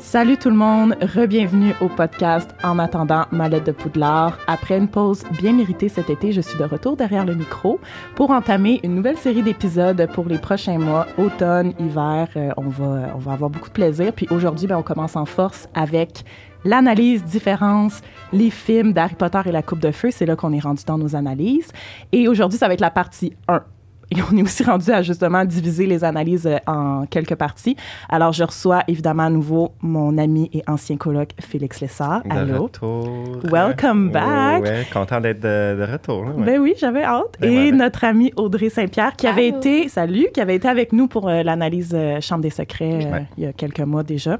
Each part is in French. Salut tout le monde, re-bienvenue au podcast En attendant ma lettre de Poudlard. Après une pause bien méritée cet été, je suis de retour derrière le micro pour entamer une nouvelle série d'épisodes pour les prochains mois, automne, hiver. Euh, on, va, on va avoir beaucoup de plaisir. Puis aujourd'hui, ben, on commence en force avec l'analyse différence, les films d'Harry Potter et la Coupe de Feu. C'est là qu'on est rendu dans nos analyses. Et aujourd'hui, ça va être la partie 1. Et on est aussi rendu à justement diviser les analyses euh, en quelques parties. Alors, je reçois évidemment à nouveau mon ami et ancien colloque Félix Lessard. De Allô. retour. Oh, Welcome back. Ouais, content d'être de, de retour. là, ouais. Ben oui, j'avais hâte. Ben et ouais, ouais. notre amie Audrey Saint-Pierre, qui avait Allô. été, salut, qui avait été avec nous pour euh, l'analyse euh, Chambre des secrets euh, Ouais. il y a quelques mois déjà.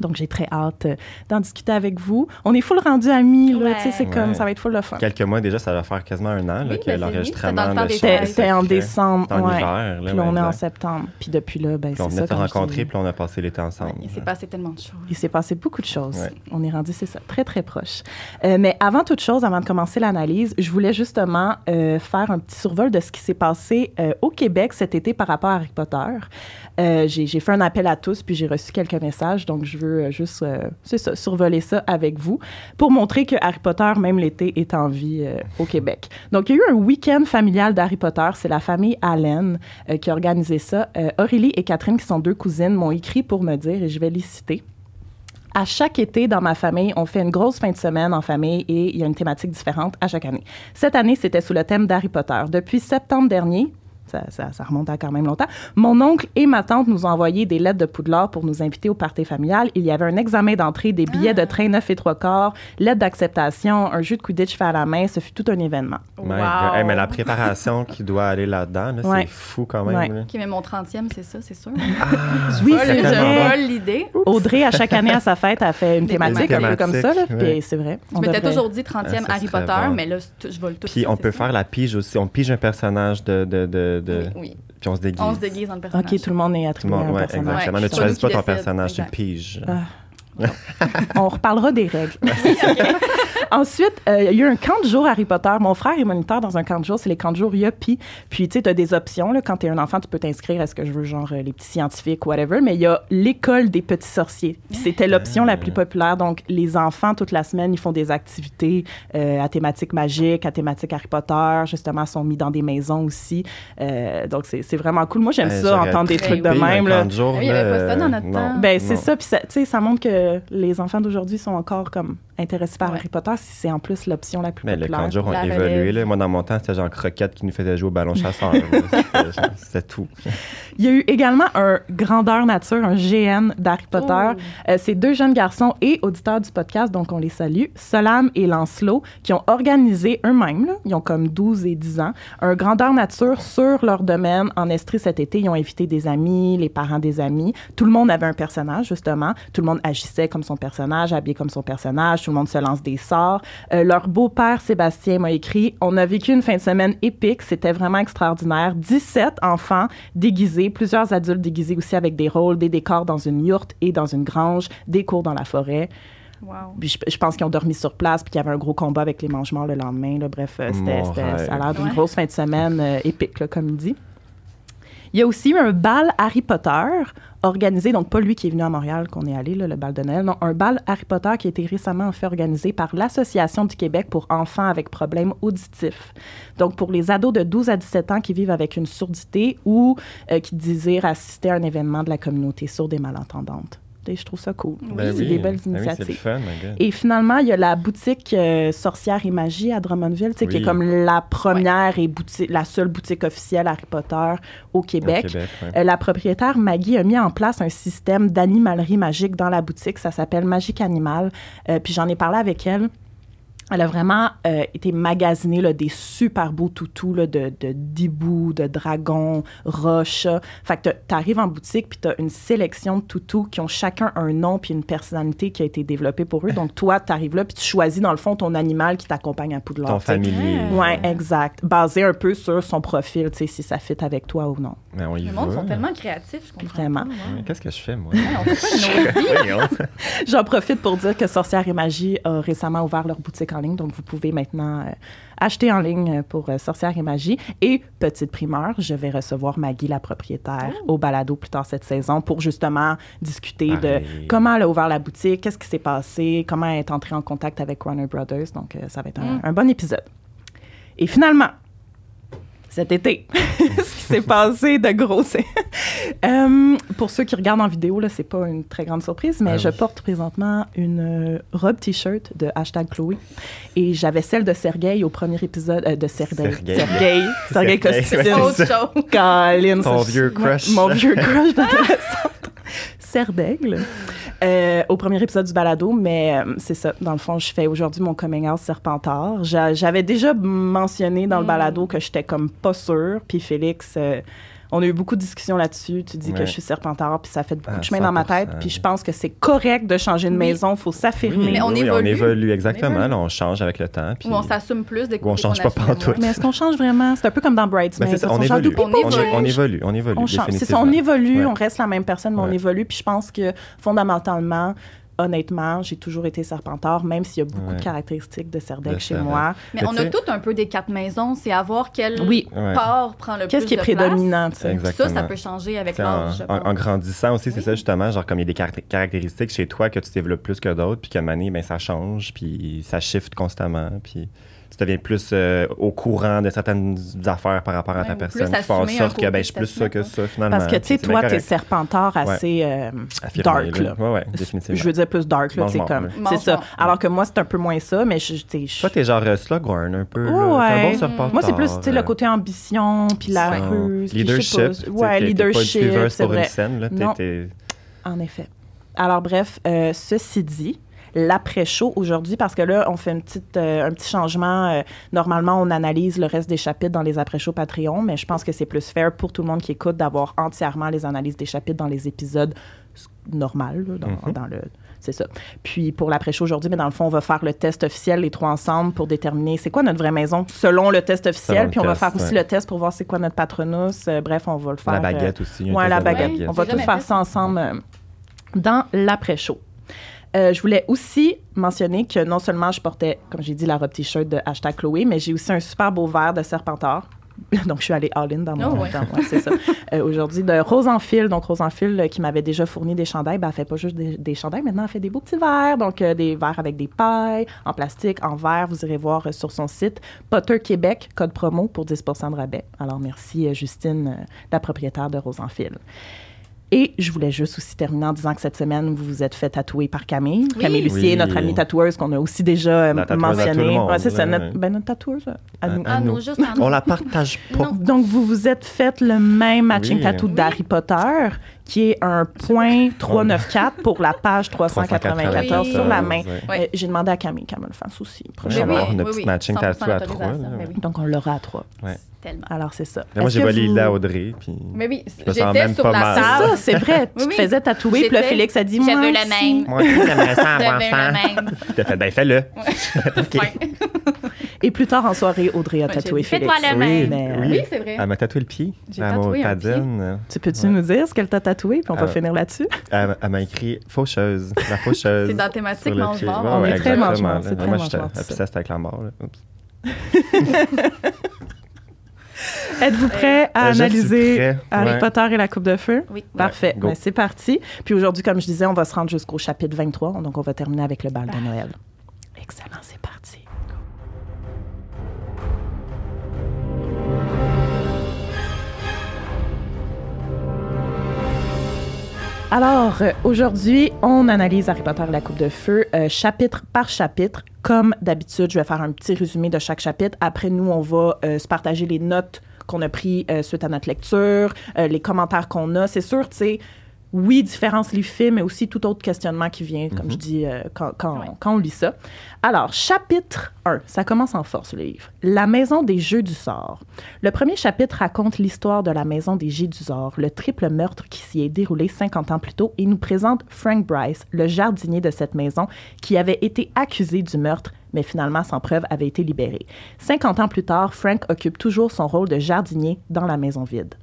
Donc, j'ai très hâte euh, d'en discuter avec vous. On est full rendu amis, là. Ouais. Tu sais, c'est comme, Ouais. ça va être full le fun. Quelques mois déjà, ça va faire quasiment un an là, Oui, que ben, c'est- l'enregistrement oui, c'était dans le temps de Chambre des C'était Ouais. des c'était en secrets, décembre, c'était en ouais. hiver. Là, Puis là, on est ouais, en exact. septembre. Puis depuis là, ben, Puis on c'est venait ça. de se comme je dis. rencontrer, puis on a passé l'été ensemble. Il s'est passé tellement de choses. Il s'est passé beaucoup de choses. Ouais. On est rendu, c'est ça, très, très proche. Euh, mais avant toute chose, avant de commencer l'analyse, je voulais justement euh, faire un petit survol de ce qui s'est passé euh, au Québec cet été par rapport à Harry Potter. Euh, j'ai j'ai fait un appel à tous, puis j'ai reçu quelques messages, donc je veux euh, juste, euh, c'est ça, survoler ça avec vous pour montrer que Harry Potter, même l'été, est en vie euh, au Québec. Donc, il y a eu un week-end familial d'Harry Potter. C'est la famille Allen euh, qui a organisé ça. Euh, Aurélie et Catherine, qui sont deux cousines, m'ont écrit pour me dire, et je vais les citer. À chaque été, dans ma famille, on fait une grosse fin de semaine en famille et il y a une thématique différente à chaque année. Cette année, c'était sous le thème d'Harry Potter. Depuis septembre dernier, ça, ça- ça remonte à quand même longtemps, mon oncle et ma tante nous ont envoyé des lettres de Poudlard pour nous inviter au party familial. Il y avait un examen d'entrée, des billets Ah. de train 9 et 3 quarts, lettre d'acceptation, un jeu de Quidditch fait à la main. Ce fut tout un événement. My God. Hey, mais la préparation qui doit aller là-dedans, là, Ouais. c'est fou quand même. Ouais. là. Qui met mon 30e, c'est ça, c'est sûr. Ah, Oui, Vole- c'est je vrai. vole l'idée. Audrey, à chaque année à sa fête, a fait une Des thématique un peu comme ça. là, thématiques, puis ouais. c'est vrai. Je m'étais devrait- toujours dit 30e Ah, ça Harry serait Potter, bon. mais là, c'est tout- je vole tout. Puis ça, on c'est peut ça. faire la pige aussi. On pige un personnage de. de, de, de- Oui, oui. Puis on se déguise. On se déguise dans le personnage. OK, tout le monde est Tout le attribué à monde, un ouais, personnage. exactement. Ouais, Mais c'est tu toi choisis qui pas ton décides, personnage, tu le exact. piges. Ah. On reparlera des règles. Ensuite, euh, il y a eu un camp de jour Harry Potter. Mon frère est moniteur dans un camp de jour. C'est les camps de jour Yuppie. Puis, tu sais, tu as des options. Là. Quand tu es un enfant, tu peux t'inscrire à ce que je veux, genre euh, les petits scientifiques, whatever. Mais il y a l'école des petits sorciers. Puis, c'était l'option la plus populaire. Donc, les enfants, toute la semaine, ils font des activités euh, à thématique magique, à thématique Harry Potter. Justement, ils sont mis dans des maisons aussi. Euh, donc, c'est c'est vraiment cool. Moi, j'aime Hey, ça, j'aurais entendre des trippé, trucs de Pige, un même. là. camp de jour, Ah oui, il y avait là, euh, pas ça dans notre non, temps. Ben, c'est non. ça. Puis ça, tu sais, ça montre que les enfants d'aujourd'hui sont encore comme intéressés par Ouais. Harry Potter si c'est en plus l'option la plus Mais les populaire. conjures ont La évolué. relève. Là. Moi, dans mon temps, c'était genre Croquette qui nous faisait jouer au ballon chasseur. là. C'était genre- C'était tout. Il y a eu également un grandeur nature, un GN d'Harry Potter. Euh, c'est deux jeunes garçons et auditeurs du podcast, donc on les salue, Solam et Lancelot, qui ont organisé eux-mêmes, là, ils ont comme 12 et 10 ans, un grandeur nature sur leur domaine en Estrie cet été. Ils ont invité des amis, les parents des amis. Tout le monde avait un personnage, justement. Tout le monde agissait comme son personnage, habillé comme son personnage. Tout le monde se lance des sorts. Euh, leur beau-père, Sébastien, m'a écrit On a vécu une fin de semaine épique. C'était vraiment extraordinaire. 17 enfants déguisés, plusieurs adultes déguisés aussi avec des rôles, des décors dans une yourte et dans une grange, des cours dans la forêt. Oh, Wow. Puis je, je pense qu'ils ont dormi sur place, puis qu'il y avait un gros combat avec les mange le lendemain. là. Bref, euh, c'était- Mon c'était- rêve. ça a l'air d'une Ouais. grosse fin de semaine euh, épique, là, comme il dit. Il y a aussi eu un bal Harry Potter organisé, donc pas lui qui est venu à Montréal qu'on est allé, là, le bal de Noël, non, un bal Harry Potter qui a été récemment en fait organisé par l'Association du Québec pour enfants avec problèmes auditifs. Donc pour les ados de 12 à 17 ans qui vivent avec une sourdité ou euh, qui désirent assister à un événement de la communauté sourde et malentendante. Et je trouve ça cool. Ben c'est des oui. belles Ben oui, c'est initiatives. le fun, my God. Et finalement, il y a la boutique euh, Sorcière et Magie à Drummondville, tu sais, qui est Oui. comme la première et bouti- la seule boutique officielle Harry Potter au Québec. Au Québec, ouais. Euh, la propriétaire Maggie a mis en place un système d'animalerie magique dans la boutique. Ça s'appelle Magique Animal. Euh, puis j'en ai parlé avec elle. Elle a vraiment euh, été magasinée là, des super beaux toutous là, de, de dibou, de dragon, roche. Fait que t'as- t'arrives en boutique puis t'as une sélection de toutous qui ont chacun un nom puis une personnalité qui a été développée pour eux. Donc toi, t'arrives là puis tu choisis dans le fond ton animal qui t'accompagne à Poudlard. Ton tu sais. familier. euh, Ouais. Ouais, exact. Basé un peu sur son profil, tu sais, si ça fit avec toi ou non. Mais ben, on y Le va. monde sont tellement créatifs, je comprends. Vraiment. pas, ouais. Mais Qu'est-ce que je fais, moi? Ouais, on fait pas nos vies. Voyons. J'en profite pour dire que Sorcière et Magie a récemment ouvert leur boutique en ligne, donc vous pouvez maintenant euh, acheter en ligne euh, pour euh, Sorcière et Magie. Et petite primeur, je vais recevoir Maggie, la propriétaire, au balado plus tard cette saison pour justement discuter de Pareil. comment elle a ouvert la boutique, qu'est-ce qui s'est passé, comment elle est entrée en contact avec Warner Brothers. Donc euh, ça va être un, Mm. un bon épisode. Et finalement, cet été, ce qui s'est passé de gros. c'est- Euh, pour ceux qui regardent en vidéo, là, c'est pas une très grande surprise, mais Ah je oui. porte présentement une euh, robe t-shirt de hashtag Chloé. Et j'avais celle de Sergueï au premier épisode euh, de Sergueï. Sergueï. Sergueï. Sergueï Sergueï, Costume. ouais, Autre chose. Colin, Ton ça, vieux ouais, crush. Mon vieux crush d'adolescente. Serdaigle. Euh, au premier épisode du balado, mais euh, c'est ça. Dans le fond, je fais aujourd'hui mon coming out serpentard. J'a- J'avais déjà mentionné dans le Mm. balado que j'étais comme pas sûre. Puis Félix, euh, on a eu beaucoup de discussions là-dessus. Tu dis que Ouais. je suis serpentard, puis ça fait beaucoup Ah, de chemin dans ma tête. 100%, Puis je oui. pense que c'est correct de changer de Oui. maison. faut s'affirmer. Mais on oui, évolue. exactement. On évolue. Là, on change avec le temps. Puis... Ou on s'assume plus dès Ou on change pas pantoute. Mais est-ce qu'on change vraiment? C'est un peu comme dans Ben, Bridesmaids. c'est ça, on, change évolue. de On, people, on é- on change. évolue. On évolue. on change. C'est ça, définitivement. on évolue, Ouais. on reste la même personne, mais on Ouais. évolue. Puis je pense que fondamentalement, honnêtement, j'ai toujours été serpentard, même s'il y a beaucoup Ouais. de caractéristiques de Serdec De chez Serdec. moi. Mais Mais on tu a sais- tout un peu des quatre maisons. C'est à voir quel Oui. Ouais. part prend le Qu'est-ce plus qui est de place. prédominant, tu sais? Exactement. Ça, ça peut changer avec Tu sais, en, l'âge. je en- en pense. grandissant aussi, c'est Oui. ça justement, genre comme il y a des caract- caractéristiques chez toi que tu développes plus que d'autres, puis que mané, ben ça change, puis ça shift constamment, puis tu deviens plus euh, au courant de certaines affaires par rapport à Ouais, ta ou personne, plus qui font en assumer un sorte que ben côté je suis plus ça que peut-être, ça finalement. Parce que, tu sais, Puis c'est toi, bien t'es correct. serpentard assez euh, Affirmé, dark, là. là. Ouais, ouais, définitivement. Je veux dire plus dark, là, Mange c'est mort, comme... là. C'est Mange ça. mort. Alors que moi, c'est un peu moins ça, mais je, tu sais, je- Toi, t'es genre euh, slughorn un peu. là. T'es Ouais. un bon serpentard, Moi, c'est plus, tu sais, le euh, côté ambition, puis la euh, ruse, puis je sais Leadership. pas. tu sais, Ouais, t'es- t'es pas une leadership, suiveuse c'est pour une vrai. scène, là. t'es- Non. t'es- En effet. Alors, bref, euh, ceci dit, l'après-show aujourd'hui, parce que là, on fait une petite, euh, un petit changement. euh, normalement, on analyse le reste des chapitres dans les après-shows Patreon, mais je pense que c'est plus fair pour tout le monde qui écoute d'avoir entièrement les analyses des chapitres dans les épisodes s- normal là, dans, Mhm. dans le c'est ça. Puis pour l'après-show aujourd'hui, mais dans le fond, on va faire le test officiel les trois ensemble pour déterminer c'est quoi notre vraie maison selon le test officiel, Selon le puis on va test, faire aussi ouais. le test pour voir c'est quoi notre patronus. Euh, bref, on va le faire La euh, baguette aussi. il y a un Ouais, test la de baguette. baguette. On va J'ai tous jamais faire fait ça ensemble euh, dans l'après-show. Euh, je voulais aussi mentionner que non seulement je portais, comme j'ai dit, la robe t-shirt de hashtag Chloé, mais j'ai aussi un super beau verre de Serpentard. Donc, je suis allée all-in dans mon Oh, ouais. dans- ouais, c'est ça. Euh, Aujourd'hui, de Rose en Fil. Donc, Rose en Fil, euh, qui m'avait déjà fourni des chandails, ben, elle fait pas juste des, des chandails, maintenant, elle fait des beaux petits verres. Donc, euh, des verres avec des pailles, en plastique, en verre. Vous irez voir euh, sur son site Potter Québec, code promo pour 10 de rabais. Alors, merci, euh, Justine, euh, la propriétaire de Rose en Fil. Et je voulais juste aussi terminer en disant que cette semaine, vous vous êtes fait tatouer par Camille. Oui. Camille Lucier, Oui. notre amie tatoueuse qu'on a aussi déjà euh, La tatoueuse à mentionnée. tout le monde, Ouais, c'est ça, là. notre, ben, notre tatoueuse. euh, à Ah, nous. ah, Ah non, nous. juste en On la partage pas. Ah, Non. Donc, vous vous êtes fait le même matching Oui. tattoo Oui. d'Harry Potter, qui est un point 394 pour la page 394 sur la main. Ouais. Oui. Euh, J'ai demandé à Camille qu'elle me le fasse aussi Oui, prochainement. oui. on a petit matching 100% tattoo à trois, d'autorisation, là, mais ouais. Ben oui. Donc, on l'aura à trois. Ouais. C'est Tellement. Alors, c'est ça. Mais Ben Moi, Est-ce j'ai que volé vous- l'idée à Audrey. Puis... Mais oui, me sens j'étais même sur pas la mal. C'est table. ça, c'est vrai. Oui, Tu te oui. faisais tatouer, puis là, J'étais- Félix a dit J'avais Moi le aussi. même. Moi aussi, j'aimerais ça avoir J'avais ça. le même. T'as fait, ben fais-le. Ouais. Et plus tard en soirée, Audrey a Ouais, tatoué j'ai dit, Félix. Faites-moi le Oui, même. mais, euh, Oui, c'est vrai. Elle m'a tatoué le pied. J'ai Elle m'a tatoué un tadine. Tu peux-tu Ouais. nous dire ce qu'elle t'a tatoué, puis on va Euh, finir là-dessus? Elle, elle m'a écrit faucheuse. La faucheuse. C'est dans la sur thématique le pied. mange-mort. Ouais, On ouais, est très exactement, mange-mort, là. c'est très Moi, j'étais mange-mort, tout ça. obsesse avec la mort. là. Oups. Êtes-vous prêt à Euh, je suis analyser prêt, Harry ouais. Potter et la Coupe de Feu? Oui. Parfait. go. Ben, c'est parti. Puis aujourd'hui, comme je disais, on va se rendre jusqu'au chapitre 23. Donc, on va terminer avec le bal de Ah. Noël. Excellent, c'est parti. Alors, euh, aujourd'hui, on analyse Harry Potter et la Coupe de Feu euh, chapitre par chapitre. Comme d'habitude, je vais faire un petit résumé de chaque chapitre. Après, nous, on va euh, se partager les notes qu'on a prises euh, suite à notre lecture, euh, les commentaires qu'on a. C'est sûr, tu sais, oui, différence les films, mais aussi tout autre questionnement qui vient, comme je dis, euh, quand, quand- Ouais. quand on lit ça. Alors, chapitre 1, ça commence en force, le livre. La maison des jeux du sort. Le premier chapitre raconte l'histoire de la maison des jets du sort, le triple meurtre qui s'y est déroulé 50 ans plus tôt, et nous présente Frank Bryce, le jardinier de cette maison, qui avait été accusé du meurtre, mais finalement, sans preuve, avait été libéré. 50 ans plus tard, Frank occupe toujours son rôle de jardinier dans la maison vide.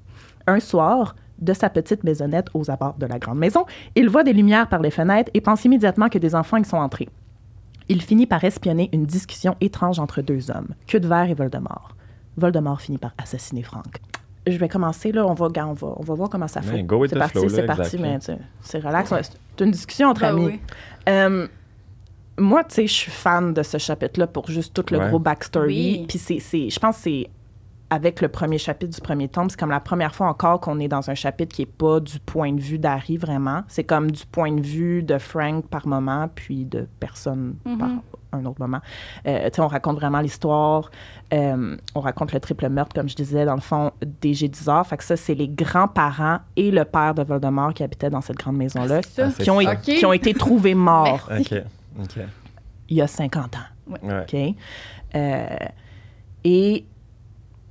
un soir, de sa petite maisonnette aux abords de la grande maison, il voit des lumières par les fenêtres et pense immédiatement que des enfants y sont entrés. Il finit par espionner une discussion étrange entre deux hommes, Queue de Verre et Voldemort. Voldemort finit par assassiner Frank. Je vais commencer, là, on va, on va, on va voir comment ça Ouais, fait. go with C'est the parti, flow, c'est là, parti, exactly. mais tu sais, c'est relax. C'est une discussion entre Ben amis. oui. Euh, moi, tu sais, je suis fan de ce chapitre-là pour juste tout le Ouais. gros backstory. Oui. Puis c'est, c'est- je pense que c'est avec le premier chapitre du premier tome, c'est comme la première fois encore qu'on est dans un chapitre qui est pas du point de vue d'Harry vraiment. C'est comme du point de vue de Frank par moment, puis de personne par un autre moment. Euh, tu sais, on raconte vraiment l'histoire. Euh, on raconte le triple meurtre, comme je disais, dans le fond, des Gédisards. Fait que ça, c'est les grands-parents et le père de Voldemort qui habitaient dans cette grande maison-là, C'est ça. Ah, c'est qui, ont, ça. é- qui ont été trouvés morts OK. OK. il y a 50 ans. Ouais. OK? Euh, et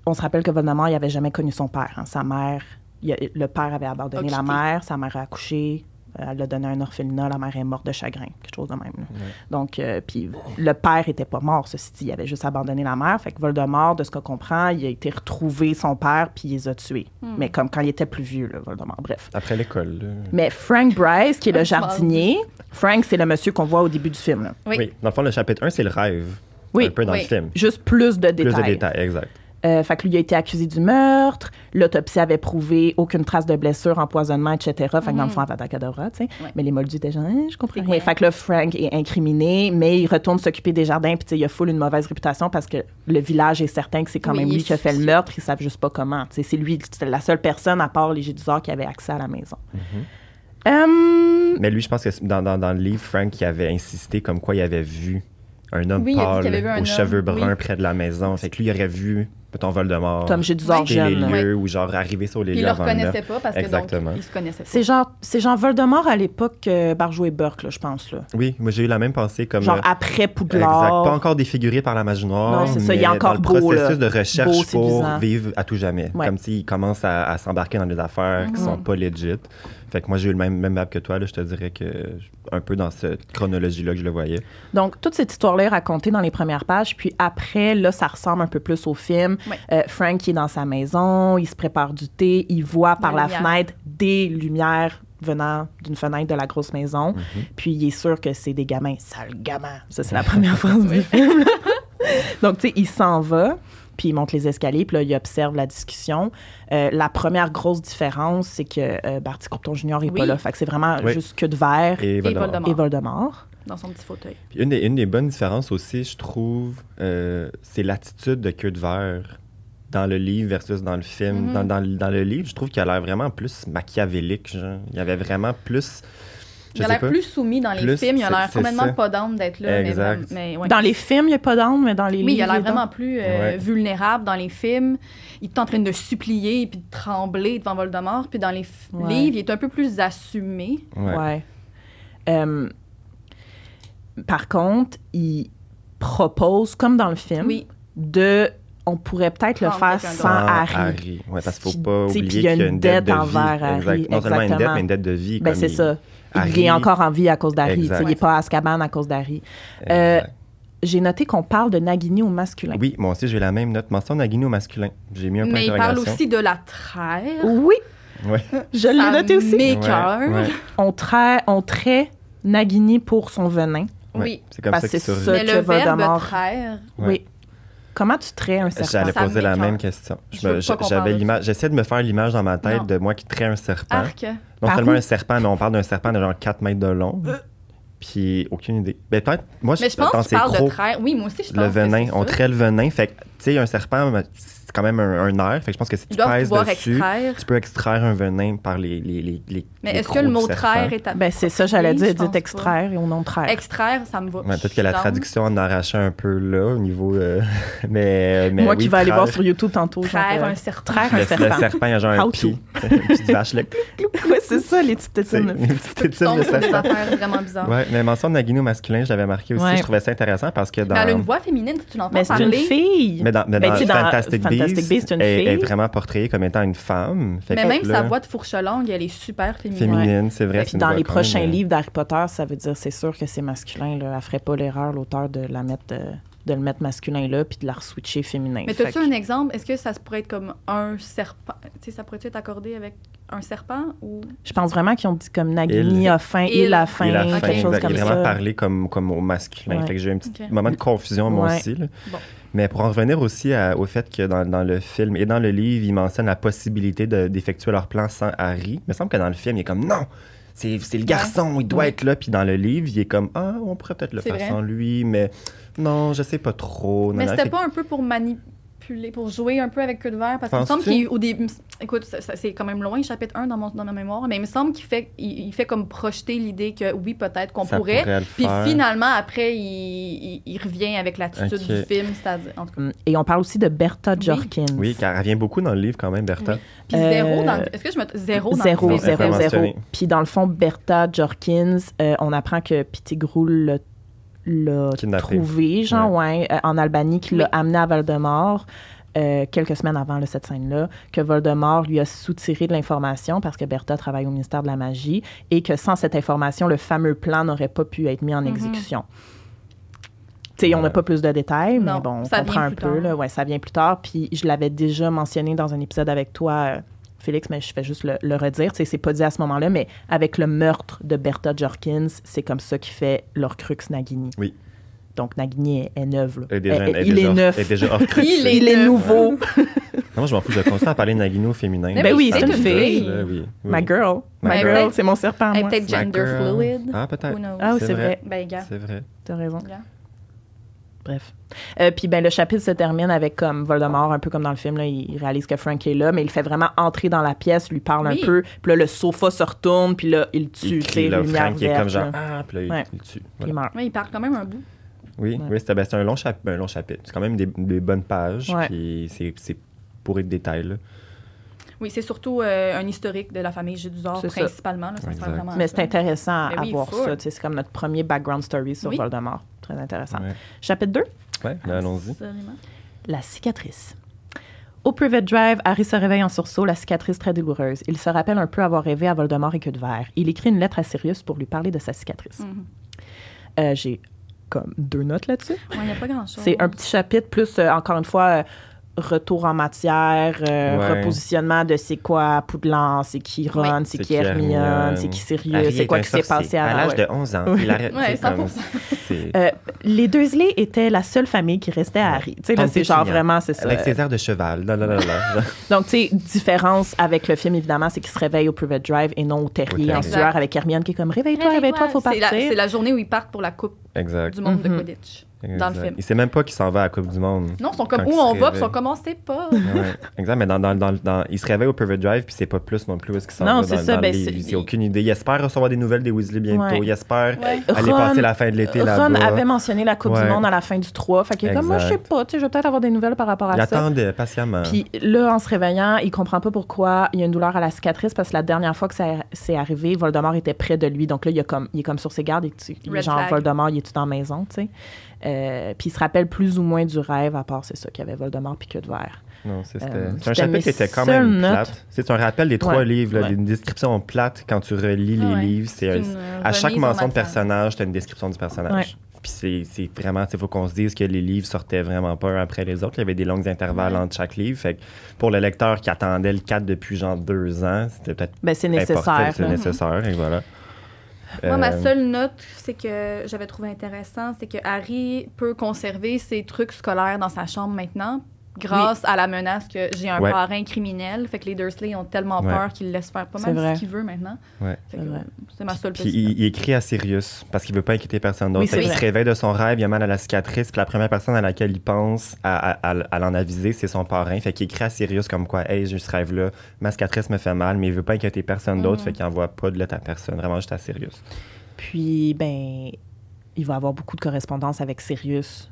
on se rappelle que Voldemort, il n'avait jamais connu son père. hein. Sa mère, il a- le père avait abandonné A la quitté. mère, sa mère a accouché, euh, elle l'a donné à un orphelinat, la mère est morte de chagrin, quelque chose de même. là. Donc, euh, puis le père était pas mort, ceci dit, il avait juste abandonné la mère. Fait que Voldemort, de ce qu'on comprend, il a été retrouvé son père, puis il les a tués. Mais comme quand il était plus vieux, là, Voldemort. Bref. Après l'école, là. Mais Frank Bryce, qui est le Ah, tu m'as jardinier, Frank, c'est le monsieur qu'on voit au début du film. là. Oui. Oui. Dans le fond, le chapitre 1, c'est le rêve. Oui, Un peu dans oui. le film. Juste plus de Plus détails. de détails, exact. Euh, fait que lui a été accusé du meurtre, l'autopsie avait prouvé aucune trace de blessure, empoisonnement, etc. Fait que dans le fond, Avada tu sais. Mm. Ouais. Mais les moldus étaient genre, Hein, je comprends C'est rien. quoi? Fait que là, Frank est incriminé, mais il retourne s'occuper des jardins, puis tu sais, il a full une mauvaise réputation parce que le village est certain que c'est quand Oui, même il lui est qui a fait le suspicieux. meurtre, ils savent juste pas comment. Tu sais, c'est lui, c'était la seule personne à part les Gédusards qui avait accès à la maison. Mhm. Hum, Mais lui, je pense que c'est- dans, dans, dans le livre, Frank, il avait insisté comme quoi il avait vu un homme Oui, il a dit pâle qu'il avait vu un aux homme, cheveux bruns oui. près de la maison. Fait que lui, il aurait vu, mettons, Voldemort. Comme Gédusard quitter Ah, les jeune. là. lieux ou genre arriver sur les lieux Puis ils le avant le reconnaissaient meurtre. pas parce que Exactement. donc ils se connaissaient pas. C'est genre, c'est genre Voldemort à l'époque euh, Barjou et Burke, là, je pense. Là. Oui, moi, j'ai eu la même pensée comme. Genre euh, après Exact. Poudlard. Pas encore défiguré par la magie noire. Non, c'est ça, il est mais encore dans beau, le processus là. de recherche Beau, pour séduisant. vivre à tout jamais. Ouais. Comme s'il commence à, à s'embarquer dans des affaires qui sont pas legit. Fait que moi, j'ai eu le même, même map que toi. Là, je te dirais que je- un peu dans cette chronologie-là que je le voyais. Donc, toute cette histoire-là est racontée dans les premières pages, puis après, là, ça ressemble un peu plus au film. Ouais. Euh, Frank il est dans sa maison, il se prépare du thé, il voit par Des la lumières. fenêtre des lumières venant d'une fenêtre de la grosse maison, puis il est sûr que c'est des gamins. Sale gamin! Ça, c'est la première phrase du film. là. Donc, tu sais, il s'en va, puis il monte les escaliers, puis là, il observe la discussion. Euh, la première grosse différence, c'est que euh, Barty Croupton Junior n'est pas Oui. là, fait que c'est vraiment Oui. juste que de verre Et, Voldemort. Voldemort. et Voldemort. Dans son petit fauteuil. Puis Une, des, une des bonnes différences aussi, je trouve, euh, c'est l'attitude de Queue de Verre dans le livre versus dans le film. Mhm. Dans- dans, le- dans le livre, je trouve qu'il a l'air vraiment plus machiavélique. Genre. Il y avait vraiment plus. Je Il a sais l'air pas. plus soumis dans les Plus, films. Il a c'est- l'air c'est complètement ça. pas d'âme d'être là. mais Exact. vraiment- Mais, ouais. Dans les films, il n'y a pas d'âme, mais dans les livres. Oui, il a l'air y d'âme. vraiment plus euh, Ouais. vulnérable dans les films. Il est en train de supplier puis de trembler devant Voldemort. Puis dans les f- Ouais. livres, il est un peu plus assumé. Ouais. Ouais. Euh, par contre, il propose, comme dans le film, Oui. de. On pourrait peut-être le Prendre faire quelqu'un sans Ah, Harry. Ouais, parce qu'il Ce faut qui- pas tu sais, oublier puis qu'il y a une dette, de vie. envers Harry, Exact. Non seulement une dette, exactement. mais une dette de vie. Ben, comme c'est il- ça. Il Harry- est encore en vie à cause d'Harry. tu Exact. sais, Il n'est pas à Azkaban à cause d'Harry. Euh, Exact. J'ai noté qu'on parle de Nagini au masculin. Oui, moi aussi, j'ai la même note. Mention Nagini au masculin. J'ai mis un point Mais il parle d'interrogation. aussi de la traire. Oui, Ouais. je l'ai Ça noté aussi. met- Ouais, cœurs. ouais, On, trait, on trait Nagini pour son venin. ouais. Oui. C'est comme Parce ça que qu'il c'est surgit. ça. Mais que le verbe Voldemort- traire. Ouais. Oui. Comment tu traies un serpent? J'allais Ça poser la m'écoeure. même question. Je Je me- veux pas qu'on parle J'avais de l'image. J'essaie de me faire l'image dans ma tête Non. Ah, de moi qui traite un serpent. Arc. Non Par seulement où? un serpent, mais on parle d'un serpent de genre 4 mètres de long. Puis aucune idée. Ben, peut-être- moi, Euh. Mais je pense dans qu'il ses parle de crocs, traire. Oui, moi aussi, je pense le venin, que c'est on ça. traite le venin. Fait que, tu sais, un serpent, ben, c'est quand même un, un nerf. Fait que je pense que si tu Ils doivent pèses pouvoir dessus, extraire. tu peux extraire un venin par les. les, les, les- Mais les est-ce que crocs le du mot serpent. traire est à... Ben, c'est ça, j'allais Oui, je dire, dit pense pas. extraire et au nom de traire. Extraire, ça me va. Ouais, peut-être que la Je suis down. traduction en arrachait un peu là au niveau. euh, mais, mais Moi oui, qui vais aller traire, voir sur YouTube tantôt. genre, Traire euh, un serpent. traire le, un le serpent. serpent, il y a genre How un pied. une petite vache, là. Ouais, c'est ça, les petites C'est tétines. une petite Tu tétine tombes de sur des serpent. affaires vraiment bizarres. Ouais, mais mention de Nagino masculin, je l'avais marqué aussi. Ouais. Je trouvais ça intéressant parce que dans. Mais elle a une voix féminine, si tu l'entends Mais c'est parler. une fille. Mais dans, mais Ben, dans tu sais, dans Fantastic, Fantastic Beasts, Beasts, c'est une elle elle est fille. vraiment portrayée comme étant une femme. Fait Mais que même là, sa voix de fourche longue, elle est super féminine. féminine, c'est vrai. Et c'est puis une dans voix les quand prochains même, euh, livres d'Harry Potter, ça veut dire, c'est sûr que c'est masculin. Là. Elle ferait pas l'erreur, l'auteur, de la mettre euh, de le mettre masculin là, puis de la re-switcher féminin. Mais Fait t'as-tu que- un exemple? Est-ce que ça se pourrait être comme un serpent? Tu sais, ça pourrait être accordé avec un serpent ou... Je pense vraiment qu'ils ont dit comme Nagini Il- a faim, il, Il- a faim, Et la fin, quelque chose exact. comme il a vraiment ça. parlé comme, comme au masculin. Ouais. Fait que j'ai eu un petit Ok. moment de confusion, moi Ouais. aussi. là. Bon. Mais pour en revenir aussi à- au fait que dans, dans le film et dans le livre, ils mentionnent la possibilité de- d'effectuer leur plan sans Harry. Il me semble que dans le film, il est comme non! C'est c'est le garçon, il doit Oui. être là. Puis dans le livre, il est comme Ah, on pourrait peut-être le C'est faire vrai. sans lui, mais non, je sais pas trop. Mais nanana. c'était Fait pas un peu pour manipuler, pour jouer un peu avec queue de verre? Parce qu'il me semble Penses-tu? qu'au début. Écoute, ça- ça- c'est quand même loin, chapitre 1 dans, mon, dans ma mémoire, mais il me semble qu'il fait, il, il fait comme projeter l'idée que oui, peut-être qu'on que ça pourrait. le Puis faire. finalement, après, il, il- il revient avec l'attitude Ok. du film, c'est-à-dire. En tout cas. Mm. Et on parle aussi de Bertha Oui. Jorkins. Oui, car elle revient beaucoup dans le livre quand même, Bertha. Oui. Puis Euh, zéro dans. le- Est-ce que je me. Zéro dans Zéro, le film. zéro, Vraiment zéro. mentionné. Puis dans le fond, Bertha Jorkins, euh, on apprend que Pity Groul l'a- l'a Kidnappé. trouvé, genre, ouais, euh, en Albanie, qui l'a Oui. amené à Voldemort. euh, quelques semaines avant là, cette scène-là, que Voldemort lui a soutiré de l'information parce que Bertha travaille au ministère de la Magie et que sans cette information, le fameux plan n'aurait pas pu être mis en Mhm. exécution. Tu sais, on n'a Voilà. pas plus de détails, mais Non, bon, on ça comprend vient un plus peu. tard. Là, ouais, ça vient plus tard. Puis je l'avais déjà mentionné dans un épisode avec toi, euh, Félix, mais je fais juste le, le redire. Tu sais, c'est pas dit à ce moment-là, mais avec le meurtre de Bertha Jorkins, c'est comme ça qui fait leur crux Nagini. Oui. Donc Nagini est, est neuve. là. Elle est déjà- Eh, eh, elle est il déjà- est neuf. elle est déjà hors critique. Il est- Il est neuf. nouveau. Non, Moi, je m'en fous, je continue à parler de Nagino au féminin. Mais Ben oui, Ça c'est me une gosse, fille. là, oui, oui. Ma girl. Ma Ma girl. girl, c'est mon serpent, Elle est moi. peut-être Ma gender girl. fluid. Ah, Who peut-être. knows? Ah oui, C'est c'est vrai. vrai. Ben, gars. C'est vrai. T'as raison. gars. Bref. Euh, puis ben, le chapitre se termine avec comme Voldemort, un peu comme dans le film, là, il réalise que Frank est là, mais il le fait vraiment entrer dans la pièce, lui parle Oui. un peu, puis là le sofa se retourne, puis là il tue, tu Il crie, sais, là, lumière Frank, il est comme verte, genre, là, ah, puis là, il- Ouais. il tue. puis Voilà. il meurt. Ouais, il parle quand même un bout. Oui, Ouais. oui c'était ben, c'était un long, chapitre, un long chapitre. C'est quand même des, des bonnes pages, Ouais. puis c'est- c'est pourri de détails. là. Oui, c'est surtout euh, un historique de la famille Gédusor, C'est ça. principalement. Là, ça se Exact. parle vraiment à Mais ça. c'est intéressant à, Mais à oui, voir full. ça, tu sais, c'est comme notre premier background story sur Oui. Voldemort. Très intéressant. Ouais. Chapitre 2, Ouais, ben, allons-y. Absolument. la cicatrice. Au Privet Drive, Harry se réveille en sursaut, la cicatrice très douloureuse. Il se rappelle un peu avoir rêvé à Voldemort et que de verre. Il écrit une lettre à Sirius pour lui parler de sa cicatrice. Mhm. Euh, J'ai comme deux notes là-dessus. Ouais, il n'y a pas grand-chose. C'est un petit chapitre plus, euh, encore une fois, euh, retour en matière, euh, Ouais. repositionnement de c'est quoi Poudlan, c'est qui Ron, c'est qui Hermione, c'est qui Harry Sirius, euh, c'est est quoi un qui s'est sorcier. passé À avant. l'âge ouais. de 11 ans, Ouais. il arrête. Ouais, c'est comme- 100%. c'est- Euh, les Dursley étaient la seule famille qui restait à Ouais. Harry. Tu sais, là, Tom c'est genre Pétignan. vraiment, c'est ça. Avec ses airs de cheval. là, là, là, là. Donc, tu sais, différence avec le film, évidemment, c'est qu'il se réveille au Privet Drive et non au terrier terrier. en Exact. sueur avec Hermione qui est comme réveille-toi, réveille-toi, faut C'est partir. la, c'est la journée où ils partent pour la Coupe Exact. du monde Mhm. de Quidditch. Dans le exact. film. Il sait même pas qu'il s'en va à la Coupe du Monde. Non, ils sont comme Quand où ils se on va, puis ils réveillent. sont comme on sait pas. Ouais, exact, mais dans, dans, dans, dans- il se réveille au Private Drive, puis c'est pas plus non plus où est-ce qu'il s'en Non, va c'est dans- ça, dans ben, les- c'est- il- il a aucune idée. Il espère recevoir des nouvelles des Weasley bientôt. Ouais. Euh, Il espère Ouais. aller Ron- passer la fin de l'été Ron là-bas. avait mentionné la Coupe du Ouais. Monde à la fin du 3. Fait que comme moi, je sais Exact. pas, tu sais, je vais peut-être avoir des nouvelles par rapport à Il hein. ça. attendait patiemment. Puis là, en se réveillant, il comprend pas pourquoi il y a une douleur à la cicatrice parce que la dernière fois que ça c'est arrivé, Voldemort était près de lui. Donc là, il, a comme, il est comme sur ses gardes. Il, est- il est Red genre flag. Voldemort, il est tout en maison, tu sais. Euh, puis il se rappelle plus ou moins du rêve, à part c'est ça qu'il y avait Voldemort puis que de verre. Non, c'est- c'était- Euh, c'est un c'était mes chapitre qui était quand seules même notes. plate. C'est un rappel des trois Ouais, livres, là, ouais. une description plate quand tu relis les Ah ouais. livres. C'est un- une, euh, à chaque remise en mention de matière. personnage, tu as une description du personnage. Puis c'est- c'est vraiment, il faut qu'on se dise que les livres sortaient vraiment pas un après les autres. Il y avait des longs intervalles Ouais. entre chaque livre. Fait que pour le lecteur qui attendait le 4 depuis genre deux ans, c'était peut-être Ben, c'est important, nécessaire. C'est là. nécessaire, et voilà. Moi, ma Euh, seule note, c'est que j'avais trouvé intéressant, c'est que Harry peut conserver ses trucs scolaires dans sa chambre maintenant grâce à la menace que j'ai un Ouais. parrain criminel. Fait que les Dursley ont tellement Ouais. peur qu'ils le laissent faire pas C'est mal vrai. ce qu'il veut maintenant. Ouais. Fait que, C'est vrai. C'est ma seule Puis petite note. il, il écrit à Sirius parce qu'il veut pas inquiéter Oui, personne d'autre. c'est Fait qu'il vrai. se réveille de son rêve, il a mal à la cicatrice. Puis la première personne à laquelle il pense à, à- à- à l'en aviser, c'est son parrain. Fait qu'il écrit à Sirius comme quoi, hey, j'ai ce rêve-là, ma cicatrice me fait mal, mais il veut pas inquiéter personne Mm. d'autre. Mhm. Fait qu'il envoie pas de lettre à personne, vraiment juste à Sirius. Puis, ben, il va avoir beaucoup de correspondance avec Sirius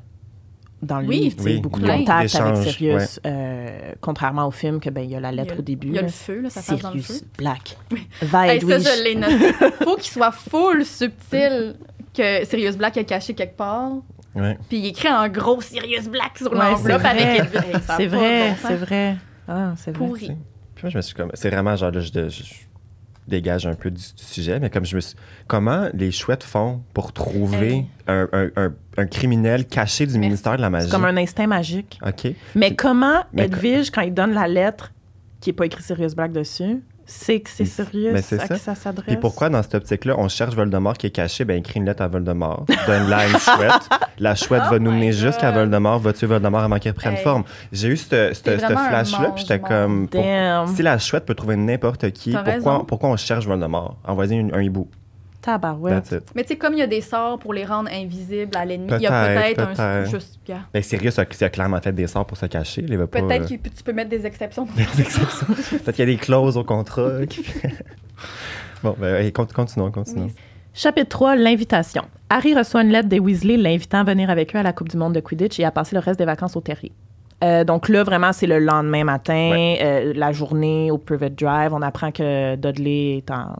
dans le Oui. livre, tu sais, Oui, beaucoup de il y a beaucoup contacts avec d'échanges, Sirius, euh, contrairement au film que ben il y a la lettre Il y a- au début. Il y a là. le feu, là, ça passe dans le feu. Sirius Black. Va Hey, ça, Edwige. je l'ai noté. Faut qu'il soit full subtil que Sirius Black a caché quelque part. Ouais. Puis il écrit en gros Sirius Black sur Ouais, l'enveloppe c'est vrai. avec Edwige. Hey, ça a C'est pas vrai, de bon sens. c'est vrai. Ah, c'est vrai. Pourri. Puis moi, je me suis comme. C'est vraiment genre là, je. je- je- dégage un peu du, du sujet, mais comme je me suis- Comment les chouettes font pour trouver Hey. un, un- un- un criminel caché du Merci. ministère de la magie? C'est comme un instinct magique. OK. Mais comment Mais co- Edwige, quand il donne la lettre qui n'est pas écrit Serious Black dessus, c'est que c'est Mais- sérieux mais à c'est ça. qui ça s'adresse? Puis pourquoi, dans cette optique-là, on cherche Voldemort qui est caché? Ben, écris une lettre à Voldemort, donne-la à une chouette. La chouette va nous Oh my mener God. jusqu'à Voldemort, va tuer Voldemort avant qu'il reprenne Hey. forme. J'ai eu ce ce- T'es ce vraiment un flash-là, mange, puis j'étais mon comme... pour- Damn, si la chouette peut trouver n'importe qui, T'as raison. pourquoi, pourquoi on cherche Voldemort? Envoyez une- un hibou. tabarouette. That's it. Mais tu sais, comme il y a des sorts pour les rendre invisibles à l'ennemi, il y a Peut-être, peut-être un. peut-être. juste- regarde. Ben, Sirius a, a clairement fait des sorts pour se cacher. là, Il va pas, Peut-être euh, que tu peux mettre des exceptions. Peut-être qu'il y a des clauses au contrat. qui- bon, ben, hey, cont- continuons, continuons. Oui. Chapitre 3, l'invitation. Harry reçoit une lettre des Weasley l'invitant à venir avec eux à la Coupe du monde de Quidditch et à passer le reste des vacances au Terry. Euh, donc là, vraiment, c'est le lendemain matin, euh, la journée au Private Drive. On apprend que Dudley est en...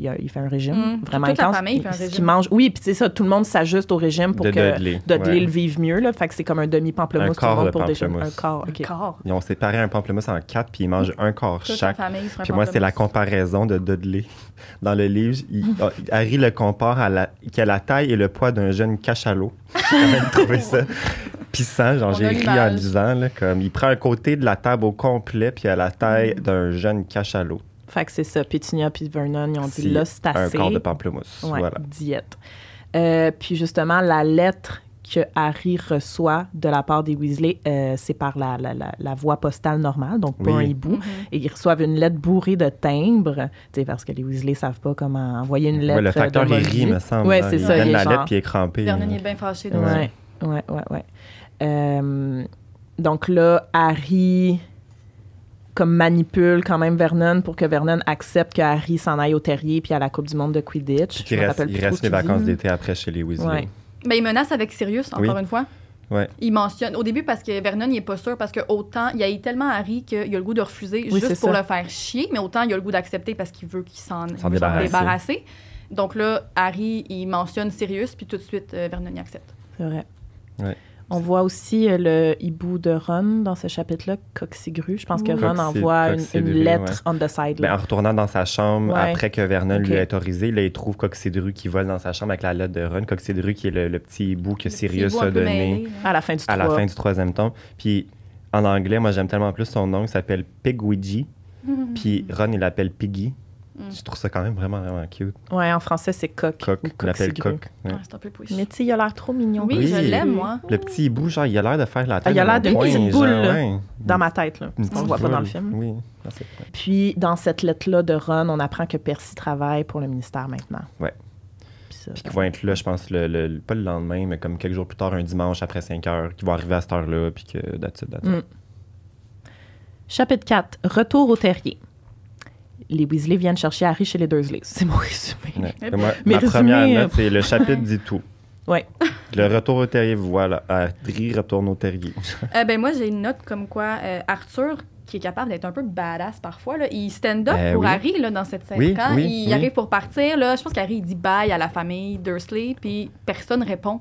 Il, a- il fait un régime Mm. vraiment Toute la intense. famille fait un Ce qu'il régime. mange. Oui, puis c'est ça, tout le monde s'ajuste au régime pour De que Dudley, ouais. le vive mieux. Là. Fait que c'est comme un Un demi-pamplemousse tout le quart monde de pour déjeuner. Un pamplemousse. corps, OK. Corps. Ils ont séparé un pamplemousse en quatre, puis ils mangent un corps Toute chaque. la famille sur un Puis moi, c'est la pamplemousse. comparaison de Dudley. Dans le livre, il- ah, Harry le compare à la, qu'à la taille et le poids d'un jeune cachalot. J'ai quand même trouvé ça pissant. Genre, On j'ai a ri en l'image. lisant. là, comme, il prend un côté de la table au complet, puis à la taille Mm. d'un jeune cachalot. Fait que c'est ça. Petunia puis Vernon, ils ont dit Si, là, c'est Un assez. corps de pamplemousse. Ouais, Voilà. diète. Euh, puis justement, la lettre que Harry reçoit de la part des Weasley, euh, c'est par la, la, la- la voie postale normale, donc pas Oui. un hibou. Mhm. Et ils reçoivent une lettre bourrée de timbres, tu sais, parce que les Weasley savent pas comment envoyer une lettre. Ouais, le euh, facteur, de il Moldy. rit, me semble. Ouais, hein. c'est il ça, il donne est la genre- lettre, puis il est crampé. Vernon, il est bien fâché. donc. Ouais, ouais, ouais, ouais. Euh, donc là, Harry comme manipule quand même Vernon pour que Vernon accepte que Harry s'en aille au terrier puis à la Coupe du monde de Quidditch. Puis Je il me reste, rappelle il plus trop reste ce les qu'il dit. vacances d'été après chez les Weasley. Ouais. Ben, il menace avec Sirius, encore Oui. une fois. Ouais. Il mentionne, au début, parce que Vernon, il est pas sûr, parce que autant, il a tellement Harry qu'il a le goût de refuser Oui, c'est juste pour ça. le faire chier, mais autant il a le goût d'accepter parce qu'il veut qu'il s'en il S'en veut s'en débarrasser. débarrasser. Donc là, Harry, il mentionne Sirius, puis tout de suite, euh, Vernon, il accepte. C'est vrai. Ouais. On voit aussi euh, le hibou de Ron dans ce chapitre-là, Coxigru. Je pense que Oui. Ron Coxy- envoie une, une Coxidru, lettre on the side. Ben, là. en retournant dans sa chambre, Ouais. après que Vernon lui Ok. a autorisé, là, il trouve Coxidru qui vole dans sa chambre avec la lettre de Ron. Coxidru qui est le, le petit bout que Le petit Sirius bout un a peu donné mêlé, là. à la fin du à la 3. fin du troisième tome. Puis en anglais, moi, j'aime tellement plus son nom, il s'appelle Pigwidgie. Puis Mm. Ron, il l'appelle Piggy. Mm. Je trouve ça quand même vraiment, vraiment cute. Ouais, en français, c'est Coq. Coq, ou il l'appelle Coxigru. Coq. ouais. Ouais, Ah, c'est un peu push. Mais tu sais, il a l'air trop mignon. Oui, Oui. je l'aime, moi. Le petit hibou, genre, il a l'air de faire la tête. Ah, il a de l'air mon d'une poing, petite genre, boule, là, ouais. Dans ma tête, là. Une On petite le voit pas dans le boule. film. Oui. Ah, c'est- ouais. Puis, dans cette lettre-là de Ron, on apprend que Percy travaille pour le ministère maintenant. Ouais. Puis ça, Puis qui vont être là, je pense, le, le- pas le lendemain, mais comme quelques jours plus tard, un dimanche après 5 heures, qui vont arriver à cette heure-là, puis que that's it, that's it. Mm. Chapitre 4. Retour au terrier. Les Weasley viennent chercher Harry chez les Dursley. C'est mon résumé. Ouais. Mais Et moi, mais ma première résumé, note, c'est le chapitre Ouais. dit tout. Ouais. Le retour au terrier, voilà. Harry retourne au terrier. Euh, ben moi, j'ai une note comme quoi euh, Arthur, qui est capable d'être un peu badass parfois, là, il stand up Euh, pour oui. Harry là, dans cette scène. Oui, Quand oui, il oui. arrive pour partir, là, je pense qu'Harry il dit bye à la famille Dursley, puis personne répond.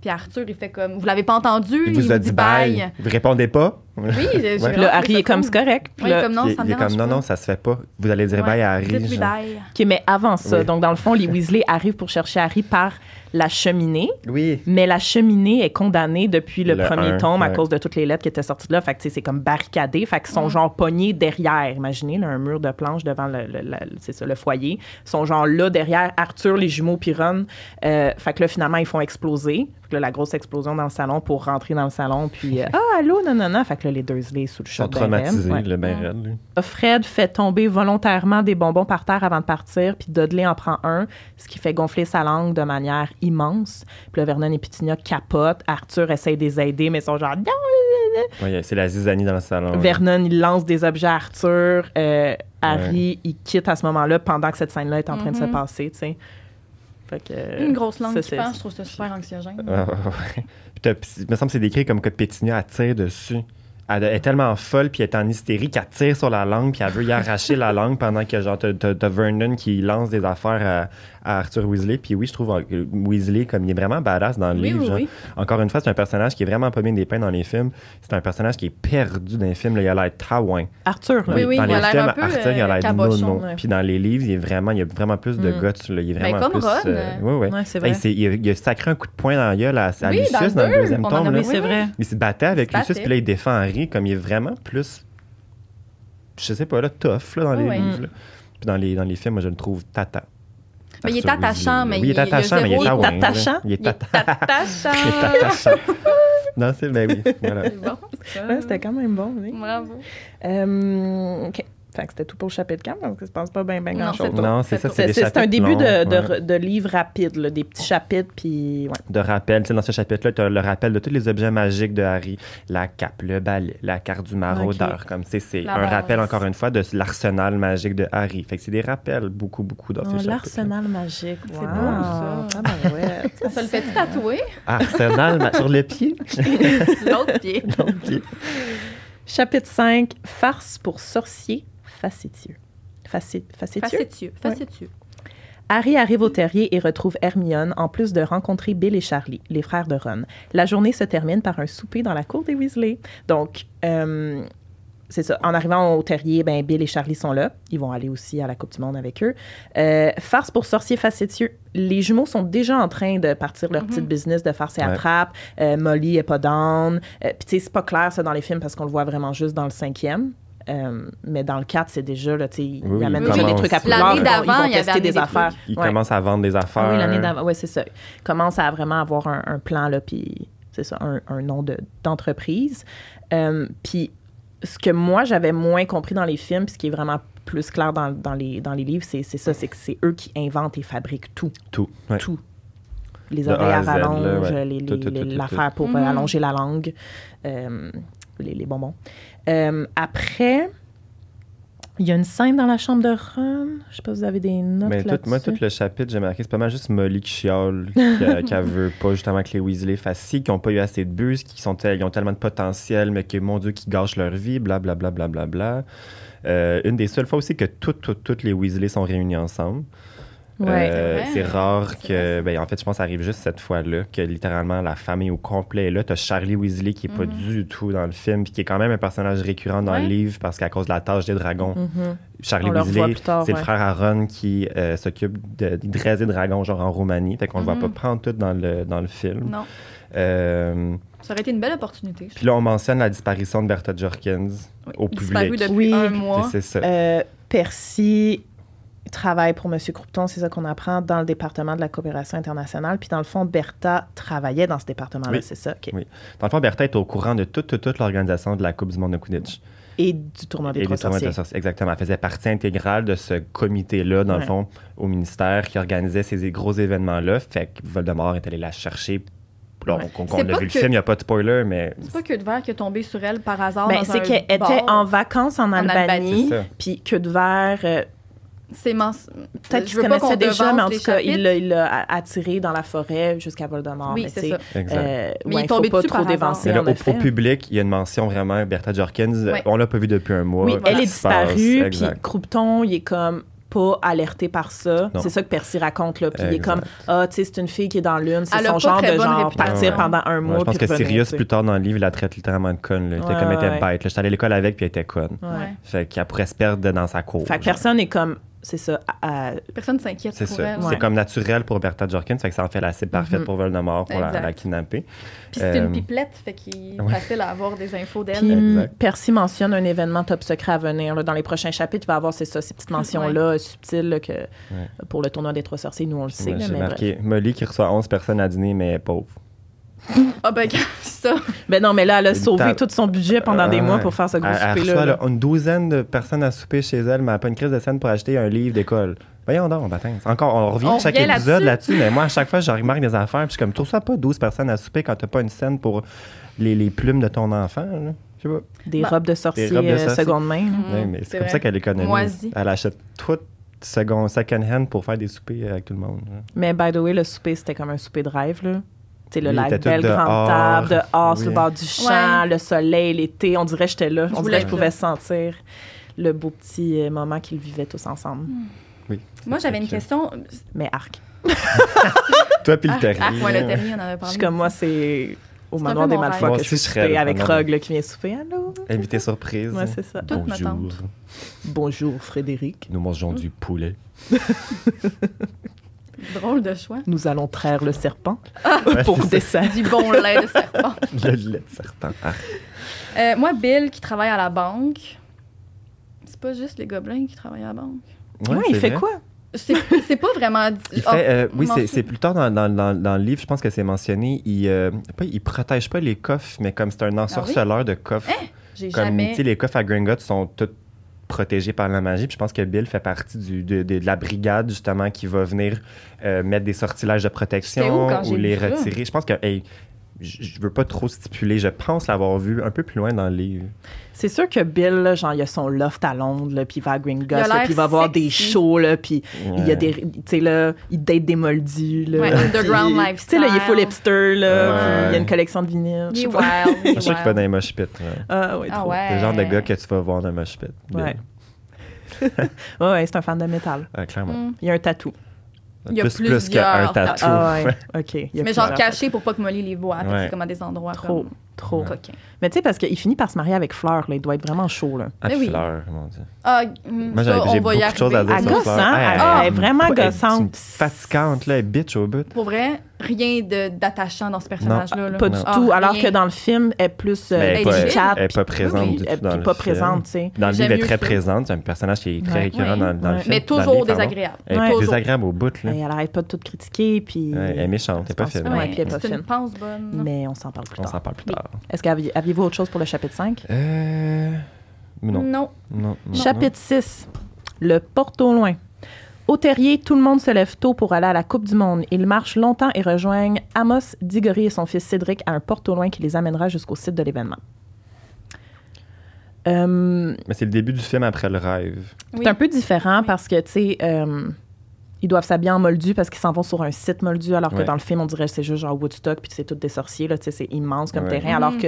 Puis Arthur, il fait comme Vous l'avez pas entendu Il vous a dit bye. Vous répondez pas? Oui, Ouais. j'ai- j'ai Puis là, vraiment Harry trouvé est ça comme cool. c'est correct. Puis Ouais, il là, est comme non, il, ça il me est dérange comme non, pas. non, ça se fait pas. Vous allez dire Ouais, bye à Harry. Dites-lui genre. bye. OK, mais avant ça, Oui. donc dans le fond, les Weasley arrivent pour chercher Harry par la cheminée, Oui. mais la cheminée est condamnée depuis le, Le premier un, tome à ouais. cause de toutes les lettres qui étaient sorties de là. Fait que tu sais, c'est comme barricadé, fait qu'ils sont Mm. genre pognés derrière. Imaginez, là, un mur de planche devant le, le- la- c'est ça, le foyer. Ils sont genre là derrière Arthur, les jumeaux, puis Ron. Euh, fait que là, finalement, ils font exploser. Fait que là, la grosse explosion dans le salon pour rentrer dans le salon, puis euh, ah, allô, non, non, non. Fait que là, les Dursley sous le Ils sont choc. ben, ben. traumatisés, Ouais. le ben Ouais. raide, lui. Euh, Fred fait tomber volontairement des bonbons par terre avant de partir, puis Dudley en prend un, ce qui fait gonfler sa langue de manière immense. Puis là, Vernon et Petunia capotent. Arthur essaye de les aider, mais ils sont genre non. Ouais, c'est la zizanie dans le salon. Vernon, il lance des objets à Arthur. Euh, Harry, il quitte à ce moment-là pendant que cette scène-là est en train de se Mhm. passer, tu sais. Fait que. Une grosse langue Euh, Ça, qui c'est- pense, je trouve ça super anxiogène. Ah, ouais. Puis t'as- puis il me semble que c'est décrit comme que Pétinia attire dessus. elle est tellement folle, puis elle est en hystérie qu'elle tire sur la langue, puis elle veut y arracher la langue pendant que, genre, t'as- t'as t'as Vernon qui lance des affaires à, à Arthur Weasley. Puis oui, je trouve euh, Weasley, comme il est vraiment badass dans le Oui, livre. oui, genre. oui. Encore une fois, c'est un personnage qui est vraiment pas bien dépeint dans les films. C'est un personnage qui est perdu dans les films. là. il a l'air taouin. Arthur, là. Oui, oui, dans il les a l'air films, un peu, Arthur, il euh, a l'air cabochon, nono. ouais. Puis dans les livres, il, est vraiment, il y a vraiment plus de Mm. guts. Là. Il est Ben, vraiment comme plus, euh, Ron. oui, oui. Ouais, c'est Hey, vrai. c'est- il, a, il a sacré un coup de poing dans la gueule à, à Oui, Lucius dans le dans, le deux, deuxième on en a tome. là. oui, c'est vrai. Il se battait avec Il se Lucius, battait. puis là, il défend Henry comme il est vraiment plus, je sais pas, là, tough là, dans les Ouais. livres. là. Puis dans les, dans les films, moi, je le trouve tata. Mais il est Arthur attachant, Weasley. Oui, il mais est il- il y a attachant, mais il est zéro- il est taouin, là. attachant. Il est Il est tata. attachant. Il est attachant. Non, c'est, ben oui, voilà. C'est bon, ça. Ouais, c'était quand même bon. oui. Bravo. Euh, OK. Fait que c'était tout pour le chapitre 4, parce que je pense pas bien ben Non, grand-chose. c'est tout. Non, c'est ça, c'est C'est des c'est un chapitres début longs, de, de, ouais. de livre rapide, là, des petits chapitres, puis... Ouais. de rappel. Tu sais, dans ce chapitre-là, tu as le rappel de tous les objets magiques de Harry. La cape, le balai, la carte du maraudeur. Comme, tu sais, c'est La un base. rappel, encore une fois, de l'arsenal magique de Harry. Fait que c'est des rappels beaucoup, beaucoup dans Oh, ce chapitre. L'arsenal magique, wow. beau, ça. Ah, ben ouais. On se le fait tatouer, Arsenal ma- sur le pied. l'autre pied. Ok. Chapitre 5, farce pour sorciers facétieux. Facé- facétieux? Facétieux, facétieux. Harry arrive au terrier et retrouve Hermione, en plus de rencontrer Bill et Charlie, les frères de Ron. La journée se termine par un souper dans la cour des Weasley. Donc, euh, c'est ça. En arrivant au terrier, ben, Bill et Charlie sont là. Ils vont aller aussi à la Coupe du Monde avec eux. Euh, farce pour sorciers facétieux. Les jumeaux sont déjà en train de partir leur Mhm. petite business de farce et Ouais. attrape. Euh, Molly est pas down. Euh, Puis, tu sais, c'est pas clair, ça, dans les films, parce qu'on le voit vraiment juste dans le cinquième. Euh, mais dans le 4, c'est déjà, là, tu sais, ils Oui, amènent ils déjà des commencent. trucs à plus L'année ils vont- ils d'avant, vont il y avait tester amené des des affaires. Il Ah, Ouais. commence à vendre des affaires. Ah oui, l'année d'avant. Oui, c'est ça. Commence à vraiment avoir un, un plan, là, puis c'est ça, un, un nom de- d'entreprise. Euh, puis ce que moi, j'avais moins compris dans les films, puis ce qui est vraiment plus clair dans, dans les, dans les livres, c'est c'est ça, c'est que c'est eux qui inventent et fabriquent tout. Tout. Ouais. Tout. Les De A oreilles à à Z, là, rallonge, ouais. les- les- Tout, tout, les- tout, tout, l'affaire pour euh, Mhm. allonger la langue, euh, les, les bonbons. Euh, après... Il y a une scène dans la chambre de Ron. Je sais pas si vous avez des notes Mais Ben, tout, là-dessus. moi, tout le chapitre, j'ai marqué, c'est pas mal juste Molly qui chiale, qu'elle qu'elle veut pas justement que les Weasley fassent ci, qui n'ont pas eu assez de bus, qui sont tel- ils ont tellement de potentiel, mais que mon Dieu, qui gâchent leur vie, blablabla. Bla, bla, bla, bla. Euh, une des seules fois aussi que toutes, toutes, toutes les Weasley sont réunies ensemble. Ouais. Euh, C'est c'est vrai. rare C'est que. Ben, en fait, je pense que ça arrive juste cette fois-là, que littéralement la famille au complet est là. T'as Charlie Weasley qui est pas du tout dans le film, puis qui est quand même un personnage récurrent dans le Mm. Ouais. livre, parce qu'à cause de la tâche des dragons, Mhm. Charlie On le revoit Weasley, plus tard, c'est ouais. le frère Aaron qui euh, s'occupe de, de draiser dragon genre en Roumanie. Fait qu'on le Mm. Mhm. voit pas prendre tout dans le, dans le film. Non, Euh, ça aurait été une belle opportunité. puis là, on mentionne la disparition de Bertha Jorkins au public. Disparu depuis Oui. un C'est- mois. C'est ça. Euh, Percy travaille pour M. Croupton, c'est ça qu'on apprend, dans le département de la coopération internationale. Puis dans le fond, Bertha travaillait dans ce département-là, Oui. c'est ça. ok. Oui. Dans le fond, Bertha est au courant de toute, toute, toute l'organisation de la Coupe du monde de Quidditch. Et du tournoi des Et trois du tournoi de sorciers. sorciers, Exactement. Elle faisait partie intégrale de ce comité-là, dans Ouais. le fond, au ministère, qui organisait ces gros événements-là. Fait que Voldemort est allé la chercher. Là, Ouais. on, on C'est a pas vu le que- film, il n'y a pas de spoiler, mais C'est pas que de verre qui est tombé sur elle par hasard. Ben, dans c'est un qu'elle était bar. en vacances en Albanie, Albanie. C'est ça. puis que de verre, euh, C'est mens- peut-être Je qu'il veux pas qu'on connaissait déjà, devance mais en les tout cas, chapitres. il l'a- il l'a attiré dans la forêt jusqu'à Voldemort. Oui, Ah, mais c'est tu sais, ça. exact. euh, Mais ouais, il est faut tombé pas dessus trop par hasard. dévancer, Mais là, en au, effet. hein. au public, il y a une mention vraiment, Bertha Jorkins, euh, Ouais. on l'a pas vue depuis un mois. Oui, Qu'est-ce elle est qui se passe? disparue, puis Exact. Croupton, il est comme pas alerté par ça. Non. C'est ça que Percy raconte, là. Puis il est Exact. comme, ah, tu sais, c'est une fille qui est dans l'une, c'est Elle a son pas genre très de bonne genre réputation. partir Ouais. pendant un Ouais, mois. je pense puis que revenir, Sirius, tu sais. plus tard dans le livre, il la traite littéralement de conne. là. Il était Ouais, comme, elle était ouais. bête. là. J'étais allé à l'école avec, puis elle était conne. Ouais. Ouais. Fait qu'elle pourrait se perdre dans sa cour. Fait que genre. personne n'est comme, c'est ça, à- à- Personne ne s'inquiète C'est pour ça. elle. Ouais. C'est comme naturel pour Bertha Jorkins, fait que ça en fait la cible parfaite Mhm. pour Voldemort pour la, Exact. la kidnapper. Puis c'est Euh, une pipelette, fait qu'il est ouais. facile à avoir des infos Puis d'elle. Exact. Percy mentionne un événement top secret à venir. là. Dans les prochains chapitres, il va avoir c'est ça, ces petites mentions-là euh, subtiles là, que pour le tournoi des trois sorciers, nous, on le sait. Moi, là, J'ai mais marqué Molly qui reçoit 11 personnes à dîner, mais elle est pauvre. Ah ben, ça, bref. Ben non, mais là, elle a Une sauvé table. tout son budget pendant des Ah, mois ouais. pour faire ce gros Elle, elle souper-là. reçoit là. là, une douzaine de personnes à souper chez elle, mais elle n'a pas une crise de scène pour acheter un livre d'école. Voyons donc, bâtisse. Encore, on revient On à chaque revient épisode là-dessus. là-dessus, mais moi, à chaque fois, je remarque des affaires, puis je suis comme, trouve ça pas 12 personnes à souper quand t'as pas une scène pour les, les plumes de ton enfant, là. Je sais pas. Des Bah, robes de sorciers robes de euh, sorciers. seconde main. là. Mm, Ouais, mais c'est c'est comme vrai. ça qu'elle économise. Moisie. Elle achète tout second, second hand pour faire des soupers avec tout le monde. là. Mais by the way, le souper, c'était comme un souper de rêve. Là. Tu sais, le Oui, il lac, était tout belle grande dehors. table, dehors, sur le Oui. bord du champ, Ouais. le soleil, l'été. On dirait que j'étais là. Je On dirait voulais que je être pouvais là. sentir le beau petit euh, moment qu'ils vivaient tous ensemble. Mm. Oui. Moi, j'avais une question. Mais arc. Toi, puis le Ah, terrier. ah, moi, le terrier, on en avait Je parlé. suis comme moi, c'est au C'est manoir un peu des mon Malfoy rêve. que je suis Moi aussi, je serais souper le avec promenade. Rogue là, qui vient souper. Allô? Invité surprise. Moi, c'est ça. Toute ma Bonjour. tante. Hum. Bonjour, Frédéric. Nous mangeons du poulet. Drôle de choix. Nous allons traire le serpent Ah! Ouais, pour c'est dessert. Du bon lait de serpent. ça. Le lait de serpent. Ah. Euh, moi, Bill, qui travaille à la banque, c'est pas juste les gobelins qui travaillent à la banque. Ouais, il c'est fait vrai. quoi? C'est c'est pas vraiment. dit- Il fait, Ah, euh, oui, c'est- mentionné. c'est plus tard dans, dans- dans- dans le livre, je pense que c'est mentionné. Il, euh, pas, il protège pas les coffres, mais comme c'est un ensorceleur de coffres. J'ai comme Ah Hein? jamais. tu sais, les coffres à Gringotts sont tous protégés par la magie. Puis je pense que Bill fait partie du- de, de- de la brigade justement qui va venir euh, mettre des sortilèges de C'était où protection quand j'ai ou les lu ça? retirer. Je pense que hey, je je veux pas trop stipuler. Je pense l'avoir vu un peu plus loin dans le livre. C'est sûr que Bill, là, genre, il a son loft à Londres, là, puis il va à Green Goss, l'air là, puis il va voir des sexy. shows, là, puis il y a Ouais. des... Tu sais, là, il date des moldus, là. Ouais, underground puis- lifestyle. Tu sais, là, il est full hipster, là, Ouais. puis il y a une collection de vinyles. je Il est sais wild. pas. il est Je suis sûr qu'il va wild. dans les mosh pits. ouais. Ah, ouais, Ah trop. ouais. C'est Le genre de gars que tu vas voir dans un mosh pit. Bill. Ouais. Ouais, ouais, c'est un fan de métal. Ouais, Ah, clairement. Mm. Il y a un tatou. Il y a plus, plus qu'un plusieurs tatou. Ah, ouais, OK. il y a Mais genre plusieurs- caché pour pas que Molly les voit. Fait que Ouais. C'est comme à des endroits Trop, comme trop. coquins. Mais tu sais, parce qu'il finit par se marier avec Fleur, là, il doit être vraiment chaud, là. Ah, Mais oui. Fleur, mon Dieu. Ah, mm, Moi, ça, j'avais- j'ai on va y beaucoup de choses à arriver. Ah, dire Elle sur gosse, Fleur. hein? Hey, Elle est elle- vraiment elle est gossante. Fatigante, là, elle est bitch au bout. Pour vrai, rien de- d'attachant dans ce personnage-là. là. Pas du Non. tout, Ah, alors rien. que dans le film, elle est plus euh, Mais elle est pas- chat, elle est pas puis- présente oui, du tout elle- dans puis le pas film. présente, tu sais. Dans le J'aime livre, elle est mieux très le film. présente. C'est un personnage qui est très Ouais. récurrent Ouais. dans, dans le Ouais. film. Mais dans le toujours livre, pardon. désagréable. Elle est Ouais. désagréable au bout, là. Et elle arrête pas de tout critiquer, puis... Ouais, elle est méchante, elle est pas Je pense- fine. Ouais, puis elle est pas c'est une fine. pense bonne. Mais on s'en parle plus On s'en tard. parle plus Oui. tard. Est-ce qu'aviez-vous autre chose pour le chapitre 5? Euh... mais Non, Non. non, non. Hmm. Chapitre 6. Le porte au loin. Au terrier, tout le monde se lève tôt pour aller à la Coupe du Monde. Ils marchent longtemps et rejoignent Amos, Digory et son fils Cédric à un porte au loin qui les amènera jusqu'au site de l'événement. Euh, non. Mais c'est le début du film après le rêve. Oui. C'est un peu différent Oui. parce que, tu sais, euh, ils doivent s'habiller en moldu parce qu'ils s'en vont sur un site moldu, alors que Ouais. dans le film, on dirait que c'est juste genre Woodstock, puis c'est toutes des sorciers, là, tu sais, c'est immense comme Ouais. terrain, alors Mhm. que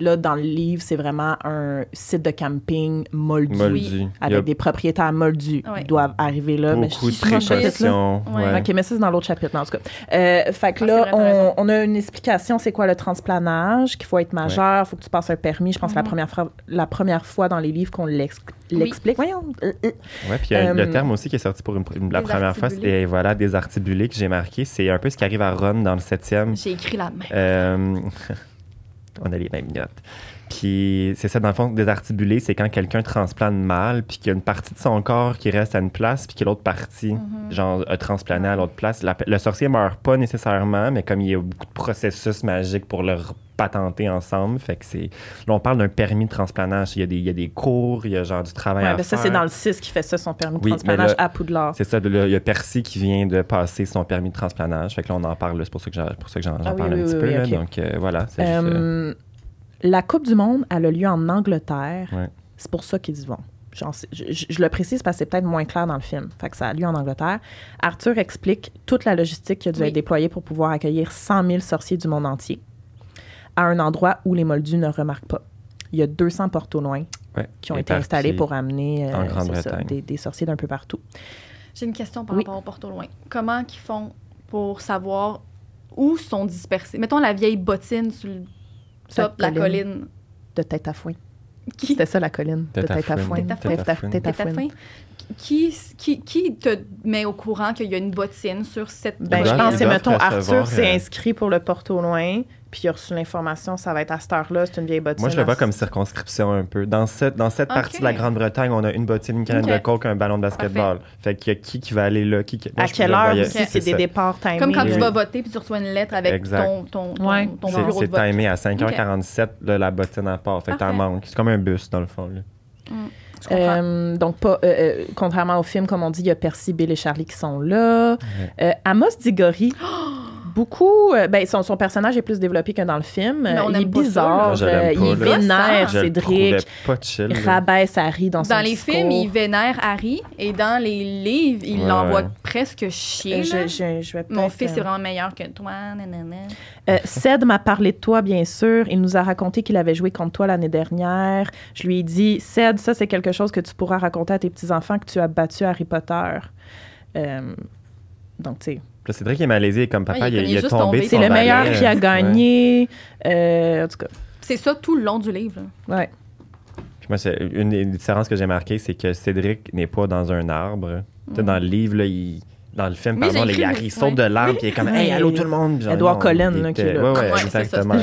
là, dans le livre, c'est vraiment un site de camping moldu, Moldu. Il y avec a des propriétaires moldus. Ouais. Ils doivent arriver là. mais beaucoup je- de c'est dans ce chapitre-là? précautions. Ouais. ouais. OK, mais ça, c'est dans l'autre chapitre, non, en tout cas. Euh, fait que Ah, là, c'est vrai, t'as on, raison. on a une explication, c'est quoi le transplanage, qu'il faut être majeur, faut que tu passes un permis. Je pense que la Mhm. première, fra- la première fois dans les livres qu'on l'ex- Oui. l'explique. Voyons. euh, euh. Ouais, puis il y a Euh, le terme aussi qui est sorti pour une- une- la des première fois, artibulés. et voilà, des artibulés que j'ai marqué. C'est un peu ce qui arrive à Ron dans le septième. J'ai écrit la main. Euh, on a les mêmes notes. Puis c'est ça, dans le fond, désartibuler, c'est quand quelqu'un transplante mal, puis qu'il y a une partie de son corps qui reste à une place, puis que l'autre partie, Mm-hmm. genre, a transplanté à l'autre place. La- le sorcier meurt pas nécessairement, mais comme il y a beaucoup de processus magiques pour le patenter ensemble, fait que c'est. Là, on parle d'un permis de transplanage. Il y, a des, il y a des cours, il y a genre du travail Ouais, à ben ça, faire. c'est dans le 6 qui fait ça, son permis de Oui, mais transplanage là- à Poudlard. C'est ça, là, il y a Percy qui vient de passer son permis de transplanage. Fait que là, on en parle, là, c'est pour ça que j'en, pour ça que j'en, j'en Ah oui, parle oui, un petit oui, peu. oui, là. ok. Donc euh, voilà, c'est juste, euh, Euh, la Coupe du Monde, elle a lieu en Angleterre. Ouais. C'est pour ça qu'ils y vont. J'en sais- je, je- je le précise parce que c'est peut-être moins clair dans le film. Fait que ça a lieu en Angleterre. Arthur explique toute la logistique qui a dû Oui. être déployée pour pouvoir accueillir 100 000 sorciers du monde entier à un endroit où les moldus ne remarquent pas. Il y a 200 portes au loin ouais, qui ont été éparpillés. installés pour amener euh, en c'est ça, Grande-Bretagne. des, des sorciers d'un peu partout. J'ai une question par Oui. rapport au porte au loin. Comment qu'ils font pour savoir où sont dispersés? Mettons la vieille bottine sur le Cette top de la colline. De tête à fouet. Qui, C'était ça la colline. De Tête à tête à foin. fouine. Tête à- tête à Tête à fouine. fin. qui, qui, qui te met au courant qu'il y a une bottine sur cette Ben, Ils je doivent- pense que, ils doivent mettons, recevoir, Arthur s'est euh, inscrit pour le porte au loin, puis il a reçu l'information, ça va être à cette heure-là, c'est une vieille bottine. Moi, je le vois à- comme circonscription un peu. Dans cette, dans cette Ok. partie de la Grande-Bretagne, on a une bottine, une canne Ok. de coke, un ballon de basketball. Fait qu'il y a qui qui va aller là, qui... qui- Moi, À je- je quelle le heure voyais- aussi, c'est des ça. départs timés. Comme quand tu Oui. vas voter puis tu reçois une lettre avec Exact. ton, ton, ton, Ouais. ton C'est- bureau de C'est vote. timé à 5h47, là, la bottine à part. Fait que t'en Parfait. manques. C'est comme un bus, dans le fond. là. Je comprends. Euh, donc, pas, euh, euh, contrairement au film, comme on dit, il y a Percy, Bill et Charlie qui sont là. Euh, Amos Digori beaucoup. euh, ben, son, son personnage est plus développé que dans le film. Euh, Mais on il est aime Moi, pas ça, là. bizarre, je l'aime euh, il est pas, là. vénère, Je le trouvais Cédric. pas chill. là. Rabaisse Harry dans, son Dans les films, il vénère Harry et dans les livres, il Ouais, l'envoie ouais. presque Euh, chier. je, là. je, je vais Mon peut-être, fils euh, est vraiment meilleur que toi. nanana. Euh, Ced m'a parlé de toi, bien sûr. Il nous a raconté qu'il avait joué contre toi l'année dernière. Je lui ai dit, Ced, ça, c'est quelque chose que tu pourras raconter à tes petits-enfants que tu as battu Harry Potter. Euh, donc, tu sais, Là, Cédric est malaisé comme papa, Ouais, il, il est- il il est est juste tombé. tombé. de c'est son le balai. meilleur qui a Ouais. gagné. Euh, en tout cas, C'est ça tout le long du livre. là. ouais. Puis moi, c'est une des différences que j'ai marquées, c'est que Cédric n'est pas dans un arbre. Tu sais, Dans le livre, là, il- dans le film, Oui, pardon, j'ai là, il, écrit, arrive, mais- il saute de l'arbre, puis il est comme Hey, allô tout le monde! Puis genre, Edouard non, Cullen, il là, qui était- est là. Ouais, ouais, Ouais, c'est ça, exactement. là.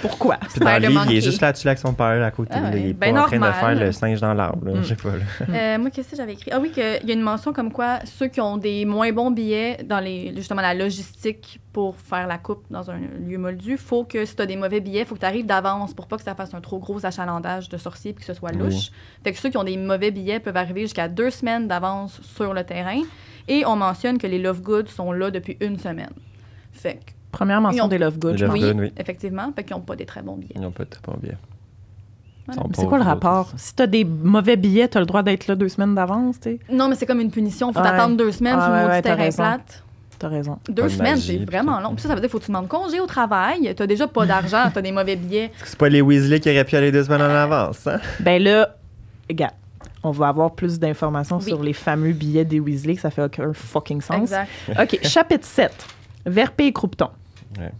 Pourquoi? Puis dans le livre, il manqué. est juste là-dessus là, avec son père à côté. Ah là, il ouais, est ben pas en train de normal. faire le singe dans l'arbre. là, Mm. Je sais pas. là. Euh, moi, qu'est-ce que j'avais écrit? Ah oui, que- il y a une mention comme quoi ceux qui ont des moins bons billets dans les, justement la logistique pour faire la coupe dans un lieu moldu, faut que si tu as des mauvais billets, faut que tu arrives d'avance pour pas que ça fasse un trop gros achalandage de sorciers puis que ce soit louche. Fait que ceux qui ont des mauvais billets peuvent arriver jusqu'à deux semaines d'avance sur le terrain. Et on mentionne que les Love Goods sont là depuis une semaine. Fait que, Première Ils mention ont- des Love Good. Les Love oui, Goods, oui. effectivement, fait qu'ils n'ont pas des très bons billets. Ils n'ont pas très bon bien. Voilà. C'est quoi le rapport? Si t'as des mauvais billets, t'as le droit d'être là deux semaines d'avance, tu sais. Non, mais c'est comme une punition. Faut Ouais. attendre deux semaines Ah sur ouais, le maudit ouais, t'as terrain raison. plate. T'as raison. Deux Pas de semaines, magie, c'est puis vraiment tout. long. Puis ça, ça veut dire faut que tu demandes congé au travail. T'as déjà pas d'argent, t'as des mauvais billets. hein. C'est pas les Weasley qui auraient pu aller deux semaines Euh. en avance. Hein? Ben là, gars, on va avoir plus d'informations Oui. sur les fameux billets des Weasley, que ça fait aucun fucking sens. Exact. OK, chapitre 7. Verpé et Croupeton. Ouais.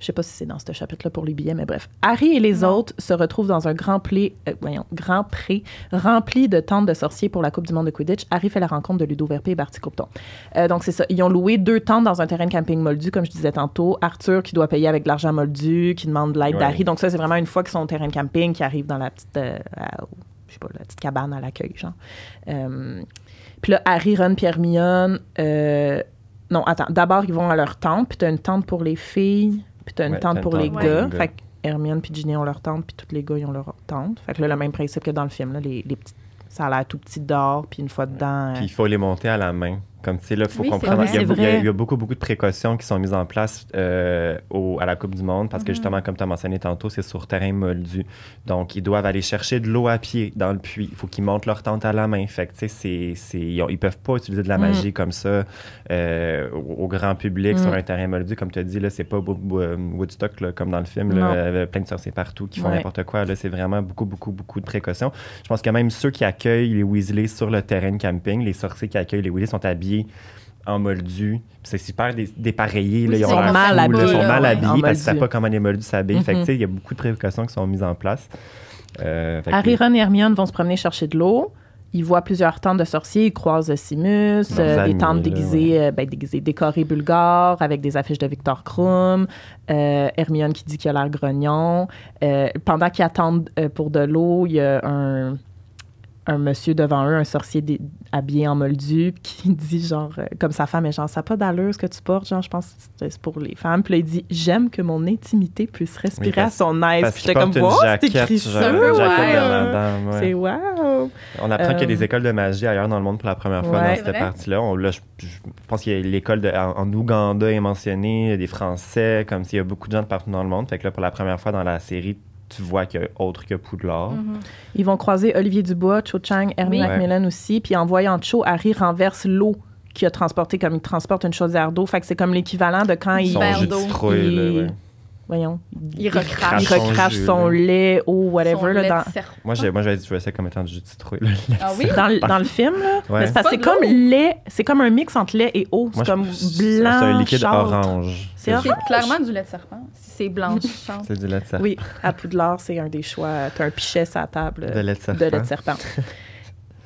Je sais pas si c'est dans ce chapitre-là pour les billets, mais bref. Harry et les Non. autres se retrouvent dans un grand, plé- euh, voyons, grand pré rempli de tentes de sorciers pour la Coupe du Monde de Quidditch. Harry fait la rencontre de Ludo Verpé et Barty Croupeton. Euh, donc, c'est ça. Ils ont loué deux tentes dans un terrain de camping moldu, comme je disais tantôt. Arthur qui doit payer avec de l'argent moldu, qui demande de l'aide Ouais. d'Harry. Donc, ça, c'est vraiment une fois qu'ils sont au terrain de camping, qui arrivent dans la petite, euh, à- je sais pas, la petite cabane à l'accueil, genre. Euh, puis là, Harry, Ron, Pierre, Hermione. euh, non, attends. D'abord, ils vont à leur tente. Puis t'as une tente pour les filles. Puis t'as une Ouais, tente t'as pour une les tente pour gars. les gars. Fait que Hermione puis Ginny ont leur tente. Puis tous les gars, ils ont leur tente. Fait que là, le même principe que dans le film. Là, les, les petites, ça a l'air tout petit dehors. Puis une fois dedans... Puis il faut les monter à la main. Comme tu sais, là, il faut Oui, c'est comprendre. vrai. Il y, a, C'est beau- il y a- vrai. il y a beaucoup, beaucoup de précautions qui sont mises en place euh, au- à la Coupe du Monde Mhm. parce que justement, comme tu as mentionné tantôt, c'est sur terrain moldu. Donc, ils doivent aller chercher de l'eau à pied dans le puits. Il faut qu'ils montent leur tente à la main. Fait que, tu sais, c'est- c'est- ils, ont- ils peuvent pas utiliser de la Mhm. magie comme ça euh, au, au grand public sur Mhm. un terrain moldu. Comme tu as dit, là, c'est pas Wo- Wo- Woodstock là, comme dans le film, Non. là, avec plein de sorciers partout qui font Ouais. n'importe quoi. Là, c'est vraiment beaucoup, beaucoup, beaucoup de précautions. Je pense que même ceux qui accueillent les Weasley sur le terrain de camping, les sorciers qui accueillent les Weasley sont habillés en moldu. Puis C'est super dé- dépareillé. là, Oui, ils ont ils sont l'air mal fous, là, Ils habillés, sont mal ouais, en habillés parce qu'ils ne savent moldu. pas comment les moldus s'habillent. Fait que, Mhm. tu sais, il y a beaucoup de précautions qui sont mises en place. Euh, fait que- Harry, Ron et Hermione vont se promener chercher de l'eau. Ils voient plusieurs tentes de sorciers, ils croisent Simus, Leurs euh, des amis, tentes là, déguisées, euh, ben, déguisées, décorées bulgares avec des affiches de Victor Krum, euh, Hermione qui dit qu'il a l'air grognon. Euh, pendant qu'ils attendent euh, pour de l'eau, il y a un, un monsieur devant eux, un sorcier dé- habillé en moldu, qui dit genre, euh, comme sa femme est genre, ça n'a pas d'allure ce que tu portes, genre, je pense que c'est pour les femmes. Puis là, il dit, j'aise que mon intimité puisse respirer Oui, parce- à son aise. Parce Puis qu'ils j'étais comme, portent wow, une c'est écrit jaquette, genre, ça, une jaquette ouais. de madame, ouais. C'est wow! On apprend qu'il y a des Euh, écoles de magie ailleurs dans le monde pour la première fois Ouais. dans C'est cette vrai? partie-là. On- là, je, je pense qu'il y a l'école de- en, en Ouganda est mentionnée, il y a des Français, comme s'il y a beaucoup de gens de partout dans le monde. Fait que là, pour la première fois dans la série, tu vois qu'il y a autre que Poudlard. Mm. Mhm. Ils vont croiser Olivier Dubois, Cho Chang, Hermie Oui. Macmillan aussi. Puis en voyant Cho, Harry renverse l'eau qu'il a transportée comme il transporte une chaudière d'eau. Fait que c'est comme l'équivalent de quand il. Son verre jus de d'eau. citrouille, là, Il- ouais. Voyons. Il recrache. Il recrache Son son jus, lait ou Son whatever. là, lait dans, de serpent. Moi, Ah. j'ai- moi, j'avais dit, je vois ça comme étant du jus de citrouille. là. Ah oui? dans, le- dans le film, là. Ouais. Mais c'est parce que c'est C'est pas de comme lait. C'est comme un mix entre lait et eau. Moi, C'est comme je- blanc. c'est un liquide châtre. orange. C'est orange. C'est clairement du lait de serpent. Si c'est blanche, C'est du lait de serpent. Oui, à Poudlard, c'est un des choix. T'as un pichet sur la table. De hein. lait de serpent. de lait de serpent.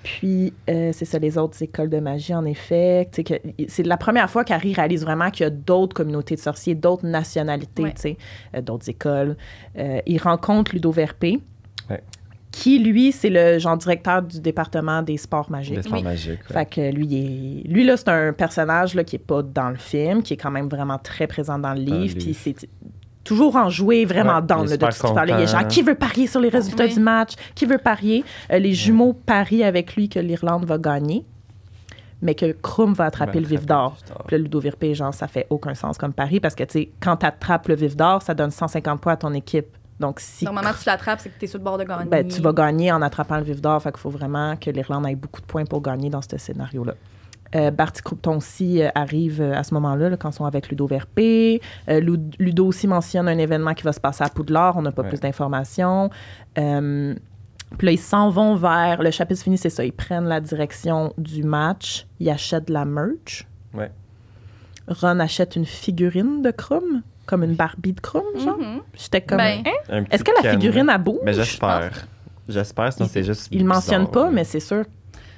Puis, euh, c'est ça, les autres écoles de magie, en effet. Tu sais, que- C'est la première fois qu'Harry réalise vraiment qu'il y a d'autres communautés de sorciers, d'autres nationalités, Ouais. tu sais, euh, d'autres écoles. Euh, il rencontre Ludo Verpé, Ouais. qui, lui, c'est le genre directeur du département des sports magiques. Des sorts Oui. magiques, ouais. Fait que lui, il est- lui là, c'est un personnage là, qui est pas dans le film, qui est quand même vraiment très présent dans le Dans le livre. Puis livre. c'est toujours en jouer vraiment Ouais, dans il est le de super tout ce qu'il parlait. Il est genre, content. qui veut parier sur les résultats Oui. du match? Qui veut parier? Euh, les jumeaux parient avec lui que l'Irlande va gagner. mais que Krum va attraper Ben, le vif attraper d'or. le vif d'or. Puis là, Ludo Virpé, genre, ça fait aucun sens comme pari parce que, tu sais, quand t'attrapes le vif d'or, ça donne 150 points à ton équipe. Donc, si Normalement, tu l'attrapes, c'est que tu es sur le bord de gagner. ben, tu vas gagner en attrapant le vif d'or. Fait qu'il faut vraiment que l'Irlande ait beaucoup de points pour gagner dans ce scénario-là. Euh, Barty Croupton aussi euh, arrive euh, à ce moment-là, là, quand ils sont avec Ludo Verpé. Euh, Lu- Ludo aussi mentionne un événement qui va se passer à Poudlard. On n'a pas Ouais. plus d'informations. Euh, puis là, ils s'en vont vers. Le chapitre fini, c'est ça. Ils prennent la direction du match. Ils achètent de la merch. Ouais. Ron achète une figurine de Chrome, comme une Barbie de Chrome, genre. Mhm. J'étais comme. hein? Ben, Un petit Est-ce que la can. figurine, elle bouge? Mais j'espère. J'espère, sinon Il- c'est juste. Il le mentionne bizarre. pas, mais c'est sûr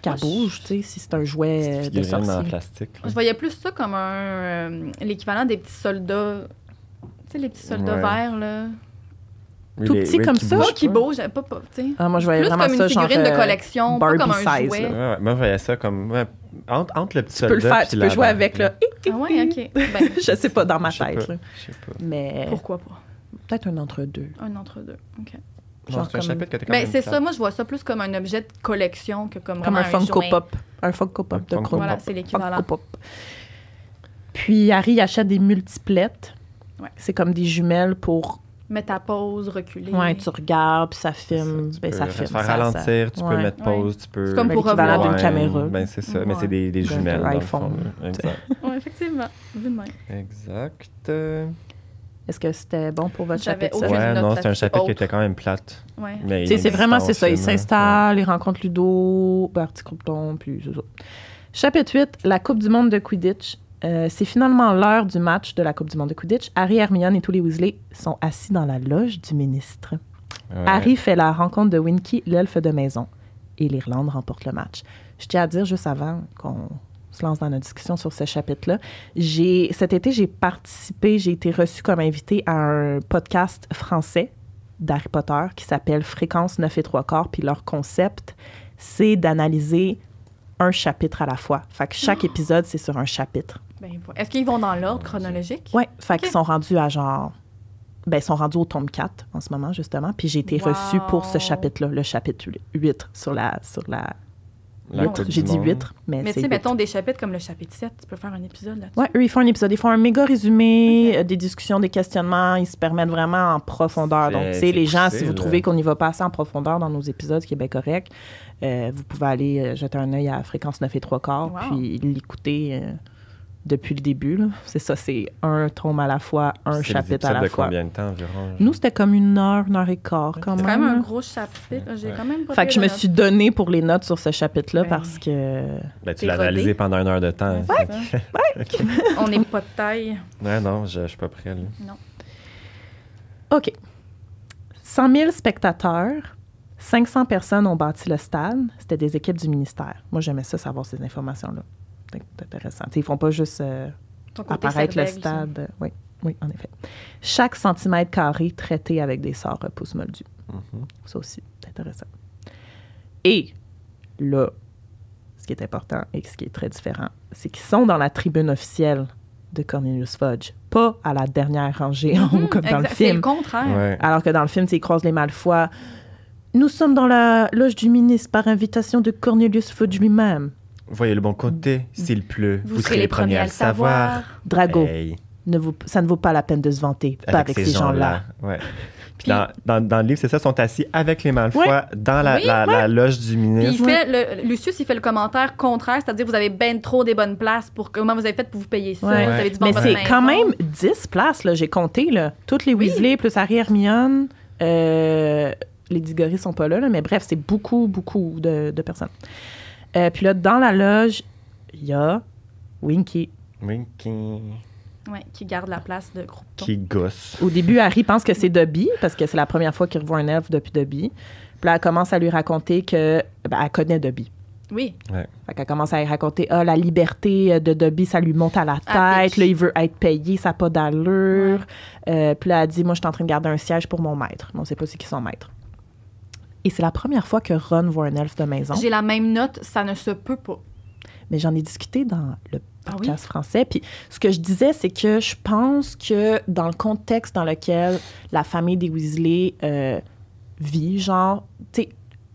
qu'elle Moi, je- bouge, tu sais, si c'est un Petite jouet euh, de figurine en sorcier. plastique. là. Je voyais plus ça comme un euh, l'équivalent des petits soldats. Tu sais, les petits soldats Ouais. verts, là. Oui, tout les- petit oui, comme qui ça? bougent Pas qui pas. bougent, pas, pas, tu sais. Ah, moi, je voyais Plus vraiment comme ça, une genre, figurine de euh, collection, pas comme Barbie un size, jouet. là. Ouais, ouais. Moi, je voyais ça comme. ouais, entre, entre le petit Tu peux le faire, tu peux jouer avec, là. Ah ouais, ok. Ben, Je sais pas, dans ma Je sais tête, pas. là. Je sais pas. Mais pourquoi pas? peut-être un entre-deux. Un entre deux. Ok. Non, Genre c'est un comme- chapitre que t'es quand Ben, même c'est plate. ça, moi je vois ça plus comme un objet de collection que comme, Comme vraiment un Funko jouet. Pop. Un Funko Pop de Funko Chrome. Voilà, Pop. c'est l'équivalent. Funko Pop. Puis Harry achète des multiplettes. Ouais. C'est comme des jumelles pour. Mets ta pause, reculer. Ouais, tu regardes, puis ça filme. tu ben, peux ça filme. te faire ça- ça- ralentir, tu peux Ouais. mettre pause, tu peux. C'est comme pour l'équivalent revoir. d'une caméra. Ben, c'est ça, mais Ouais. c'est des, des D'un jumelles. Dans le fond, iPhone. là. exact. Ouais, effectivement. Vu de même. exact. Euh, Est-ce que c'était bon pour votre J'avais chapitre? aucune- ça? Ouais, une note non, c'est un là-dessus. chapitre qui Autre. était quand même plate. Ouais. mais Tu sais, c'est inexistant vraiment, c'est au ça. Ils film, là. s'installent, ils rencontrent Ludo, ben, Bertie Croupton, puis c'est ça. Chapitre 8, la Coupe du monde de Quidditch. Euh, c'est finalement l'heure du match de la Coupe du monde de Quidditch. Harry, Hermione et tous les Weasley sont assis dans la loge du ministre. Ouais. Harry fait la rencontre de Winky, l'elfe de maison, et l'Irlande remporte le match. Je tiens à dire juste avant qu'on se lance dans notre discussion sur ce chapitre-là, j'ai cet été j'ai participé, j'ai été reçue comme invitée à un podcast français d'Harry Potter qui s'appelle Fréquence 9 et 3 quarts, puis leur concept c'est d'analyser un chapitre à la fois. Fait que chaque épisode c'est sur un chapitre. Ben, voilà. Est-ce qu'ils vont dans l'ordre chronologique? Ouais, fait qu'ils Ok. sont rendus à genre. Ben, ils sont rendus au tome 4 en ce moment, justement. Puis j'ai été Wow. reçue pour ce chapitre-là, le chapitre 8 sur la. Sur la, La huître. Coupe du J'ai dit Monde. 8, mais, Mais c'est. tu sais, huître. mettons des chapitres comme le chapitre 7, tu peux faire un épisode là-dessus. Ouais, eux, ils font un épisode. Ils font un méga résumé, euh, des discussions, des questionnements. Ils se permettent vraiment en profondeur. Donc, C'est- tu sais, c'est les gens, poussé, si vous là. trouvez qu'on n'y va pas assez en profondeur dans nos épisodes, ce qui est bien correct, euh, vous pouvez aller euh, jeter un œil à Fréquence 9 et 3 quarts, Wow. puis l'écouter euh, depuis le début. là. C'est ça, c'est un tome à la fois, un C'est des chapitre à épisodes la de fois. combien de temps environ? Nous, c'était comme une heure, une heure et quart quand C'est même. quand même un là. gros chapitre. J'ai quand même pas Fait que pris je me de notes. suis donné pour les notes sur ce chapitre-là Ben. parce que... Ben, tu T'es l'as rodé. analysé pendant une heure de temps. Ouais, c'est ça. On n'est pas de taille. Ouais, non, je je suis pas prêt. là. OK. 100 000 spectateurs, 500 personnes ont bâti le stade. C'était des équipes du ministère. Moi, j'aimais ça, savoir ces informations-là. C'est intéressant. T'sais, ils font pas juste euh, Ton côté apparaître le cervelle, ça. stade. euh, Oui, oui, en effet. Chaque centimètre carré traité avec des sorts repousse moldus. Mhm. Ça aussi, c'est intéressant. Et là, ce qui est important et ce qui est très différent, c'est qu'ils sont dans la tribune officielle de Cornelius Fudge, pas à la dernière rangée en haut comme dans le Mhm. Mm-hmm, Exact, C'est le film. contraire. Mm-hmm. Ouais. Alors que dans le film, tu sais, ils croisent les malfois. Nous sommes dans la loge du ministre par invitation de Cornelius Fudge lui-même. Voyez le bon côté, s'il pleut, vous, serez les premiers à le savoir. Drago, Hey, ne vous- ça ne vaut pas la peine de se vanter, pas Eh. avec, ces gens-là. Ouais. Puis dans, dans, dans le livre, c'est ça, ils sont assis avec les malfois dans la, Oui, la, la loge du Puis il ministre. fait le, Lucius, il fait le commentaire contraire, c'est-à-dire vous avez ben trop des bonnes places pour comment vous avez fait pour vous payer ça. Ouais. Vous avez du bon Mais votre c'est maison. quand même 10 places, là, j'ai compté. Là. Toutes les Oui. Weasley, plus Harry, Hermione, euh, les Digory sont pas là, là, mais bref, c'est beaucoup, beaucoup de, de personnes. Euh, puis là, dans la loge, il y a Winky. Oui, qui, Ouais, qui garde la place de groupe. qui gosse. Au début, Harry pense que c'est Dobby, parce que c'est la première fois qu'il revoit un elfe depuis Dobby. Puis là, elle commence à lui raconter que... ben, elle connaît Dobby. Oui, Fait qu'elle commence à lui raconter, ah, la liberté euh, de Dobby, ça lui monte à la Ah, tête. bitch. Là, il veut être payé, ça n'a pas d'allure. Euh, puis là, elle dit, moi, je suis en train de garder un siège pour mon maître. Mais on ne sait pas c'est qui son maître. Et c'est la première fois que Ron voit un elfe de maison. j'ai la même note, ça ne se peut pas. Mais j'en ai discuté dans le Ah oui? podcast français. Puis ce que je disais, c'est que je pense que dans le contexte dans lequel la famille des Weasley euh, vit, genre, tu sais,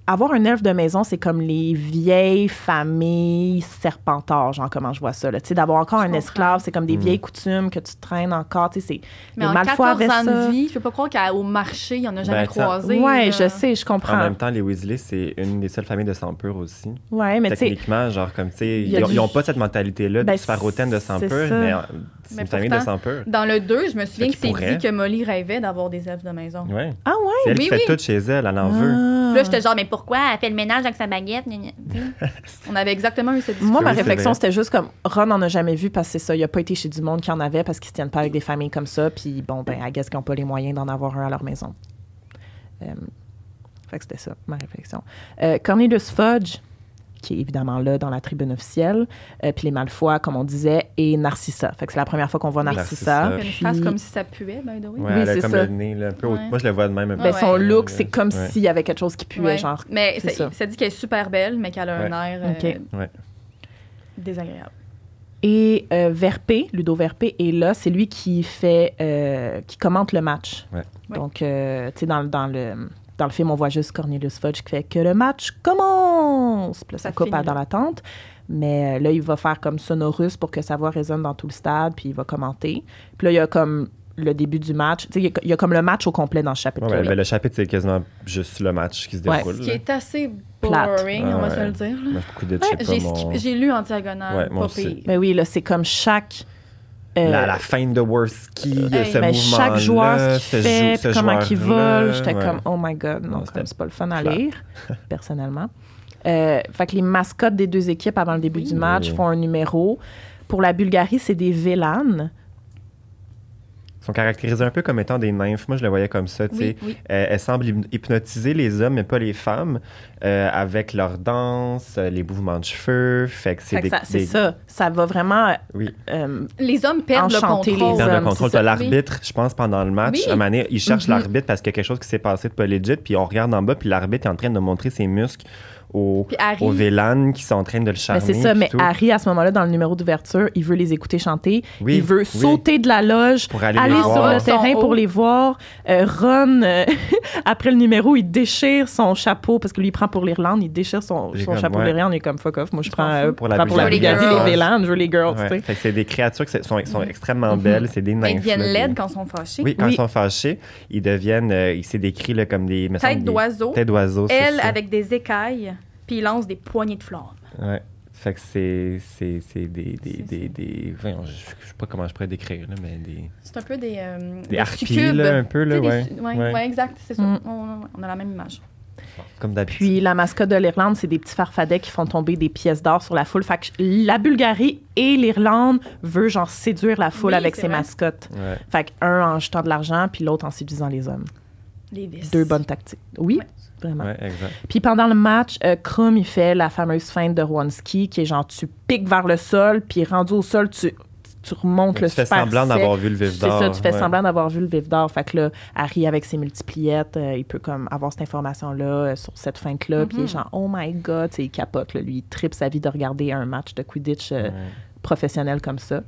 avoir un elfe de maison, c'est comme les vieilles familles serpentards, genre comment je vois ça. là. Tu sais, d'avoir encore Je un comprends. esclave, c'est comme des Mm. vieilles coutumes que tu traînes encore. Tu sais, c'est Mais les en Malfoy 14 avaient ans ça. de vie, euh, je peux pas croire qu'au marché, il y en a jamais Ben, ça- croisé. Ouais, là. je sais, je En comprends. même temps, les Weasley, c'est une des seules familles de sang pur aussi. Ouais, mais tu sais, Techniquement, genre, comme, tu sais, il ils y a du- n'ont pas cette mentalité-là Ben, de se faire hautaine de sang c'est pur, ça. mais euh, c'est Mais une famille de pourtant- sang pur. Dans le 2, je me Fait souviens que qu'il c'est pourrait. dit que Molly rêvait d'avoir des elfes de maison. Ouais. ah ouais. C'est elle qui oui, fait oui. tout chez elle, elle en veut. Ah. Puis Là, j'étais genre, mais pourquoi elle fait le ménage avec sa baguette? gna, gna, tu sais. On avait exactement eu cette discussion. Moi, ma Oui, c'est réflexion, vrai. c'était juste comme Ron n'en a jamais vu parce que c'est ça, il a pas été chez du monde qui en avait parce qu'ils se tiennent pas avec des familles comme ça. Puis bon, ben, I guess qu'ils n'ont pas les moyens d'en avoir un à leur maison. Euh, fait que c'était ça, ma réflexion. Euh, Cornelius Fudge, qui est évidemment là dans la tribune officielle, euh, puis les Malfoy, comme on disait, et Narcissa. Fait que c'est la première fois qu'on voit Oui. Narcissa. Narcissa. Qu'elle Puis- fasse comme si ça puait, by the way. Ouais, Oui, elle a c'est comme ça. le nez, là, un peu haut. Ouais. Moi, je le vois de même. un peu. Ben, Ouais. son look, c'est comme Ouais. s'il y avait quelque chose qui puait, Ouais. euh, genre. Mais c'est ça, ça. ça dit qu'elle est super belle, mais qu'elle a un air euh, Ok. Ouais. désagréable. Et euh, Verpé, Ludo Verpé est là, c'est lui qui fait, euh, qui commente le match. Ouais. Ouais. Donc, euh, tu sais, dans, le- dans le dans le film, on voit juste Cornelius Fudge qui fait que le match commence. Puis là, Ça ça coupe finit à- dans la tente. Mais euh, là, il va faire comme sonorus pour que sa voix résonne dans tout le stade, puis il va commenter. Puis là, il y a comme le début du match. Tu sais, il y a- il y, a comme le match au complet dans ce Ouais, chapitre. ben, le chapitre, c'est quasiment juste le match qui se Ouais. déroule. Ce qui là. est assez Plate. boring, on va Ouais. se le dire. là. Moi, Beaucoup de Ouais, chips, J'ai mon- skip- j'ai lu en diagonale, Ouais, moi pas aussi. pire. Mais oui, là, c'est comme chaque. euh, La, la fin de Worski, hey, ce ben, mouvement chaque joueur ce qu'il fait, puis comment qu'il vole, j'étais comme oh my god, Non, non, c'était comme c'est pas le fun à plate. lire personnellement. Euh, fait que les mascottes des deux équipes avant le début Oui. du match Oui. font un numéro. Pour la Bulgarie, c'est des vélanes. Ils sont caractérisés un peu comme étant des nymphes. Moi, je le voyais comme ça, tu sais. Oui, oui. Euh, elles semblent hyp- hypnotiser les hommes, mais pas les femmes, euh, avec leur danse, euh, les mouvements de cheveux. Fait que c'est Fait que des, ça- C'est des- ça, ça va vraiment. Oui. euh, Les hommes perdent Enchanter le les Ils contrôle. hommes. perdent c'est le contrôle. ça, T'as l'arbitre, je pense, pendant le match. Oui. À un moment donné, ils cherchent Mhm. l'arbitre parce qu'il y a quelque chose qui s'est passé de pas legit, puis on regarde en bas, puis l'arbitre est en train de montrer ses muscles aux, Puis Harry, ben, aux vélanes qui sont en train de le ben, charmer. c'est ça, puis mais tout. Harry, à ce moment-là, dans le numéro d'ouverture, il veut les écouter chanter. Oui, il veut oui. sauter de la loge, Pour aller les aller sur voir. le Son terrain pour haut. les voir. Euh, Ron, euh, après le numéro, il déchire son chapeau parce que lui, il prend pour l'Irlande, il déchire son, J'ai son comme, chapeau ouais. pour l'Irlande. Il est comme fuck off. Moi, je Je prends m'en euh, fous. Pour la prends pour la Bulgarie, Bulgarie, girls. les Vélandes, je veux les girls. Ouais. tu sais. Fait que c'est des créatures qui sont, sont Mhm. extrêmement Mhm. belles. C'est des nymphes. ils deviennent là, des- laides quand ils sont fâchés. Oui, quand Oui. ils sont fâchés, ils deviennent. euh, ils- c'est décrit là, comme des. me semble, Tête des- d'oiseau, Tête d'oiseau. c'est elle ça. avec des écailles, puis ils lancent des poignées de flammes. Ouais. Fait que c'est. C'est c'est des. des, C'est des, des- voyons, je, je sais pas comment je pourrais décrire, là, mais des. C'est un peu des. euh, Des harpies, succubes. là, un peu, Tu là, sais, des ouais. su- ouais, Ouais. ouais, exact, c'est ça. Mm. On, on a la même image. Comme d'habitude. Puis la mascotte de l'Irlande, c'est des petits farfadets qui font tomber des pièces d'or sur la foule. Fait que la Bulgarie et l'Irlande veulent genre séduire la foule Oui, avec c'est ses vrai. mascottes. Ouais. Fait que un en jetant de l'argent, puis l'autre en séduisant les hommes. Les vis. Deux bonnes tactiques. Oui, Ouais. vraiment. Ouais, exact. Puis pendant le match, euh, Krum, il fait la fameuse feinte de Rwanski, qui est genre, tu piques vers le sol, puis rendu au sol, tu, tu remontes Tu le fais super semblant sec. d'avoir vu le vif C'est d'or. ça, tu fais ouais. semblant d'avoir vu le vif d'or. Fait que là, Harry, avec ses multipliettes, euh, il peut comme avoir cette information-là euh, sur cette feinte-là. Puis il est genre, oh my God, tu sais, il capote. là. Lui, il tripe sa vie de regarder un match de Quidditch euh, Ouais. professionnel comme ça.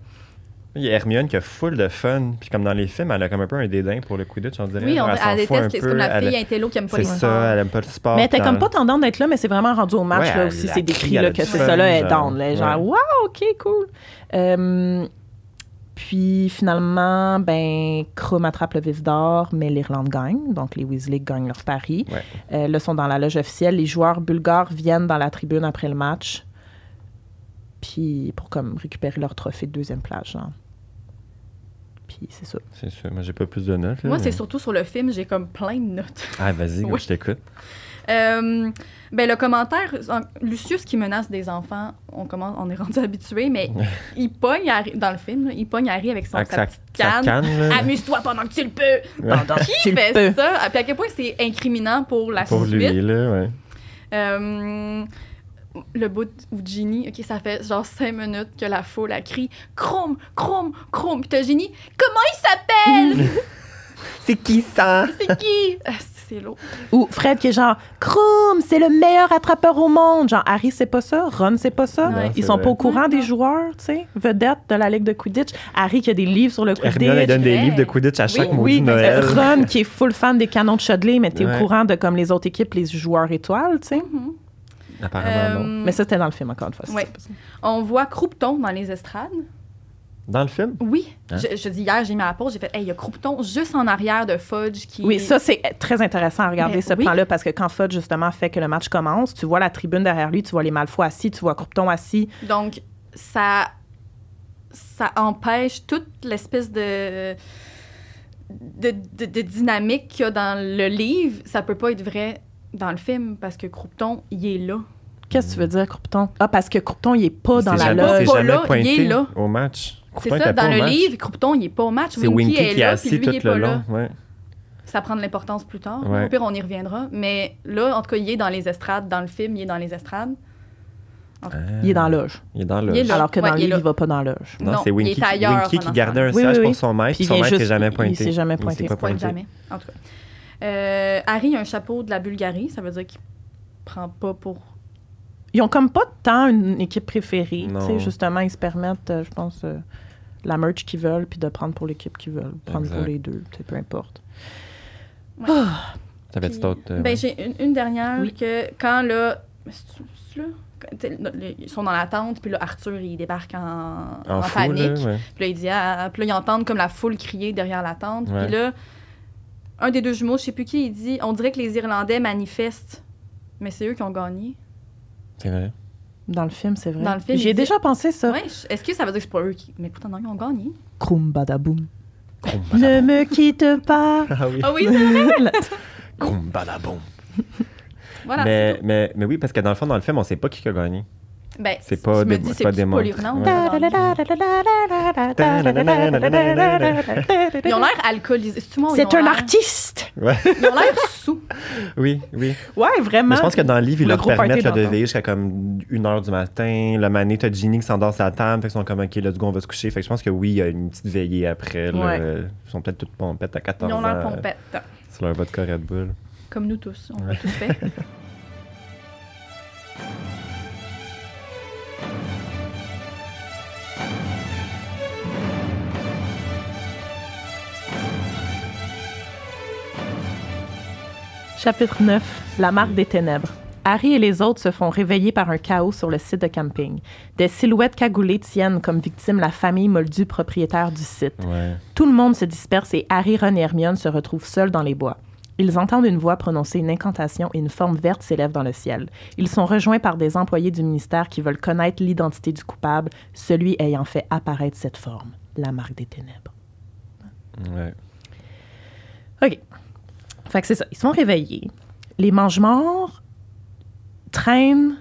Il y a Hermione qui a full de fun. Puis comme dans les films, elle a comme un peu un dédain pour le Quidditch, on dirait. Oui, on, elle s'en elle fout un déteste. C'est peu, comme la elle- fille intello qui aime pas C'est les ça, elle aime pas le sport. Mais t'es puis comme elle- pas tendance d'être là, mais c'est vraiment rendu au match Ah, Ouais, là elle aussi. la C'est crie, décrit elle là, a que du c'est fun, ça, là, elle est genre. down. Là, genre, Ouais. wow, OK, cool. Euh, puis finalement, ben, Krum attrape le vif d'or, mais l'Irlande gagne. Donc les Weasley gagnent leur pari. Ouais. Euh, là, sont dans la loge officielle. Les joueurs bulgares viennent dans la tribune après le match. Puis pour comme récupérer leur trophée de deuxième place, genre. Puis c'est ça. C'est ça, moi j'ai pas plus de notes. là, Moi, mais- c'est surtout sur le film, j'ai comme plein de notes. Ah, vas-y, Oui. je t'écoute. Euh, ben, le commentaire, en- Lucius qui menace des enfants, on, commence, on est rendu habitué, mais il pogne, Harry- dans le film, là, il pogne Harry avec son, Avec sa sa, petite sa canne. Ah, canne, là. Amuse-toi pendant que tu le peux. Pendant que tu Qui le fait peux. ça? Puis à quel point c'est incriminant pour la Pour suite. lui, là, ouais. Euh, le bout où Ginny, ok, ça fait genre cinq minutes que la foule a crié Chrome, Chrome, Chrome. Puis t'as Ginny, comment il s'appelle C'est qui ça? C'est qui Ah, c'est- c'est lourd. Ou Fred qui est genre, Chrome, c'est le meilleur attrapeur au monde. Genre, Harry, c'est pas ça. Ron, c'est pas ça. Non, Ils c'est sont vrai. pas au courant Ouais, des non. joueurs, tu sais, vedettes de la Ligue de Quidditch. Harry qui a des livres sur le Hermione, Quidditch. elle donne des livres de Quidditch à Oui, chaque Oui, maudit Noël. euh, Ron qui est full fan des canons de Chudley, mais t'es au Ouais. courant de comme les autres équipes, les joueurs étoiles, tu sais. Mhm. Ah, Apparemment, Euh, non. Mais ça, c'était dans le film, encore une fois. c'est Ouais. ça. On voit Croupeton dans les estrades. Dans le film? Oui. Hein? Je, je dis hier, j'ai mis à la pause, j'ai fait, hey, il y a Croupeton juste en arrière de Fudge qui. Oui, ça, c'est très intéressant à regarder Mais ce oui. plan-là parce que quand Fudge, justement, fait que le match commence, tu vois la tribune derrière lui, tu vois les Malfoy assis, tu vois Croupton assis. Donc, ça, ça empêche toute l'espèce de, de, de- de dynamique qu'il y a dans le livre. Ça peut pas être vrai dans le film parce que Croupeton, il est là. Qu'est-ce que tu veux dire, Croupton? Ah, parce que Croupton, il est pas dans C'est la jamais- loge. c'est loge. Pas jamais là, il pointé est là. Au match. Pourtant, C'est il était ça, pas dans au le match. livre, Croupeton, il est pas au match. C'est Winky est qui est là, puis assis lui, tout il est le pas là. long. ouais. Ça prend de l'importance plus tard. Ouais. Au pire, on y reviendra. Mais là, en tout cas, il est dans les estrades. Dans le film, il est dans les estrades. Il est dans la loge. Il est dans le. Ah, Il est là. Alors que Ouais, dans le il est livre, là. il va pas dans la loge. Non, Non, c'est il Winky, est qui- ailleurs Winky qui pendant ce gardait un temps-là. siège Oui, oui, pour son maître, Puis puis son il maître vient s'est jamais juste- il- pointé. il s'est jamais s'est pointé. pas Il se Pointe pointé. jamais, en tout cas. Euh, Harry a un chapeau de la Bulgarie. Ça veut dire qu'il prend pas pour Ils ont comme pas tant une équipe préférée. Non. tu sais, Justement, ils se permettent, euh, je pense, euh, la merch qu'ils veulent, puis de prendre pour l'équipe qu'ils veulent, prendre pour Exact. les deux, tu sais, peu importe. Ouais. Ah, T'avais-tu Puis- d'autres, euh, ben, ouais. J'ai une, une dernière Oui. que quand là. c'est- c'est là? Quand- t'sais, le- le- Ils sont dans la tente, puis là, Arthur, il débarque en, en En fou, là, panique. ouais. Puis là, il dit ah, ah, Puis là, ils entendent comme la foule crier derrière la tente. Ouais. Puis là, un des deux jumeaux, je sais plus qui, il dit On dirait que les Irlandais manifestent. Mais c'est eux qui ont gagné. C'est vrai. Dans le film, c'est vrai. Dans le film, J'y ai il dit- déjà pensé, ça. Ouais, je- Est-ce que ça veut dire que c'est pas eux qui. Mais pourtant, non, ils ont gagné. Croum badaboum. Croum, Ne me quitte pas. Ah oui. Ah oui, Croum, badabom. voilà. mais, c'est mais, mais oui, parce que dans le fond, dans le film, on sait pas qui a gagné. tout. Ben, c'est tu pas me des- dis, c'est c'est pas pas des montres. l'Irlande. Ouais. Ils ont l'air alcoolisés. C'est tout le monde, ils C'est ont un l'air- artiste. Ouais. Ils ont l'air sous. oui, oui. Ouais, vraiment. Mais je pense que dans le livre, ils Le leur gros party permettent là, de d'antan. veiller jusqu'à comme 1h du matin. Le mané, t'as Ginny qui s'endort sur la table. Fait qu'ils sont comme, OK, let's go, on va se coucher. Fait que je pense que oui, il y a une petite veillée après. là. Ouais. Ils sont peut-être toutes pompettes à 14 Ils ont ans. l'air pompettes. euh, Sur leur vodka Red Bull. Comme nous tous, on l'a Ouais. tous fait. Chapitre 9. La marque des ténèbres. Harry et les autres se font réveiller par un chaos sur le site de camping. Des silhouettes cagoulées tiennent comme victime la famille Moldu propriétaire du site. Ouais. Tout le monde se disperse et Harry, Ron et Hermione se retrouvent seuls dans les bois. Ils entendent une voix prononcer une incantation et une forme verte s'élève dans le ciel. Ils sont rejoints par des employés du ministère qui veulent connaître l'identité du coupable, celui ayant fait apparaître cette forme, la marque des ténèbres. Ouais. OK. Fait que c'est ça. Ils sont réveillés. Les mange-morts traînent.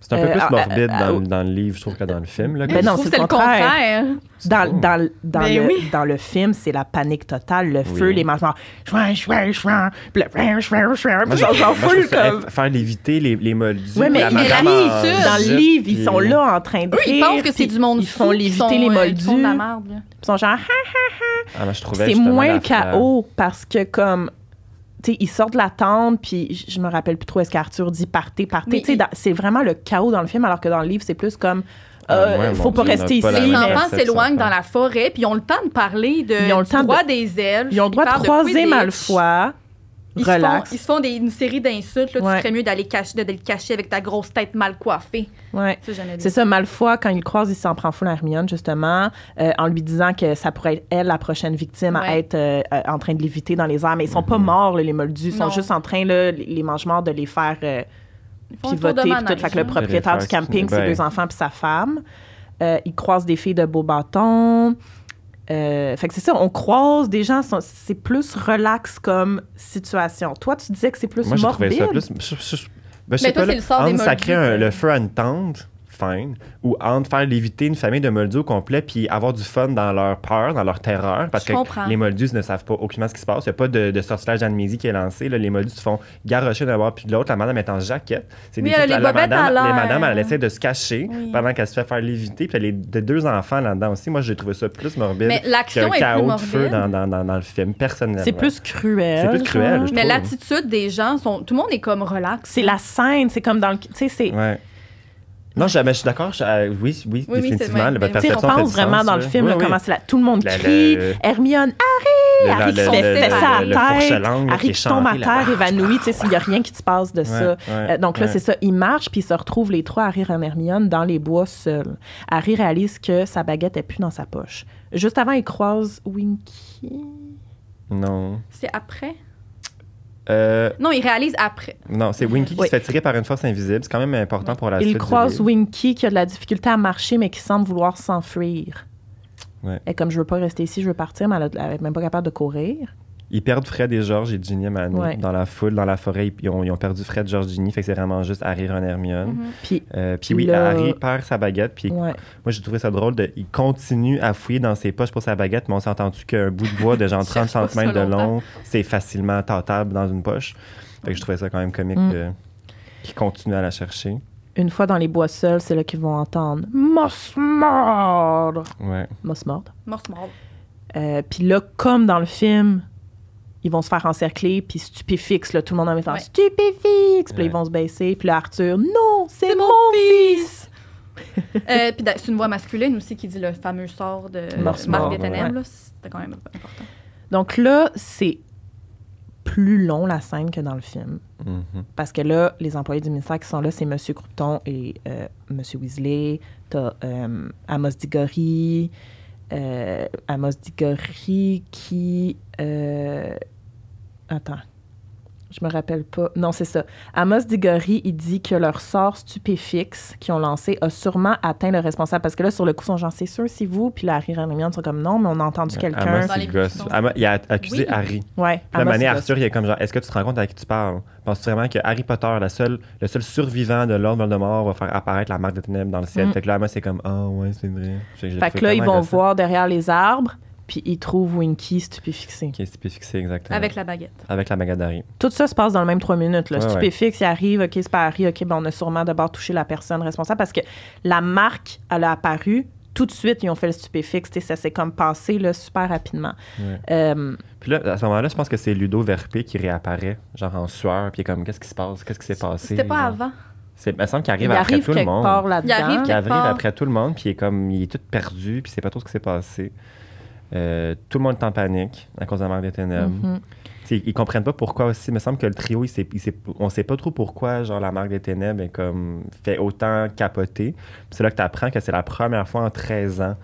C'est un peu Euh, ah, plus morbide ah, dans, ah, dans le livre, je trouve, que dans le film. Là, Ben comme- non, Je trouve c'est que le le contraire. contraire. Dans, dans, dans, Ben le, oui. dans le film, c'est la panique totale, le feu, Oui. les mange-morts. Chouin, chouin, chouin. Puis le chouin, chouin, chouin. Puis Moi, ils je- sont genre moi, je full trouve ça- comme. Faire léviter les, les moldus. Oui, mais la ils madame réalisent en ça. dans le jupe, livre, ils puis- euh, sont là en train de Eux, ils rire, pensent que c'est puis du monde Ils font sous, qui léviter sont, les euh, qui font moldus. de la merde, là. Ils sont genre, Ah, Ah, moi, je trouvais c'est justement moins la- chaos parce que comme tu sais, ils sortent de la tente puis je- je me rappelle plus trop est-ce qu'Arthur dit partez partez Mais Tu sais, il- dans- c'est vraiment le chaos dans le film alors que dans le livre c'est plus comme Ah, euh, ouais, faut mon pas Dieu, rester on ici a pas la Les même mais- enfants perception, s'éloignent quoi. dans la forêt, puis ils ont le temps de parler de, Ils ont le du temps de- droit des elfes. ils ont le droit de parlent croiser Quidditch. Malfoy Ils se relax font, ils se font des- une série d'insultes. là, Ouais. Tu serais mieux d'aller cacher, de, de le cacher avec ta grosse tête mal coiffée. ouais Ça, j'aimais bien. c'est ça, Malfoy, quand il le croise, il s'en prend fou à Hermione, justement, euh, en lui disant que ça pourrait être elle, la prochaine victime, à Ouais. être euh, euh, en train de léviter dans les airs. Mais ils sont pas Mhm. morts, là, les moldus. Ils sont Non. juste en train, là, les- les mange-morts, de les faire euh, Ils font puis le tour de voter, puis manège, tout. Fait que le hein. propriétaire Faire du ce qu'il camping, veut. ses Ben. deux enfants puis sa femme. Euh, ils croisent des filles de beaux bâtons. Euh, fait que c'est ça, on croise des gens, sont- c'est plus relax comme situation. Toi, tu disais que c'est plus Moi, je morbide. trouvais ça plus. je- je- je- ben, je sais Mais toi, pas, là, c'est le sort des entre sacrer moldus, un- euh. le feu à une tente, fine ou entre faire léviter une famille de Moldus au complet puis avoir du fun dans leur peur, dans leur terreur, parce Je que comprends. les Moldus ne savent pas aucunement ce qui se passe. Il n'y a pas de, de sortilège d'amnésie qui est lancé. là. Les Moldus se font garrocher d'un bord puis de l'autre. La madame est en jaquette. C'est Oui, des elle a trucs- les la, bobettes madame, à les l'air. madames, elle essaie de se cacher Oui. pendant qu'elle se fait faire léviter. Puis elle a des deux enfants là-dedans aussi. Moi, j'ai trouvé ça plus morbide. Mais l'action qu'un est plus chaos de feu morbide. dans, dans- dans- dans le film, personnellement. C'est plus cruel. C'est plus cruel, genre. je Mais trouve. l'attitude des gens, sont, tout le monde est comme relax. C'est la scène, c'est comme dans le. Tu sais, c'est. Ouais. Non, je, mais je suis d'accord. je- euh, oui, oui, Oui, oui, définitivement. c'est le- vrai. votre Tu Tu sais, on perception fait pense du vraiment sens, dans le là. film, Oui, là, oui. comment c'est la- tout le monde La- crie, le- Hermione, Le- Harry qui le- se le- fait le- fesser à le- le la tête, fourche-langue, là, Harry qui tombe chanté, à là. terre évanoui, tu sais, s'il n'y a rien qui se passe de ça. Ouais, ouais, Euh, donc là, ouais. c'est ça, il marche, puis ils se retrouvent les trois, Harry, Ron, Hermione, dans les bois seuls. Harry réalise que sa baguette est plus dans sa poche. Juste avant, il croise Winky. Non. C'est après? Euh, Non, ils réalisent après. non, c'est Winky qui Oui. se fait tirer par une force invisible. C'est quand même important pour la suite. Il Ah, du croise livre. Winky qui a de la difficulté à marcher, mais qui semble vouloir s'enfuir. Ouais. Et comme je veux pas rester ici, je veux partir, mais elle n'est même pas capable de courir. Ils perdent Fred et George et Ginny et Manu Ouais. dans la foule, dans la forêt. Ils, ils ont, ils ont perdu Fred, George, Ginny. Fait que c'est vraiment juste Harry, Ron, Hermione. Mhm. Mm-hmm. Puis, Euh, puis oui, Là- Harry perd sa baguette. Puis ouais. moi, j'ai trouvé ça drôle. De, il continue à fouiller dans ses poches pour sa baguette, mais on s'est entendu qu'un bout de bois de genre Cherche 30 pas ça cm de longtemps. long, c'est facilement tentable dans une poche. Fait que je trouvais ça quand même comique Mm. de- qu'il continue à la chercher. Une fois dans les bois seuls, c'est là qu'ils vont entendre Moss mordre. Ouais. Moss mordre. Morse mort. Euh, puis là, comme dans le film, ils vont se faire encercler, puis stupéfixe, là, tout le monde en même temps Ouais. stupéfixe, puis là, Ouais. ils vont se baisser, puis là, Arthur, non, c'est C'est mon, mon fils! Euh, puis da- c'est une voix masculine aussi qui dit le fameux sort de Morse Marc mort, des Ténèbres. ouais. là. C'était quand même important. Donc là, c'est plus long la scène que dans le film. Mhm. Parce que là, les employés du ministère qui sont là, c'est M. Crouton et euh, M. Weasley. T'as euh, Amos Diggory. euh, Amos Diggory qui. euh, attends. Je me rappelle pas. Non, c'est ça. Amos Diggory, il dit que leur sort stupéfixe qu'ils ont lancé a sûrement atteint le responsable. Parce que là, sur le coup, ils sont genre, c'est sûr, c'est vous. Puis là, Harry Ron et Hermione sont comme, non, mais on a entendu quelqu'un. Amos, Dans c'est les le gosse. prisons. Amos- il a accusé Oui. Harry. Ouais. Puis la Amos manée, Diggory. Arthur, il est comme genre, est-ce que tu te rends compte à qui tu parles? Penses-tu vraiment que Harry Potter, la seule, le seul survivant de l'ordre Voldemort, va faire apparaître la marque de ténèbres dans le ciel? Mm. Fait que là, Amos, c'est comme, ah ouais, c'est vrai. Fait que, je le Fait que trouve là, ils tellement vont gossant. voir derrière les arbres, puis ils trouvent Winky stupéfixé. Qui est stupéfixé, exactement. Avec la baguette. Avec la magadari. Tout ça se passe dans le même trois minutes. Là. Ouais, ouais. Stupéfixe, il arrive, OK, c'est pas Harry, OK, ben on a sûrement d'abord touché la personne responsable parce que la marque, elle a apparu. Tout de suite, ils ont fait le stupéfixe. Tu sais, Ça s'est comme passé là, super rapidement. Ouais. Euh, Puis là, à ce moment-là, je pense que c'est Ludo Verpé qui réapparaît, genre en sueur, puis il est comme, qu'est-ce qui se passe? Qu'est-ce qui s'est passé? C'était pas Genre, avant. c'est- Il me semble qu'il il arrive, après arrive tout le quelque monde. part là-dedans. Il arrive Il arrive part. après tout le monde, puis il est comme, il est tout perdu, puis il sait pas trop ce qui s'est passé. Euh, tout le monde est en panique à cause de la marque des ténèbres. Mhm. T'sais, ils comprennent pas pourquoi aussi. Il me semble que le trio, il sait, il sait- on sait pas trop pourquoi, genre, la marque des ténèbres est comme, fait autant capoter. Puis C'est là que tu apprends que c'est la première fois en 13 ans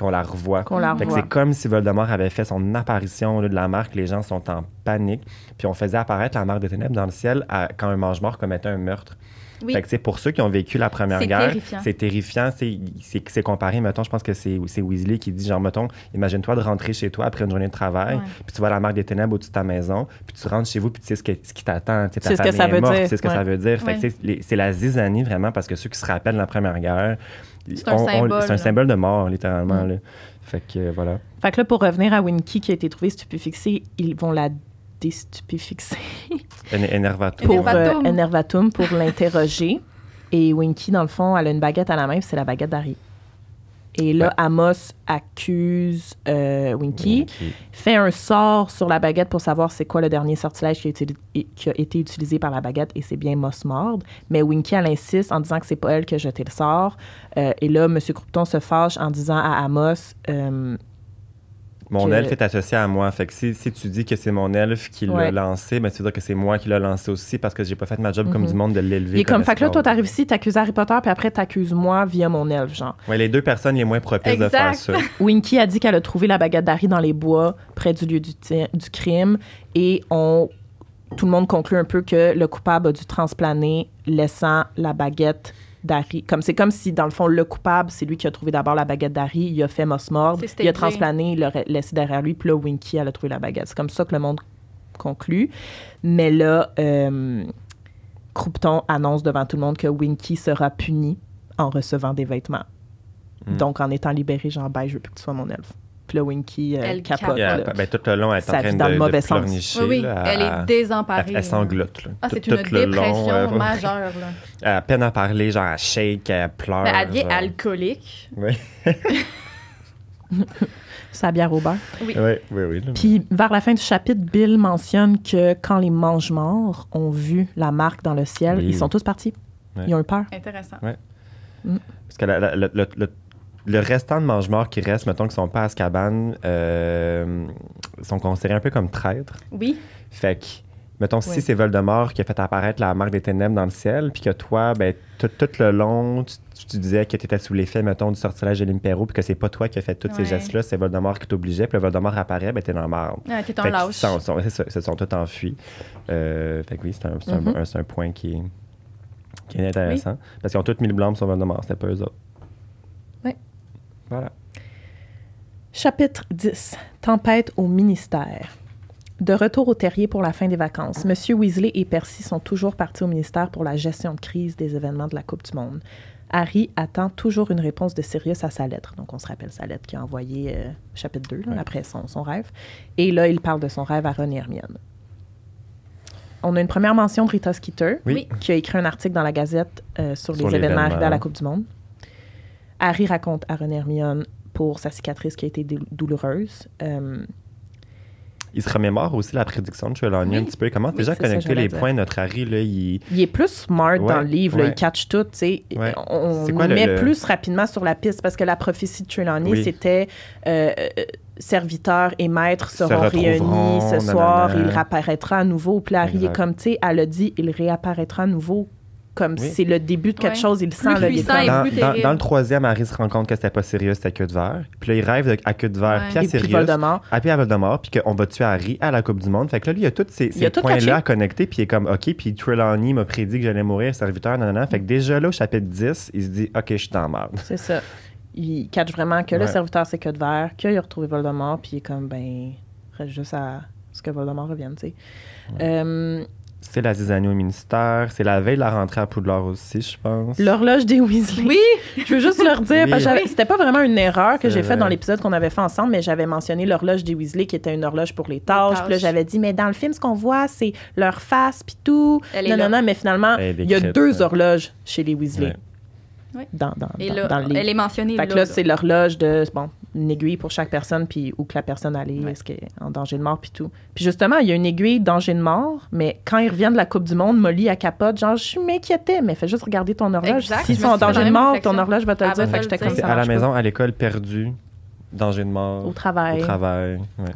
qu'on la revoit. Qu'on la Fait que revoit. c'est comme si Voldemort avait fait son apparition là, de la marque. Les gens sont en panique. Puis on faisait apparaître la marque des ténèbres dans le ciel à- quand un mange-mort commettait un meurtre. Oui. Fait que, tu sais, pour ceux qui ont vécu la Première C'est Guerre, terrifiant. c'est terrifiant. C'est- C'est c'est comparé, mettons, je pense que c'est c'est Weasley qui dit, genre, mettons, imagine-toi de rentrer chez toi après une journée de travail, Ouais. puis tu vois la marque des ténèbres au-dessus de ta maison, puis tu rentres chez vous, puis tu sais ce, que- ce qui t'attend. Tu sais, Tu sais ta ce que famille ça veut est morte, dire, tu sais ce que ouais. ça veut dire. Fait que, tu Ouais. sais, les- C'est la zizanie, vraiment, parce que ceux qui se rappellent la Première Guerre, C'est un on- on- symbole, c'est un là. symbole de mort, littéralement. Mm. là. Fait que, euh, voilà. Fait que là, pour revenir à Winky qui a été trouvé stupéfixé, ils vont la déstupéfixer Éner- Énervatum. pour Ouais. euh, Enervatum. Enervatum pour l'interroger. Et Winky, dans le fond, elle a une baguette à la main, puis c'est la baguette d'Harry. Et là, Ouais. Amos accuse euh, Winky, Qui- fait un sort sur la baguette pour savoir c'est quoi le dernier sortilège qui a, uti- et- qui a été utilisé par la baguette, et c'est bien Moss Mord. Mais Winky, elle insiste en disant que c'est pas elle qui a jeté le sort. Euh, et là, M. Crouton se fâche en disant à Amos euh, Mon que- elfe est associé à moi. Fait que si, si tu dis que c'est mon elfe qui l'a Ouais. lancé, ben, tu veux dire que c'est moi qui l'a lancé aussi parce que j'ai pas fait ma job comme Mhm. du monde de l'élever. Il est comme, fait que là, toi, esclave. t'arrives ici, t'accuses Harry Potter, puis après, t'accuses moi via mon elfe, genre. Ouais, les deux personnes les moins propices de faire Exact. ça. Winky a dit qu'elle a trouvé la baguette d'Harry dans les bois, près du lieu du, ti- du crime, et on, tout le monde conclut un peu que le coupable a dû transplaner, laissant la baguette d'Harry. Comme c'est comme si dans le fond le coupable, c'est lui qui a trouvé d'abord la baguette d'Harry, il a fait mosse mordre, C'est il stagé. a transplané, il l'a re- laissé derrière lui, puis là Winky elle a trouvé la baguette. C'est comme ça que le monde conclut. Mais là, euh, Croupton annonce devant tout le monde que Winky sera puni en recevant des vêtements. Mm. Donc, en étant libérée, genre, ben, je veux plus que tu sois mon elfe. Puis là, Winky, euh, Elle capote. capote. là. Yeah, ben, tout le long, elle est en Ça train vit dans de, le de mauvais sens. pleurnicher, Oui, oui, là, elle est désemparée. elle, elle sanglote. là. Ah, Tout- c'est tout une le long, dépression euh, majeure. Là. à peine à parler, genre, elle shake, elle pleure. Ben, elle devient genre. alcoolique. Oui, Sa bière au beurre. Oui. oui, oui. oui, là. Puis vers la fin du chapitre, Bill mentionne que quand les mange-morts ont vu la marque dans le ciel, Oui. ils sont tous partis. Ouais. Ils ont eu peur. Intéressant. Parce que la- la- le, le- le- le restant de mange-morts qui reste, mettons, qui sont pas à Azkaban, euh, sont considérés un peu comme traîtres. Oui, Fait que, mettons, Ouais. si c'est Voldemort qui a fait apparaître la marque des ténèbres dans le ciel, puis que toi, ben, tout, tout le long, tu, tu disais que tu étais sous l'effet, mettons, du sortilège de l'Impéro, puis que c'est pas toi qui as fait tous ces Ouais. gestes-là, c'est Voldemort qui t'obligeait, puis le Voldemort apparaît, ben, t'es dans la merde. Ah, t'es un Fait qu'ils lâche. sont, sont- c'est ça, ils se sont tous enfuis. Euh, fait que oui, c'est un, c'est un- Mhm. un- c'est un point qui est, qui est intéressant. Parce qu'ils ont tous mis le blâme sur Voldemort, c'était pas eux autres. Ouais. Voilà. Chapitre 10. Tempête au ministère. De retour au terrier pour la fin des vacances, Monsieur Weasley et Percy sont toujours partis au ministère pour la gestion de crise des événements de la Coupe du Monde. Harry attend toujours une réponse de Sirius à sa lettre. Donc, on se rappelle sa lettre qu'il a envoyée euh, chapitre 2, là, Ouais. après son, son rêve. Et là, il parle de son rêve à Ron et Hermione. On a une première mention de Rita Skeeter Oui. qui a écrit un article dans la Gazette euh, sur, Sur les événements l'événement. arrivés à la Coupe du Monde. Harry raconte à Ron et Hermione pour sa cicatrice qui a été dou- douloureuse. Euh, Il se remémore aussi la prédiction de Trelawney Oui. un petit peu. Comment Oui, déjà c'est ça, connecter j'allais les dire. points? Notre Harry, là, il, il est plus smart dans Ouais, le livre, là, ouais. il catch tout, tu sais. Ouais. On, C'est on quoi le le- met le- plus rapidement sur la piste parce que la prophétie de Trelawney, Oui. c'était euh, euh, serviteurs et maîtres Se seront réunis retrouveront, ce soir, nanana. il réapparaîtra à nouveau. Puis là, Harry est Exact. comme, tu sais, elle a dit, il réapparaîtra à nouveau. Comme Oui. c'est le début de quelque Ouais. chose, il le sent. là, il est puissant comme- et dans, plus dans- terrible. dans le troisième, Harry se rend compte que c'était pas Sirius, c'était queue de verre. Puis là, il rêve de, à queue de verre, Ouais. puis à et puis Sirius, Voldemort. à- puis à Voldemort, puis qu'on va tuer Harry à la Coupe du Monde. Fait que là, lui, il a tous ces, Il a ces tout catché. points-là à connecter, puis il est comme, OK, puis Trelawney m'a prédit que j'allais mourir, serviteur, nanana. Fait que déjà là, au chapitre 10, il se dit, OK, je suis dans la merde. C'est ça. Il catch vraiment que le Ouais. serviteur, c'est que de verre, qu'il a retrouvé Voldemort, puis il est comme, ben, reste juste à ce que Voldemort revienne, tu sais. Euh, C'est la zizanie au ministère, c'est la veille de la rentrée à Poudlard aussi, je pense. L'horloge des Weasley. Oui, Je veux juste leur dire, Oui. parce que j'avais- c'était pas vraiment une erreur que C'est j'ai faite vrai. dans l'épisode qu'on avait fait ensemble, mais j'avais mentionné l'horloge des Weasley qui était une horloge pour les tâches. tâches. Puis là, j'avais dit, mais dans le film, ce qu'on voit, c'est leur face, puis tout. elle est Non, là. non, non, mais finalement, Elle est il y a écrite, deux ouais. horloges chez les Weasley. Ouais. Dans, dans, Et dans- là, dans le livre. elle est mentionnée Fait là. que là, là. c'est l'horloge de, bon, une aiguille pour chaque personne, puis où que la personne allait, Ouais. est-ce qu'elle est en danger de mort, puis tout. Puis justement, il y a une aiguille danger de mort, mais quand ils reviennent de la Coupe du Monde, Molly à capote, genre, je m'inquiétais, mais fais juste regarder ton horloge. Exact, S'ils je sont me en suis fait danger de la même mort, réflexion. ton horlège va te le Elle dire. va te Fait le que j'étais dire. comme C'est ça. à la marche pas. maison, à l'école, perdu, danger de mort. Au travail. Au travail, ouais.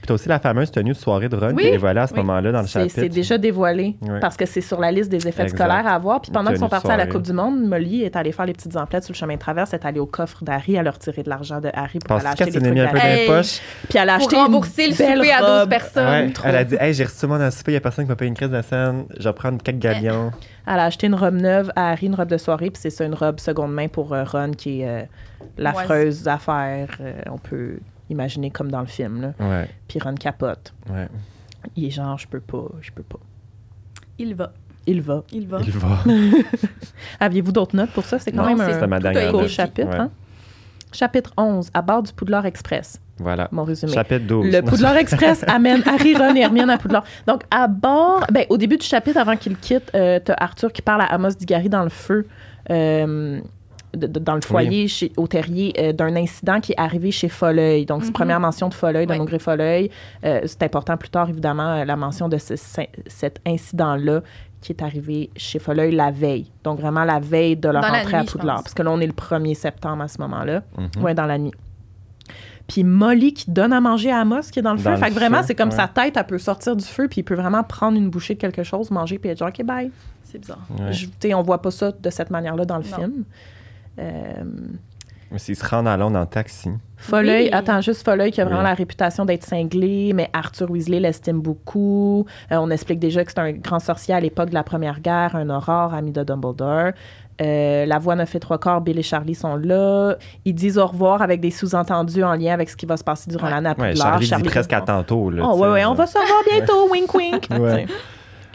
Puis t'as aussi la fameuse tenue de soirée de Ron Oui. qui est dévoilée à ce Oui. moment-là dans le C'est- chapitre. C'est déjà dévoilé Ouais. parce que c'est sur la liste des effets Exact. scolaires à avoir. Puis pendant qu'ils sont Tenue de partis à la soirée. Coupe du Monde, Molly est allée faire les petites emplettes sur le chemin de traverse, est allée au coffre d'Harry à leur tirer de l'argent de Harry pour aller Penses-tu acheter qu'elle des s'est trucs mis un peu d'Harry. dans les Hey. poches? Puis elle a pour acheté rembourser une le belle souper à 12 robe. personnes. Ouais, Elle a dit Hey, j'ai reçu mon souper, il n'y a personne qui m'a payé une crise de scène, je vais prendre 4 galions. Elle a acheté une robe neuve à Harry, une robe de soirée, puis c'est ça, une robe seconde main pour euh, Ron, qui est euh, l'affreuse affaire, euh, on peut imaginer comme dans le film. Là. Ouais, Puis Ron capote. ouais. Il est genre, je peux pas, je peux pas. Il va, Il va. il va. Il va. Aviez-vous d'autres notes pour ça? C'est quand Non, même c'est- un C'était ma tout a dernière court été note. chapitre. Ouais. hein? Chapitre 11, à bord du Poudlard Express, Voilà. mon résumé. Chapitre 12. Le Poudlard Express amène Harry, Ron et Hermione à Poudlard. Donc, à bord, ben, au début du chapitre, avant qu'il quitte, euh, t'as Arthur qui parle à Amos Digary dans le feu, euh, de- de- dans le foyer chez, au terrier, euh, d'un incident qui est arrivé chez Folleuil. Donc, c'est Mhm. première mention de Folleuil, de Ouais. Maugré Folleuil. Euh, c'est important plus tard, évidemment, euh, la mention de ce- ce- cet incident-là qui est arrivé chez Folleuil la veille. Donc, vraiment la veille de leur Dans la entrée à nuit, je Poudlard. pense. Parce que là, on est le 1er septembre à ce moment-là. Mhm. Ouais, dans la nuit. Puis Molly qui donne à manger à Amos qui est dans le Dans feu. le fait que vraiment, feu, c'est comme ouais. sa tête, elle peut sortir du feu, puis il peut vraiment prendre une bouchée de quelque chose, manger, puis être genre, OK, bye. C'est bizarre. Ouais. Je- tu sais, on voit pas ça de cette manière-là dans le Non. film. Euh, Mais S'ils se rendent à Londres en taxi. Folleuil, Oui. attends juste Folleuil qui a vraiment Oui. la réputation d'être cinglé, mais Arthur Weasley l'estime beaucoup. Euh, on explique déjà que c'est un grand sorcier à l'époque de la Première Guerre, un aurore, ami de Dumbledore. Euh, la voix 9 et trois quarts, Bill et Charlie sont là. Ils disent au revoir avec des sous-entendus en lien avec ce qui va se passer durant Ouais. l'année à Ouais, Poudlard. Charlie dit presque à comprend. tantôt. Là, Oh, tu ouais, sais, ouais, on là. va se revoir bientôt, wink wink. Ouais.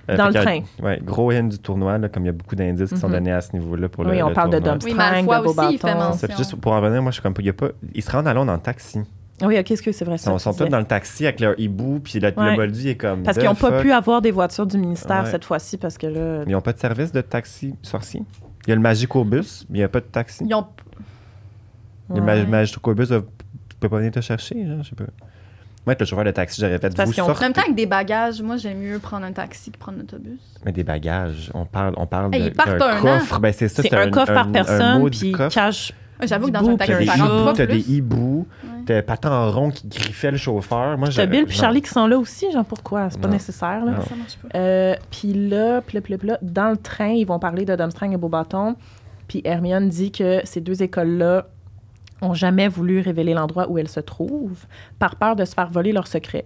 Euh, Dans fait le qu'il y a- Ouais, gros N du tournoi, là, comme il y a beaucoup d'indices qui sont Mhm. donnés à ce niveau-là pour le Oui, on le parle de tournoi. dump Oui, strang, Malfoy de beau aussi, il fait bâton. mention. Ça fait juste pour en revenir, moi, je suis comme, il y a pas. Ils se rendent à Londres en taxi. Oui, OK, excuse, c'est vrai. Ils ça, sont, tu sont tous disais. dans le taxi avec leur hibou, puis la- Ouais. le Moldu est comme. Parce the qu'ils n'ont pas fuck. pu avoir des voitures du ministère Ouais. cette fois-ci, parce que là... Ils n'ont pas de service de taxi sorcier. Il y a le Magicobus, mais il n'y a pas de taxi. Ils ont Le Ma- Ouais. Magicobus, euh, tu peux pas venir te chercher, genre, je sais pas. Moi, être le chauffeur de taxi, j'aurais fait Parce vous qu'ils ont- En sortez. même temps, avec des bagages, moi, j'aime mieux prendre un taxi que prendre l'autobus. Mais des bagages, on parle, on parle Hey, de- ils partent d'un un an. coffre. Ben, c'est ça, C'est un coffre par personne, maudit puis coffre. cash... Ah, J'avoue que Du dans un bout, T'as taxi, des, par ça exemple, hiboux, rentre pas t'as des plus. hiboux, Ouais. t'as Patan Rond qui griffait le chauffeur. Moi, T'as j'aurais- Bill puis non. Charlie qui sont là aussi, genre pourquoi? C'est pas Non. nécessaire, là. Non. Ça marche pas. Euh, puis là, puis là, puis là, puis là, dans le train, ils vont parler de Domstrang et Beaubaton. Puis Hermione dit que ces deux écoles-là ont jamais voulu révéler l'endroit où elles se trouvent par peur de se faire voler leurs secrets.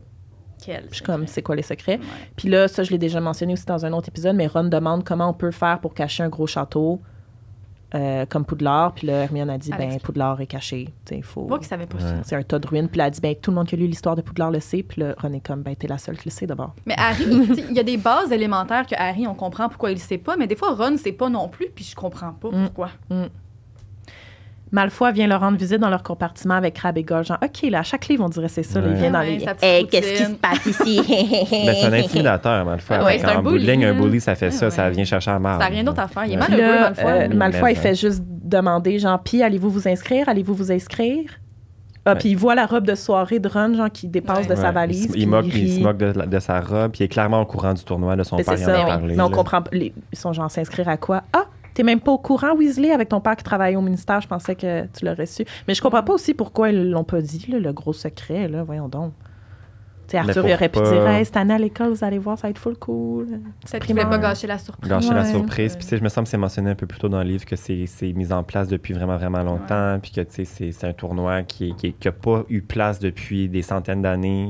Quel. Je suis comme, c'est quoi les secrets? Ouais. Puis là, ça, je l'ai déjà mentionné aussi dans un autre épisode, mais Ron demande comment on peut faire pour cacher un gros château euh, comme Poudlard. Puis là, Hermione a dit, Elle ben, explique. Poudlard est caché. Tu sais, il faut... Moi qui savais pas Ouais. ça. C'est un tas de ruines. Puis là, elle dit, ben, tout le monde qui a lu l'histoire de Poudlard le sait. Puis là, Ron est comme, ben, t'es la seule qui le sait d'abord. Mais Harry, tu sais, il y a des bases élémentaires que Harry, on comprend pourquoi il le sait pas, mais des fois, Ron sait pas non plus, puis je comprends pas Mm. pourquoi. Malfoy vient leur rendre visite dans leur compartiment avec Crabbe et Goyle. Genre, OK, là, à chaque livre, on dirait c'est ça, les Ouais. liens dans Ouais, les liens. Ah, sa petite Hey, qu'est-ce qui se routine. passe ici? Ben, c'est un intimidateur, Malfoy. Ouais, c'est en un bout de bully, ligne, un hein. là. bully, ça fait Ouais, ça, ouais. ça vient chercher à marre. Ça n'a rien d'autre à faire. Il est Ouais. Puis malheureux, là, Malfoy. euh, Oui, Malfoy, mais il ça. fait juste demander, genre, puis allez-vous vous inscrire? Allez-vous vous inscrire? Ah, Ouais. puis il voit la robe de soirée de Ron, genre, qui dépasse de Ouais. sa Ouais. valise. Il, se- puis il moque, il rit. se moque de, la- de sa robe, puis il est clairement au courant du tournoi, de son Mais père, c'est il ça, en a oui. parlé. Mais on là. comprend. pas- les- ils sont genre s'inscrire à quoi? Ah, t'es même pas au courant, Weasley, avec ton père qui travaille au ministère. Je pensais que tu l'aurais su. Mais je comprends pas aussi pourquoi ils l'ont pas dit, là, le gros secret, là. Voyons donc. Tu sais, Mais Arthur, il aurait pu pourquoi- dire, hey, cette année à l'école, vous allez voir, ça va être full cool. Ça ne voulait primaire. pas gâcher la surprise. Gâcher la Ouais. surprise. Puis, tu sais, je me semble que c'est mentionné un peu plus tôt dans le livre que c'est c'est mis en place depuis vraiment, vraiment longtemps. Puis que, tu sais, c'est- c'est un tournoi qui n'a qui, qui a pas eu place depuis des centaines d'années.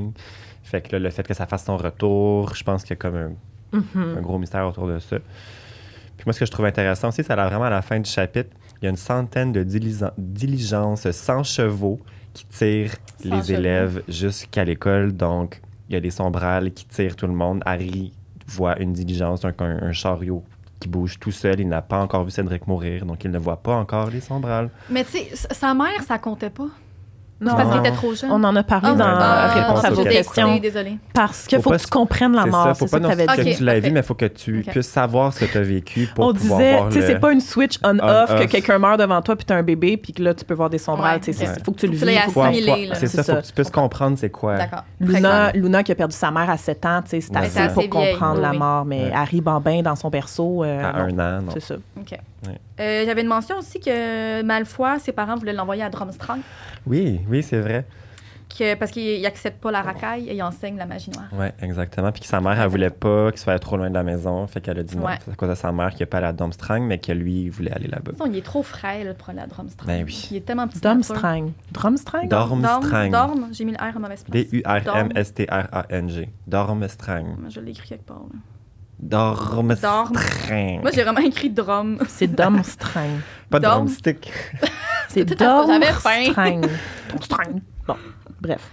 Fait que là, le fait que ça fasse son retour, je pense qu'il y a comme un, Mm-hmm. Euh, un gros mystère autour de ça. Puis moi, ce que je trouve intéressant aussi, c'est à la- vraiment à la fin du chapitre, il y a une centaine de dilisa- diligences sans chevaux qui tirent Sans les chevaux. élèves jusqu'à l'école. Donc, il y a des sombrales qui tirent tout le monde. Harry voit une diligence, donc un, un chariot qui bouge tout seul. Il n'a pas encore vu Cédric mourir, donc il ne voit pas encore les sombrales. Mais tu sais, s- sa mère, ça comptait pas. Non, C'est parce qu'il Non. était trop jeune. on en a parlé Ah, dans ah, Réponse à j'ai vos désolée, questions. Désolée. Parce qu'il Faut faut pas que tu comprennes la C'est mort, c'est faut ça pas que non t'avais plus dit. que Ok, tu l'as vu, ok. mais il faut que tu Ok. puisses savoir ce que tu as vécu pour On pouvoir disait, voir tu sais, le- c'est pas une switch on-off que On-off. quelqu'un meurt devant toi puis t'as un bébé puis que là, tu peux voir des sombrales. Ouais. tu sais, c'est- Ouais. Faut que tu le Faut que tu vives. l'aies faut que- assimilé. Assimilé, là. C'est C'est ça, ça. faut que tu puisses comprendre c'est quoi. D'accord. Très Luna, clair. Luna qui a perdu sa mère à 7 ans, tu sais, c'est Ouais. assez C'est assez pour vieille, comprendre oui, la oui. mort, mais Ouais. Harry Bambin dans son berceau, euh, À non, un an, non. c'est ça. OK. Ouais. Euh, J'avais une mention aussi que Malfoy, ses parents voulaient l'envoyer à Drumstrang Oui, oui, c'est vrai. que, parce qu'il n'accepte Ah pas la racaille et il enseigne la magie noire. Oui, exactement. Puis que sa mère, elle voulait pas qu'il soit trop loin de la maison. Fait qu'elle a dit non. Ouais. C'est à cause de sa mère qui a pas la Domstrang, mais que lui, il voulait aller là-bas. De toute façon, il est trop frêle pour aller à Drumstrang. Ben oui. Il est tellement petit. Drumstrang. Drumstrang? Dorme, Dormstrang. dorme. J'ai mis le R à mauvaise place. D-U-R-M-S-T-R-A-N-G. Dormstrang. Je l'ai écrit quelque part. là. Dormstrang. Moi, j'ai vraiment écrit Drum. C'est Domstrang. Pas de Dorm. drumstick. C'est Tout à fait, j'avais faim. Domstrang. Domstrang. Bon, bref.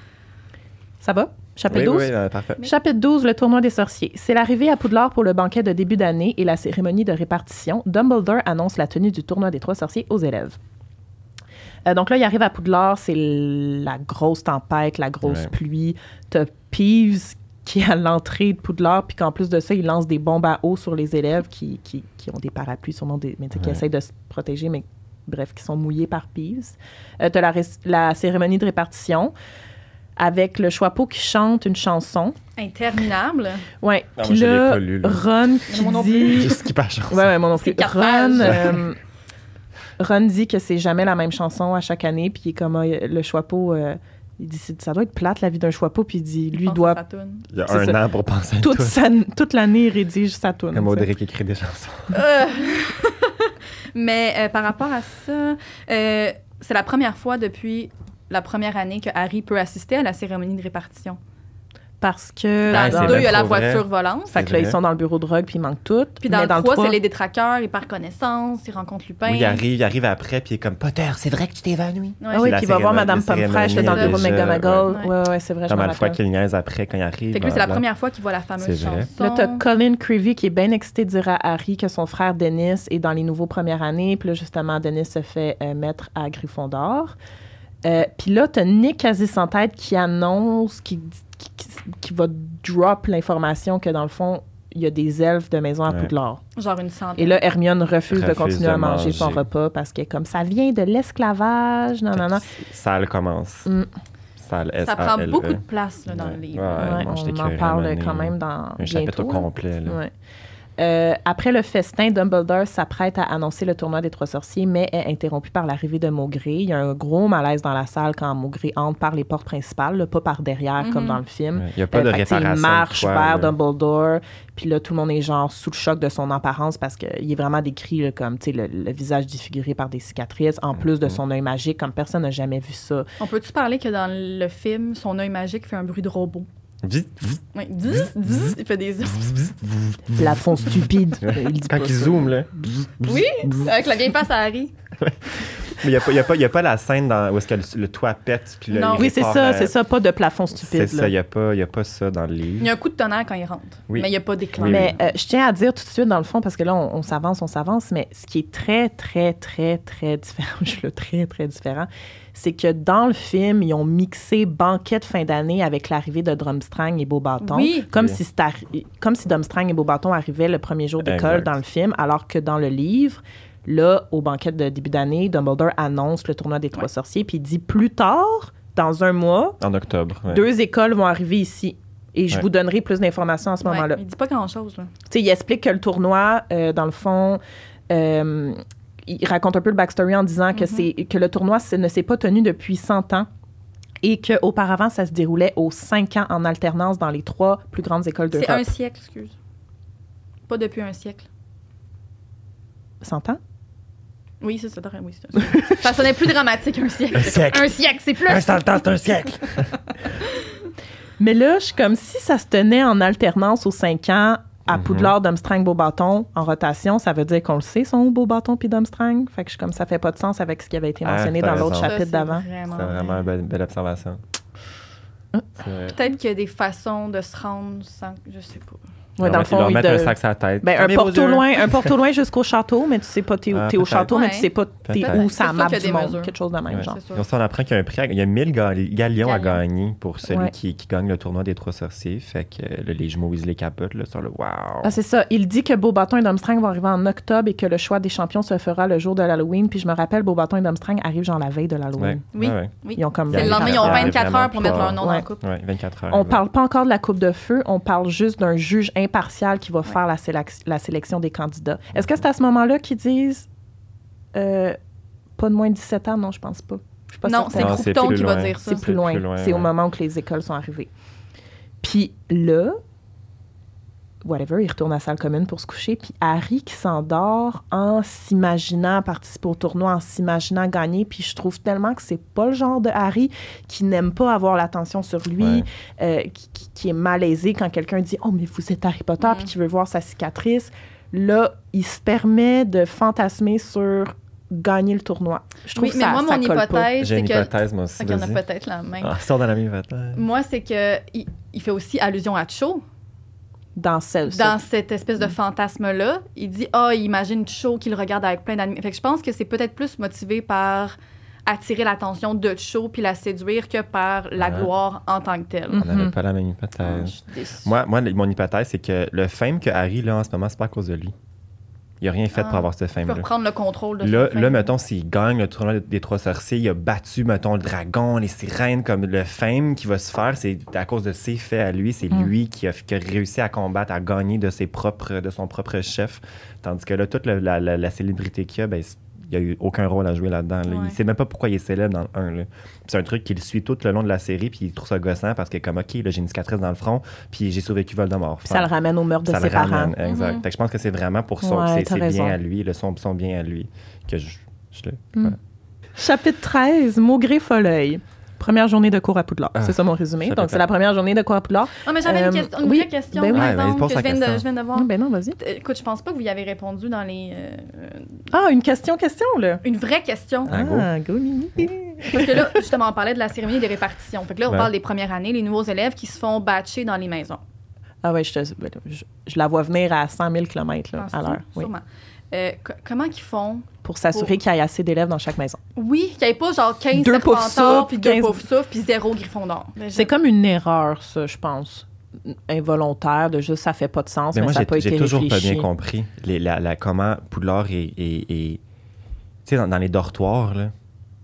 Ça va? Oui, Chapitre 12? oui, euh, parfait. Chapitre 12, le tournoi des sorciers. C'est l'arrivée à Poudlard pour le banquet de début d'année et la cérémonie de répartition. Dumbledore annonce la tenue du tournoi des trois sorciers aux élèves. Euh, donc là, il arrive à Poudlard, c'est l- la grosse tempête, la grosse Ouais. pluie. T'as Peeves qui est à l'entrée de Poudlard, puis qu'en plus de ça, il lance des bombes à eau sur les élèves qui, qui- qui ont des parapluies, sûrement des, mais tu sais, qui Ouais. essayent de se protéger, mais bref, qui sont mouillés par Peeves. Euh, t'as la, ré- la cérémonie de répartition avec le Choixpeau qui chante une chanson. Interminable. Ouais. Ah, Puis moi, je l'ai là, pas lu, là. Ron qui Moi non dit. J'ai skippé la chanson. Ouais, ouais, moi non C'est plus. quatre Ron, pages. euh, Ron dit que c'est jamais la même chanson à chaque année. Puis il est comme ah, le choixpeau. euh, il dit c'est- ça doit être plate la vie d'un choixpeau. Puis il dit lui Pense doit à sa toune. Il y a c'est un ça. an pour penser à tout. toute sa- toute l'année il rédige sa tune. Comme Audrey qui écrit des chansons. Euh, Mais euh, par rapport à ça, euh, c'est la première fois depuis la première année que Harry peut assister à la cérémonie de répartition. parce que. dans Ouais, Ben, Ah, c'est deux, il y a bien la trop vrai. voiture volante. Fait que là, vrai. ils sont dans le bureau de drogue, puis ils manquent tout. Puis dans Mais le 3, trois, c'est les détraqueurs, ils par connaissance, ils rencontrent Lupin. Oui, il arrive, il arrive après, puis il est comme Potter, c'est vrai que tu t'es évanoui. Ouais. Ah oui, la puis il va voir cérémonie- Madame la euh, Pomme Fraîche là, cérémonie dans le bureau de déjà, McGonagall. ouais. Ouais, ouais, c'est vrai, je Comme m'en à la fois rappelle. qu'il niaise après quand il arrive. Fait que lui, c'est la blablabla. première fois qu'il voit la fameuse C'est vrai. chanson. Là, t'as Colin Creevy qui est bien excité de dire à Harry que son frère Dennis est dans les nouveaux premières années. Puis là, justement, Dennis se fait euh, mettre à Gryffondor. Euh, puis là, t'as Nick quasi sans tête qui annonce, qui, qui, qui- qui va drop l'information que dans le fond, il y a des elfes de maison à Ouais. Poudlard. Genre une centaine. Et là, Hermione refuse, de Refuse continuer de à manger, son manger. repas parce que comme ça vient de l'esclavage, non, Fait non, que non. Sale commence. Mm. Sale ça prend beaucoup de place là, dans le Ouais. livre. E. Ouais. Ouais, moi, j'étais on en curieuse, parle Mané. quand même dans Un chapitre au bientôt, là. complet. là. Ouais. Euh, après le festin, Dumbledore s'apprête à annoncer le tournoi des trois sorciers, mais est interrompu par l'arrivée de Maugré. Il y a un gros malaise dans la salle quand Maugré entre par les portes principales, là, pas par derrière comme Mhm. dans le film. Ouais. Il n'y a pas de Euh, fait que, tu sais, réparation. Il de marche quoi, vers là. Dumbledore, puis là, tout le monde est genre sous le choc de son apparence parce qu'il est vraiment décrit là, comme, tu sais, le, le visage défiguré par des cicatrices, en plus de Mhm. son œil magique, comme personne n'a jamais vu ça. On peut-tu parler que dans le film, son œil magique fait un bruit de robot? Vite, vite, Oui. Zzz, zzz, il fait des... vite, vite, vite, vite. Plafond stupide. il dit Quand pas il ça. zoome, là. Oui, avec la vieille face à Harry. Mais il n'y a, pas- il y a pas- il y a pas la scène dans- où est-ce que le, le toit pète. Puis là, Non. il Oui, c'est répare, ça, euh, c'est ça, pas de plafond C'est stupide. là. ça, il n'y a, pas- il y a pas ça dans le livre. Il y a un coup de tonnerre quand il rentre, Oui. mais il n'y a pas d'éclat. Oui, oui. Mais euh, je tiens à dire tout de suite, dans le fond, parce que là, on, on s'avance, on s'avance, mais ce qui est très, très, très, très différent, je le très, très différent, c'est que dans le film, ils ont mixé banquet de fin d'année avec l'arrivée de Drumstrang et Beaubâton. Oui. Comme, Ok. si c'était arri- comme si Drumstrang et Beaubâton arrivaient le premier jour d'école Exact. dans le film, alors que dans le livre, là, au banquet de début d'année, Dumbledore annonce le tournoi des trois sorciers, puis il dit plus tard, dans un mois, En octobre. ouais. deux écoles vont arriver ici. Et je Ouais. vous donnerai plus d'informations à ce Ouais, moment-là. Il dit pas grand-chose. là. Tu sais, il explique que le tournoi, euh, dans le fond, euh, il raconte un peu le backstory en disant que, Mhm. c'est, que le tournoi se- ne s'est pas tenu depuis 100 ans et qu'auparavant, ça se déroulait aux 5 ans en alternance dans les trois plus grandes écoles C'est un d'Europe. siècle, excuse. Pas depuis un siècle. 100 ans? Oui, c'est ça. t'as- Oui, c'est ça. ça sonnait plus dramatique, un siècle. Un siècle. Un siècle, c'est plus. Un seul temps, c'est un siècle. Mais là, je suis comme si ça se tenait en alternance aux 5 ans à Mhm. Poudlard, Dumstrang, Beaubâton en rotation. Ça veut dire qu'on le sait, son Beaubâton puis Dumstrang. Fait que je suis comme ça fait pas de sens avec ce qui avait été Ah, mentionné t'as dans l'autre raison. Ça, chapitre c'est d'avant. vraiment C'est vraiment une belle, belle observation. Ah. C'est vrai. Peut-être qu'il y a des façons de se rendre sans. Je sais pas. Ouais, dans le ils fond, leur il mettent de- un sac sur la tête. Ben, un Fermez vos porte au yeux. loin, un porte au loin jusqu'au château, mais tu sais pas t'es où, Ah, t'es au peut-être. château, mais tu Ouais. sais pas t'es Peut-être. où C'est ça sûr map qu'il y a du des monde, mesures. quelque chose de même Ouais. genre. C'est sûr. Et aussi, on apprend qu'il y a un prix. à- Il y a 1000 ga- galions à Galions. gagner pour celui Ouais. qui, qui gagne le tournoi des trois sorciers. Fait que euh, là, les jumeaux Weasley capotent. Là, sur le wow. Ah, c'est ça. Il dit que Beaubaton et Domstrang vont arriver en octobre et que le choix des champions se fera le jour de l'Halloween. Puis je me rappelle, Beaubaton et Domstrang arrivent genre la veille de l'Halloween. Ouais, Oui. ouais, ouais. Oui. Ils ont comme C'est C'est le lendemain, ils ont Ouais, 24 vraiment heures pour mettre pas. leur nom dans Ouais. la coupe. Ouais, 24 heures. On là. parle pas encore de la coupe de feu, on parle juste d'un juge impartial qui va faire la, sélac- la sélection des candidats. Est-ce que c'est à ce moment-là qu'ils disent euh, pas de moins de 17 ans? Non, je pense pas. Je suis pas Non, certaine. c'est Non, c'est Crouton plus qui va loin. dire ça. C'est plus loin. C'est au ouais. moment où que les écoles sont arrivées. Puis là, whatever, il retourne à la salle commune pour se coucher. Puis Harry qui s'endort en s'imaginant participer au tournoi, en s'imaginant gagner. Puis je trouve tellement que c'est pas le genre de Harry qui n'aime pas avoir l'attention sur lui, Ouais. euh, qui, qui- qui est malaisé quand quelqu'un dit Oh, mais vous êtes Harry Potter, Mm. puis qui veut voir sa cicatrice. Là, il se permet de fantasmer sur gagner le tournoi. Je trouve Oui, que mais ça, moi, ça mon colle pas. hypothèse, J'ai c'est une que. hypothèse, moi aussi. Fait qu'il y en a vas-y. peut-être la même. Ah, sort dans la même hypothèse. Moi, c'est que il, il fait aussi allusion à Cho. dans celle Dans cette espèce Mm. de fantasme-là, il dit Ah, il imagine Cho qu'il regarde avec plein d'animaux. Fait que je pense que c'est peut-être plus motivé par attirer l'attention de Cho puis la séduire que par la Ah. gloire en tant que telle. Mm. On n'avait Mhm. pas la même Mm-hmm. Ah, je hypothèse. suis déçue. Moi, moi, mon hypothèse, c'est que le fame que Harry, là, en ce moment, c'est pas à cause de lui. Il a rien fait pour Ah. avoir ce Il peut fame-là. reprendre le contrôle de Là, son là, fame. mettons, s'il gagne le tournoi des trois sorciers, il a battu, mettons, le dragon, les sirènes, comme le fame qui va se faire, c'est à cause de ses faits à lui, c'est Mm. lui qui a, qui a réussi à combattre, à gagner de, ses propres, de son propre chef. Tandis que là, toute la, la- la- la célébrité qu'il a, ben, c'est- il a eu aucun rôle à jouer là-dedans. là. Ouais. Il sait même pas pourquoi il est célèbre dans le 1. là. Puis C'est un truc qu'il suit tout le long de la série, puis il trouve ça gossant parce que, comme, OK, là, j'ai une cicatrice dans le front, puis j'ai survécu Voldemort. Puis ça le ramène au meurtre de Ça ses le parents. ramène, exact. Mhm. Fait que je pense que c'est vraiment pour son, Ouais, c'est- t'as c'est raison. bien à lui, le son, son bien à lui, que je, je le... Chapitre 13, Maugré Folleuil. Première journée de cours à Poudlard. Ah, c'est ça mon résumé. ça Donc, peut c'est la être. première journée de cours à Poudlard. Ah, mais j'avais Euh, une, question, une oui, vraie question, ben oui. par Ouais, vas-y, exemple, pose que ta je viens, de, question. je viens de voir. Ah, ben non, vas-y. Euh, Écoute, je pense pas que vous y avez répondu dans les. euh, Ah, une question, question, là. une vraie question. Ah, go. Ah, go, Mimi. Parce que là, justement, on parlait de la cérémonie des répartitions. Fait que là, on Ouais. parle des premières années, les nouveaux élèves qui se font batcher dans les maisons. Ah ouais, je, te- ben, je, je la vois venir à 100 000 km là, Penses-tu? à l'heure. Oui. Ah, Sûrement. Euh, co- comment qu'ils font? Pour s'assurer qu'il y ait assez d'élèves dans chaque maison. Oui, qu'il n'y ait pas genre 15 Deux pauvres serpentards, souffles, puis deux 15 pauvres souffles, puis zéro griffon C'est comme une erreur, ça, je pense. Involontaire, de juste ça fait pas de sens, Mais mais, moi, ça n'a j'ai- pas été j'ai toujours réfléchi. pas bien compris les- la, la- comment Poudlard est. est- est- Tu sais, dans, dans les dortoirs, là.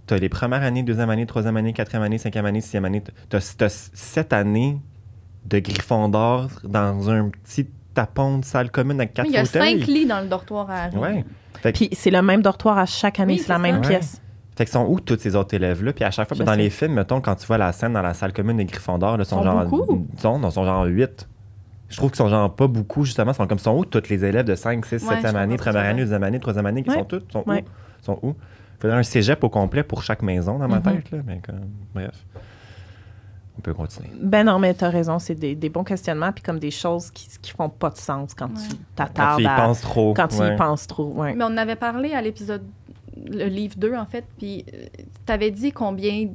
T'as les premières années, deuxième année, troisième année, quatrième année, cinquième année, sixième année. T'as t'as sept années de Gryffondor dans un petit tapon de salle commune avec quatre Il y a fauteuils. cinq lits dans le dortoir à Harry. Ouais. Puis c'est le même dortoir à chaque année, Oui, c'est la c'est même ça. pièce. Fait que sont où tous ces autres élèves-là? Puis à chaque fois, Je dans sais. les films, mettons, quand tu vois la scène dans la salle commune des Gryffondors, là, sont, Sont genre. beaucoup? Sont, non, sont genre 8. Je trouve qu'ils sont genre pas beaucoup, justement. Sont comme sont où tous les élèves de 5, 6, Ouais, 7e je année, comprends ce que tu première veux année, deuxième année, troisième année, qui Ouais. sont toutes? Sont Ouais. où? Sont où? Faudrait un cégep au complet pour chaque maison dans ma Mhm. tête, là. Mais comme, bref. On peut continuer. Ben non, mais t'as raison, c'est des, des bons questionnements, puis comme des choses qui, qui font pas de sens quand Ouais. tu Quand t'attardes tu y à- penses trop. quand tu y ouais. penses trop. ouais. Mais on en avait parlé à l'épisode, le livre 2, en fait, puis tu avais dit combien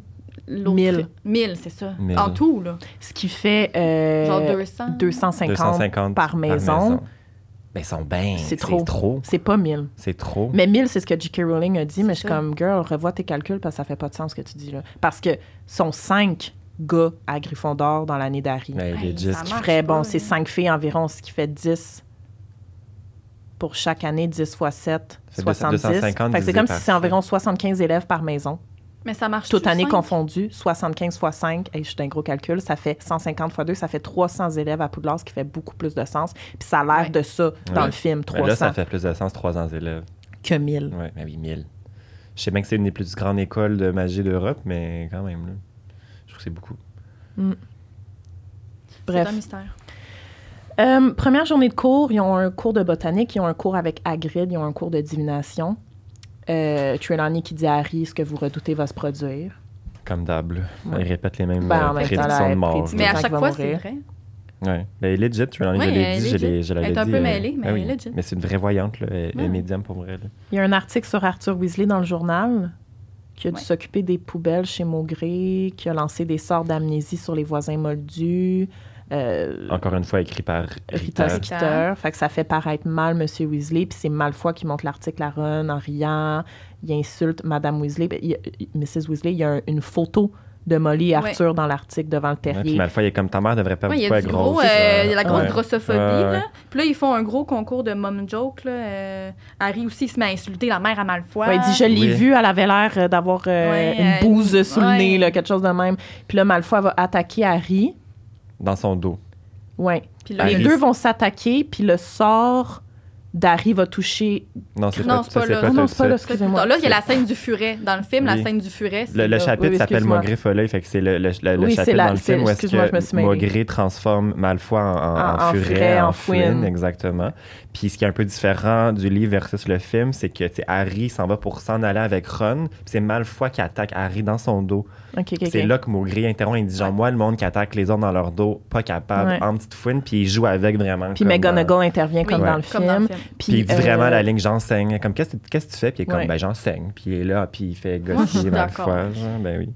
l'autre. Mille. 1000, c'est ça. Mille. En tout, là. Ce qui fait euh, Genre 200. 250. 250 par maison. Ben, ils sont bien. C'est trop. C'est trop. C'est pas 1000. C'est trop. Mais 1000, c'est ce que J.K. Rowling a dit, mais je suis ça. comme, girl, revois tes calculs parce que ça fait pas de sens ce que tu dis là. Parce que sont cinq gars à Gryffondor dans l'année d'Harry. Mais Hey, legit, ça Ce qui marche ferait, pas, bon, là. c'est cinq filles environ, ce qui fait 10 pour chaque année, 10 fois 7, Ça fait 70. 250 Fait que c'est divisé comme par si c'est sept. environ 75 élèves par maison. Mais ça marche Toute tout année cinq? confondue, 75 fois 5, et je suis d'un gros calcul, ça fait 150 fois 2, ça fait 300 élèves à Poudlard, ce qui fait beaucoup plus de sens. Puis ça a l'air Ouais. de ça dans Ouais. le film, Mais là, 300 ça fait plus de sens, 300 élèves. que 1000. Ouais, mais Ben oui, 1000. Je sais bien que c'est une des plus grandes écoles de magie d'Europe, mais quand même, là, je trouve que c'est beaucoup. Bref. C'est un mystère. Euh, première journée de cours, ils ont un cours de botanique, ils ont un cours avec Hagrid, ils ont un cours de divination. Euh, Trelawney qui dit à Harry, ce que vous redoutez va se produire. Comme d'hab, là. Ouais. Elle répète les mêmes Ben, en euh, même temps, prédictions là, de elle mort. prédit- Mais à gens qui chaque vont fois, c'est mourir. vrai. Oui, Ouais. Ben, elle est legit, tu l'as Ouais, elle est dit, je legit. l'ai je l'avais Elle est un dit, peu euh, mêlée, mais ah elle oui. est legit. Mais c'est une vraie voyante, là. Elle, elle Ouais. est médium pour vrai, là. Il y a un article sur Arthur Weasley dans le journal qui a dû Ouais. s'occuper des poubelles chez Maugré, qui a lancé des sorts d'amnésie sur les voisins moldus. Euh, Encore une fois, écrit par Rita. Rita Skeeter. Fait que ça fait paraître mal M. Weasley, puis c'est Malfoy qui monte l'article à Ron en riant. Il insulte Madame Weasley. Ben, il y a- il- Mrs. Weasley, il y a un- une photo de Molly et Ouais. Arthur dans l'article devant le Ouais, puis terrier. Malfoy, il est comme ta mère devrait perdre il y pas a la du grosse. gros, euh, il y a la grosse Ouais. grossophobie. Ouais, ouais. Là. Puis là, ils font un gros concours de mom joke. Là. Euh, Harry aussi, il se met à insulter la mère à Malfoy. Ouais, il dit Je l'ai Oui. vu, elle avait l'air euh, d'avoir euh, Ouais, euh, une bouse sous le ouais. nez, là, quelque chose de même. Puis là, Malfoy va attaquer Harry. Dans son dos. Ouais. Puis là, Les Harry. deux vont s'attaquer, puis le sort d'Harry va toucher. Non, c'est Non, pas, c'est ça, pas là. Ah non, tout c'est pas ça. là, Ça, c'est excusez-moi. plus tard. Là, il y a la scène du furet. Dans le film, Oui. la scène du furet, c'est Le, le là. chapitre Ah, oui, s'appelle excuse-moi. Maugré Follet, fait que c'est le, le, le- le Oui, c'est chapitre la- dans le c'est- film où est-ce excuse-moi, je me suis que mêlée. Maugré transforme Malfoy en, en, En- en en furet, furet, en en fouine, fouine. exactement. Puis ce qui est un peu différent du livre versus le film, c'est que tu sais, Harry s'en va pour s'en aller avec Ron, puis c'est Malfoy qui attaque Harry dans son dos. Ok, ok, ok. C'est là que Maugré interrompt, il dit genre moi le monde qui attaque les autres dans leur dos, pas capable, Ouais. en petite fouine, puis il joue avec vraiment. Puis comme, euh, McGonagall intervient Oui, comme, dans le comme dans film. le film. Puis il dit euh, vraiment la ligne j'enseigne, comme qu'est-ce que qu'est-ce que tu fais, puis il est comme Ouais. ben j'enseigne, puis il est là, puis il fait Moi, je suis gosser d'accord. Malfoy, genre, ben oui.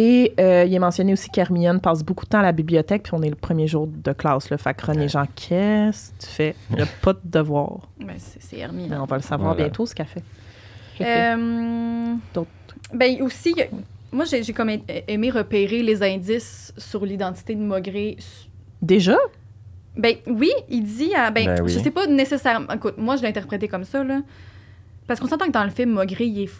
Et euh, il est mentionné aussi qu'Hermione passe beaucoup de temps à la bibliothèque, puis on est le premier jour de classe. Là, fait que Ron est genre, qu'est-ce que tu fais? Il n'y a pas de devoir. Ben, c'est c'est Hermione. Mais on va le savoir Voilà. bientôt, ce qu'elle fait. Euh, D'autres. ben aussi, il y a- moi j'ai j'ai comme a- aimé repérer les indices sur l'identité de Maugré. Déjà? Ben oui, il dit à, ben, Ben oui. je sais pas nécessairement. Écoute, moi je l'ai interprété comme ça là, parce qu'on s'entend que dans le film Maugré il est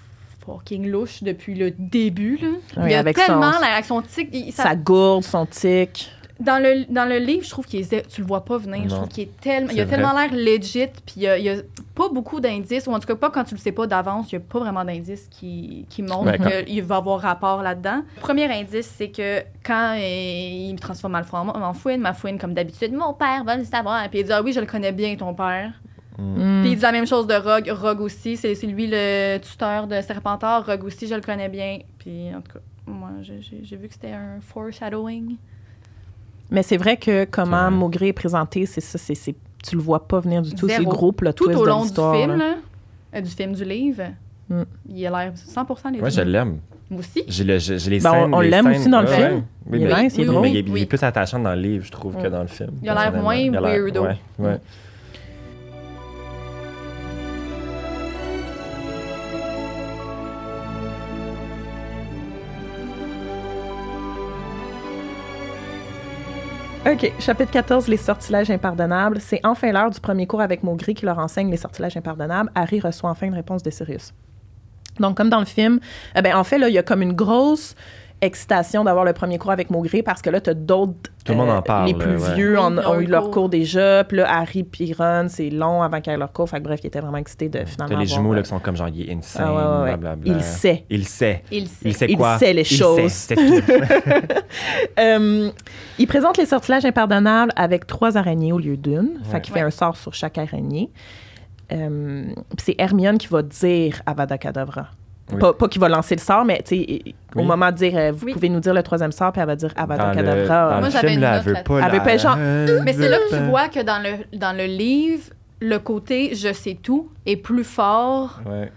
fucking louche depuis le début là. Oui, il a avec tellement son- l'air avec son tic. il- ça- Sa gourde, son tic. dans le dans le livre, je trouve qu'il est, tu le vois pas venir. Je Non. trouve qu'il est tellement, il C'est a vrai. tellement l'air legit, puis il y a, il y a pas beaucoup d'indices, ou en tout cas pas quand tu le sais pas d'avance, il y a pas vraiment d'indices qui, qui montrent Ouais, quand- qu'il va avoir rapport là-dedans. Premier indice, c'est que quand euh, il me transforme Malfoy en, en fouine, ma fouine comme d'habitude, mon père va le savoir, puis il dit ah oui je le connais bien ton père. Mm. Hmm. Puis il dit la même chose de Rogue, Rogue aussi, c'est c'est lui le tuteur de Serpentard, Rogue aussi je le connais bien, puis en tout cas. moi, j'ai- j'ai j'ai vu que c'était un foreshadowing. Mais c'est vrai que comment Ouais. Maugré est présenté, c'est ça, c'est, c'est- tu le vois pas venir du tout. C'est le Zéro. gros plot Tout twist au de long du l'histoire, film, là. là, euh, du film, du livre, Mm. il a l'air 100 les Moi, je deux. l'aime. Moi aussi. J'ai le- j'ai- j'ai les Ben, on- scènes. on les l'aime scènes- aussi dans le Ouais, film. ouais. Oui, Il est mais- nice, il est Oui, Non, drôle. mais il est, il est Oui. plus attachant dans le livre, je trouve, que dans le film. Il a l'air personnellement. moins Il a l'air- weirdo. Ouais, ouais. OK, chapitre 14, les sortilèges impardonnables. C'est enfin l'heure du premier cours avec Maugré qui leur enseigne les sortilèges impardonnables. Harry reçoit enfin une réponse de Sirius. Donc, comme dans le film, eh ben, en fait, là, il y a comme une grosse excitation d'avoir le premier cours avec Maugré parce que là, tu as d'autres. euh, Tout le monde en parle, Les plus ouais. vieux en- Oui, ils ont ont eu eu leur cours. cours déjà. Puis là, Harry puis Ron, c'est long avant qu'ils aient leur cours. Fait que bref, ils étaient vraiment excités de finalement. T'as les avoir- jumeaux là, qui sont comme genre, il est insane, Ah, ouais, ouais, ouais. blablabla. Il sait. Il sait. Il le sait. Il sait Il quoi? sait les choses. sait, c'est tout. Euh, il présente les sortilèges impardonnables avec trois araignées au lieu d'une. Fait Ouais. qu'il fait Ouais. un sort sur chaque araignée. Euh, puis c'est Hermione qui va dire Avada Kedavra. Oui. Pas, pas qui va lancer le sort, mais tu sais, au Oui. moment de dire euh, vous Oui. pouvez nous dire le troisième sort, puis elle va dire Avada Dans le- dans Kedavra. le Moi, j'avais film, une là, elle note veut là- pas Elle la- veut pas être genre, elle Mais c'est veut là que pas. tu vois que dans le, dans le livre, le côté je sais tout est plus fort. Ouais.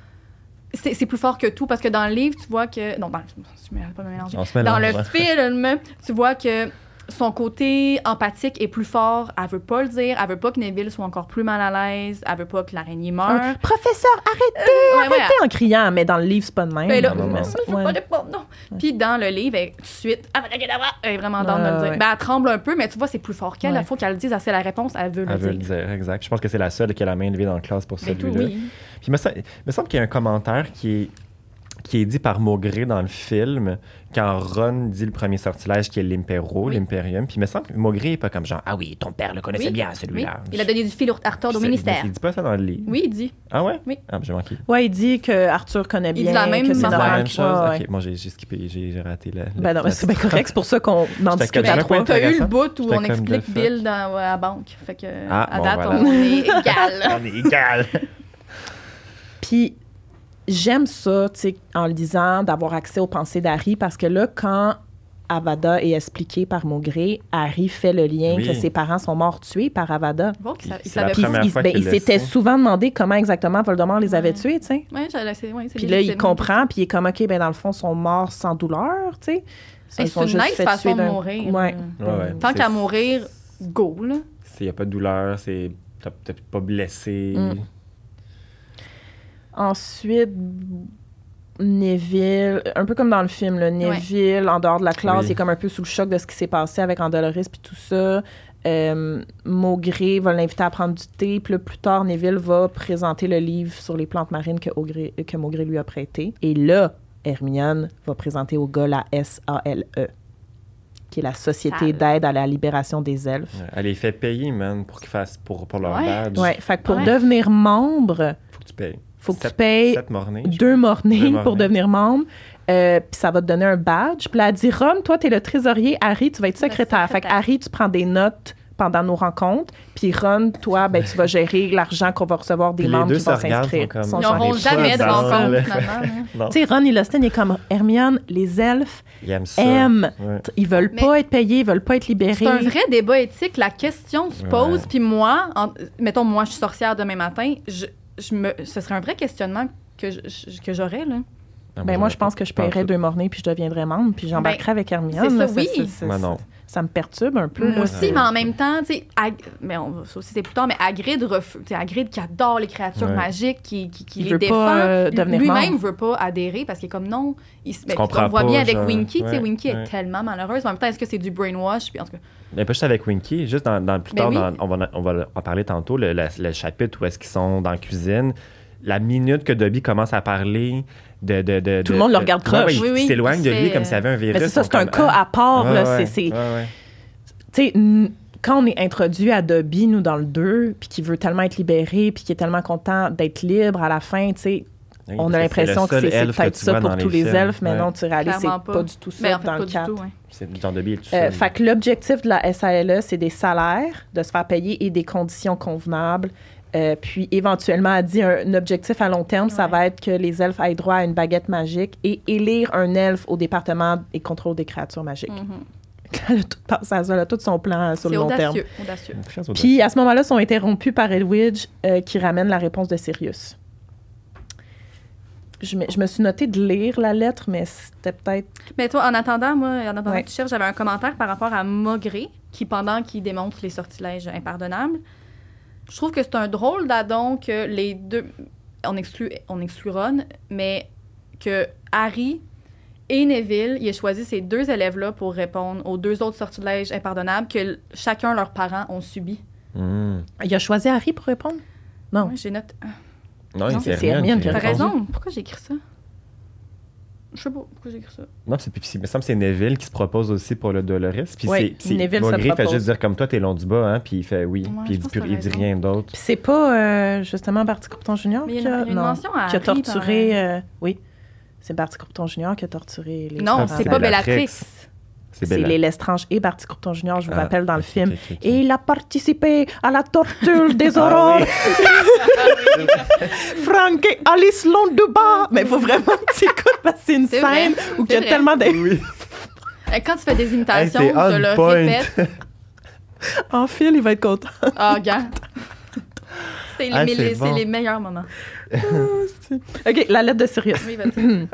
C'est c'est plus fort que tout parce que dans le livre, tu vois que. Non, dans, je me pas me mélanger. On se met Dans le ouais. film, tu vois que son côté empathique est plus fort. Elle veut pas le dire. Elle veut pas que Neville soit encore plus mal à l'aise. Elle veut pas que l'araignée Un- meure. Professeur, arrêtez, Ouais, ouais, arrêtez en criant, mais dans le livre, c'est pas de même. Ben là, Non, non, Mais non. ça- Je veux ouais. pas de pompe, non. Puis dans le livre, elle, tout de suite, Abracadabra, elle est vraiment dans Ouais, de le ouais. dire. Ben, elle tremble un peu, mais tu vois, c'est plus fort qu'elle. Il Ouais. faut qu'elle le dise, Ah, c'est la réponse, elle veut le Elle veut le dire. dire, exact. Je pense que c'est la seule qui a la main levée dans la classe pour Ben, tout, celui-là. oui. Puis il me, sem- il me semble qu'il y a un commentaire qui est, qui est dit par Maugré dans le film, quand Ron dit le premier sortilège qui est l'Impero, Oui. l'Imperium. Puis il me semble que Maugré est pas comme genre Ah oui, ton père le connaissait Oui, bien Oui. celui-là. Il a donné du fil au- à Puis retordre ça, au il- ministère. Il dit pas ça dans le livre. Oui, il dit. Ah ouais? Oui. Ah, ben, j'ai manqué. Ouais, il dit que Arthur connaît dit bien. la que même c'est Il dit affaire. la normal même qu'il- chose. ouais, ouais. Ok, moi j'ai j'ai skippé, j'ai j'ai raté la. la Ben non, mais la- c'est bien correct. C'est pour ça qu'on en J'étais discute comme- à j'avais trois. pas Ben, T'as eu le intéressant. bout où J'étais on comme explique de Bill dans, euh, à la banque. Fait que, Ah, à bon, date, voilà. on est égal. On est égal. Puis j'aime ça, tu sais, en le lisant, d'avoir accès aux pensées d'Harry parce que là, quand Avada est expliqué par Maugré, Harry fait le lien Oui. que ses parents sont morts tués par Avada. Bon, que ça, C'est il la savait Puis pas. première il, fois ben, qu'il il le s'était sait. souvent demandé comment exactement Voldemort les avait Ouais. tués, tu sais. Ouais, j'allais- c'est- ouais, c'est Puis là, il légitime. comprend, puis il est comme, OK, ben dans le fond, ils sont morts sans douleur, tu sais. Hey, C'est une nice façon de mourir. Ouais. Ouais, ouais. Tant C'est- qu'à mourir, go, là. S'il n'y a pas de douleur, c'est. T'as peut-être pas blessé. Mm. Ensuite, Neville, un peu comme dans le film, là, Neville, en dehors de la classe, Oui. il est comme un peu sous le choc de ce qui s'est passé avec Andoloris puis tout ça. Euh, Maugré va l'inviter à prendre du thé. Puis là, plus tard, Neville va présenter le livre sur les plantes marines que, Augré- que Maugré lui a prêté. Et là, Hermione va présenter au gars la SALE, E, qui est la Société Sale. d'aide à la libération des elfes. Ouais, Elle les fait payer, man, pour qu'ils fassent pour, pour leur Ouais. badge. Ouais, fait que pour Ouais. devenir membre, Faut que tu payes. faut que tu Sept- payes Sept mornées. je deux mornings Deux pour mornings. devenir membre. Euh, puis ça va te donner un badge. Puis là, elle dit Rome, toi, t'es le trésorier. Harry, tu vas être Le secrétaire. Fait que secrétaire. Harry, tu prends des notes pendant nos rencontres. Puis Ron, toi, ben, tu vas gérer l'argent qu'on va recevoir des Puis les membres deux qui vont se regardent, s'inscrire. sont comme- Ils sont Ils J'en ai genre- n'auront pas jamais de dans le- rencontre, finalement. hein. pense. Non. Tu sais, Ron et Loston, il est comme Hermione, les elfes Ils aiment ça. aiment. Ouais. Ils veulent Mais- pas être payés, ils veulent pas être libérés. C'est un vrai débat éthique. La question se pose. Ouais. Puis moi, en- mettons, moi, je suis sorcière demain matin. Je, je me, ce serait un vrai questionnement que je- je- que j'aurais. là. Ah, Ben moi, je j'aurais pense que je pas- paierais deux mornées puis je deviendrais membre puis j'embarquerais avec Hermione. Ben, c'est ça, là. oui. ça- Moi, non. ça- ça me perturbe un peu. Moi là. aussi, Ouais. mais en même temps, tu sais, Hag- mais on va- ça aussi, c'est plus tard, mais Hagrid, refuse, tu sais, Hagrid qui adore les créatures Ouais. magiques, qui, qui, qui Il les veut pas, défend, euh, devenir lui-même membre. veut pas adhérer parce qu'il est comme non. Il, se- ben, puis comprends on voit pas, bien avec genre, Winky, tu sais, ouais, Winky ouais. est tellement malheureuse. Mais en même temps, est-ce que c'est du brainwash? Puis en tout cas, Mais pas juste avec Winky, juste dans, dans- plus Ben tard, oui. dans- on, va, on va en parler tantôt, le, la- le chapitre où est-ce qu'ils sont dans la cuisine. La minute que Dobby commence à parler de. de, de- Tout le de- monde le de- regarde Ouais, croche. ouais, il- Oui, oui, il s'éloigne il de se lui fait- comme s'il avait un virus. Mais c'est ça, ils sont c'est un comme, cas à part. Ah, là. C'est- ouais, c'est- ouais, ouais. tu sais, n- quand on est introduit à Dobby, nous, dans le 2, puis qui veut tellement être libéré, puis qui est tellement content d'être libre à la fin, tu sais, Oui, on parce a c'est l'impression le que seul c'est c'est elfe que peut-être tu ça vois pour dans tous les films. elfes, mais Ouais. non, tu réalises, c'est clairement pas. pas du tout ça ben, en fait, dans pas le du 4. tout. ouais. C'est John Dobby est tout Euh, seul. fait E, que l'objectif de la SALE, c'est des salaires, de se faire payer et des conditions convenables. Euh, puis éventuellement a dit un, un objectif à long terme, ça Ouais. va être que les elfes aient droit à une baguette magique et élire un elfe au département et contrôle des créatures magiques. Mhm. Elle a tout pensé à ça, elle a tout son plan euh, sur C'est le long terme. audacieux, audacieux. Une phrase audace. Puis à ce moment-là, sont interrompus par Edwidge euh, qui ramène la réponse de Sirius. Je me, je me suis notée de lire la lettre, mais c'était peut-être. Mais toi, en attendant, moi, en attendant Ouais. que tu cherches, j'avais un commentaire par rapport à Maugré, qui, pendant qu'il démontre les sortilèges impardonnables, je trouve que c'est un drôle d'adon que les deux. On exclut, on exclut Ron, mais que Harry et Neville, ils aient choisi ces deux élèves-là pour répondre aux deux autres sortilèges impardonnables que l- chacun leurs parents ont subi. Hmm. Il a choisi Harry pour répondre? Non. Ouais, J'ai noté. Non, Non, c'est c'est Hermione qui Hermione qui a T'as répond. raison. Pourquoi j'ai écrit ça? Je sais pas pourquoi j'ai écrit ça. Non, c'est puis- puis il me semble que c'est Neville qui se propose aussi pour le Dolores. Puis Oui, c'est, c'est Neville se Maugry fait propose. juste dire comme toi, t'es long du bas, hein, puis il fait oui, Ouais, puis il je dit, pense plus- que t'as il dit raison. rien d'autre. Puis c'est pas euh, justement Barty Croupton Junior Mais il qui y a a, une, il y a une non, mention à qui a Harry dans- torturé. euh, oui. C'est Barty Croupton Junior qui a torturé les Non, parents. Ah, c'est C'est pas Bellatrix. Bellatrix. C'est C'est Bella. les Lestrange et Barty Croupton Junior, je vous Ah, rappelle, dans le ok, film. ok, ok, ok. Et il a participé à la torture des Ah aurores. oui. Frank et Alice Londuba. Mais il faut vraiment que tu écoutes parce que c'est une C'est scène vrai, où il y c'est a vrai. tellement de... Hey, Eh, Quand tu fais des Hey, imitations, c'est Ah je le on point. répète. En fil, il va être content. Ah, gars. C'est les, Ah, mais c'est les- c'est bon. les meilleurs moments. OK, la lettre de Sirius. Oui, vas-y.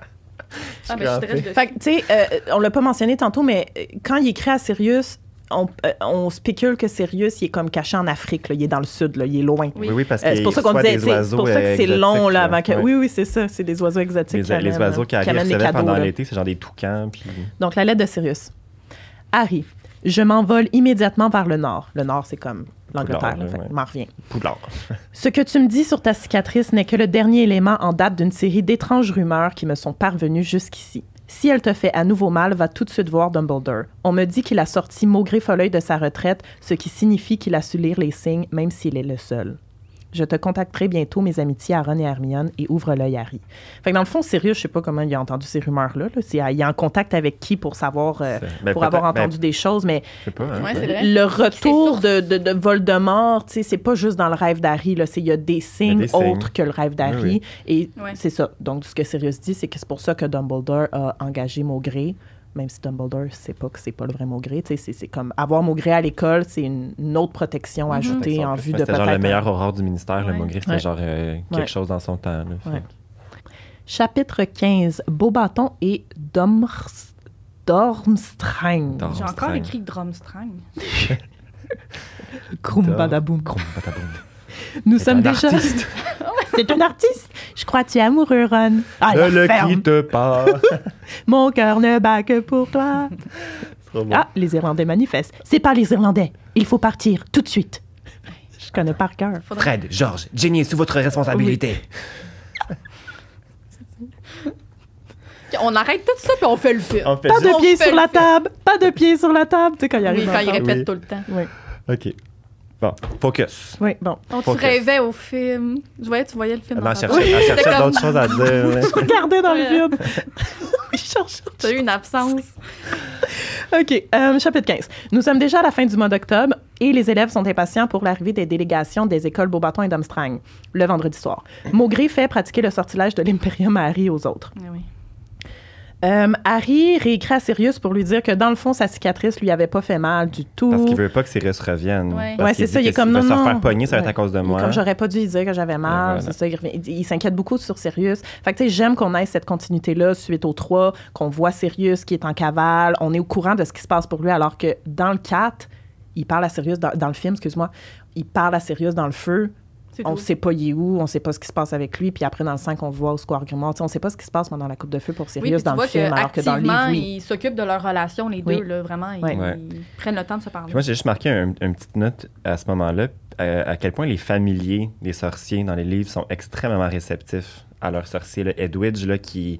ah, ben, je suis crampée. très de... Fait que, tu sais, euh, on l'a pas mentionné tantôt, mais euh, quand il écrit à Sirius, on, euh, on spécule que Sirius, il est comme caché en Afrique. là. Il est dans le sud, là. il est loin. Oui, oui, parce que Euh, c'est pour ça qu'on disait, tu sais, c'est pour ça que euh, c'est long, là, avant que... Oui, oui, c'est ça, c'est des oiseaux Les, exotiques. euh, qui les amènent, oiseaux là, qui arrivent amènent ils les recevaient cadeaux, pendant là. l'été, c'est genre des toucans. Puis... Donc, la lettre de Sirius. Harry, je m'envole immédiatement vers le nord. Le nord, c'est comme l'Angleterre, Poudlard, là, là, fait que ouais. je m'en reviens. Poudlard. Ce que tu me dis sur ta cicatrice n'est que le dernier élément en date d'une série d'étranges rumeurs qui me sont parvenues jusqu'ici. Si elle te fait à nouveau mal, va tout de suite voir Dumbledore. On me dit qu'il a sorti Maugré Folleuil de sa retraite, ce qui signifie qu'il a su lire les signes, même s'il est le seul. Je te contacterai bientôt mes amitiés à Ron et Hermione et ouvre l'œil Harry. Fait que dans le fond, Sirius, je sais pas comment il a entendu ces rumeurs-là. là. C'est- euh, il est en contact avec qui pour savoir, euh, C'est- ben, pour avoir peut-être- ben, entendu des choses, mais Je sais pas. hein, peut-être. Ouais, Ah, c'est vrai. le retour source. de, de, de Voldemort, tu sais, c'est pas juste dans le rêve d'Harry, là, c'est il y a des signes des signes. autres que le rêve d'Harry. Et Ouais. c'est ça. Donc, ce que Sirius dit, c'est que c'est pour ça que Dumbledore a engagé Maugré, même si Dumbledore sait pas que c'est pas le vrai Maugré. Tu sais, c'est- c'est comme avoir Maugré à l'école, c'est une, une autre protection Mhm. ajoutée Fait que en c'est- vue ouais, de C'était genre le peut-être. meilleur horreur du ministère, le Ouais. Maugré. C'était Ouais. genre euh, quelque Ouais. chose dans son temps. là. Fait Ouais. que- Chapitre 15 Beaubâton et Domrs- Dormstrang. Dor- J'ai encore Drumstrang. écrit Drumstrang. Krumbadaboum. Crum, pataboum. Nous C'est sommes un déjà. artiste. C'est un artiste. Je crois que tu es amoureux, Ron. Ah, la Ne le ferme. quitte pas. Mon cœur ne bat que pour toi. Trop bon. Ah, les Irlandais manifestent. C'est pas les Irlandais. Il faut partir tout de suite. Je connais par cœur. Faudrait... Fred, Georges, Jenny est sous votre responsabilité. On arrête tout ça puis on fait le film. On fait Pas juste- de On pieds fait sur le la fait. table. Pas de pieds sur la table. Tu sais, quand il Oui, arrive. quand il encore. répète Oui. tout le temps. Oui. OK. Bon, focus. Oui, bon. On tu Focus. rêvait au film. Je voyais, tu voyais le film. Elle dans en ta cherchait, tête. elle C'était cherchait comme- d'autres choses à dire. là. Je regardais dans le Ouais. vide. Oui, je cherche. T'as eu une absence. OK. euh, chapitre 15. Nous sommes déjà à la fin du mois d'octobre et les élèves sont impatients pour l'arrivée des délégations des écoles Beaubaton et Domstrang le vendredi soir. Maugré fait pratiquer le sortilège de l'Imperium à Harry et aux autres. Ah oui. Euh, Harry réécrit à Sirius pour lui dire que dans le fond, sa cicatrice lui avait pas fait mal du tout. Parce qu'il veut pas que Sirius revienne. Ouais. Parce Ouais, qu'il c'est ça, dit il est que comme, s'il non, va non. se faire pogner, ça va Ouais. être à cause de Il est moi. Comme j'aurais pas dû lui dire que j'avais mal, Et voilà. c'est ça, il, revient- il- il s'inquiète beaucoup sur Sirius. Fait que tu sais, j'aime qu'on ait cette continuité-là suite aux trois, qu'on voit Sirius qui est en cavale, on est au courant de ce qui se passe pour lui, alors que dans le 4, il parle à Sirius, dans, dans le film, excuse-moi, il parle à Sirius dans le feu, C'est on tout. sait pas il est où, on sait pas ce qui se passe avec lui, puis après dans le 5, on le voit au Square Grimoire, Tu sais, on sait pas ce qui se passe pendant la coupe de feu pour Oui, Sirius puis tu dans le vois film, alors que dans le livre, qu'activement, oui. ils s'occupent de leur relation, les deux, Oui. là, vraiment. Ils, Ouais. Ouais. ils prennent le temps de se parler. Puis moi, j'ai juste marqué un- une petite note à ce moment-là, euh, à quel point les familiers des sorciers dans les livres sont extrêmement réceptifs à leurs sorciers. Là. Edwidge, là, qui,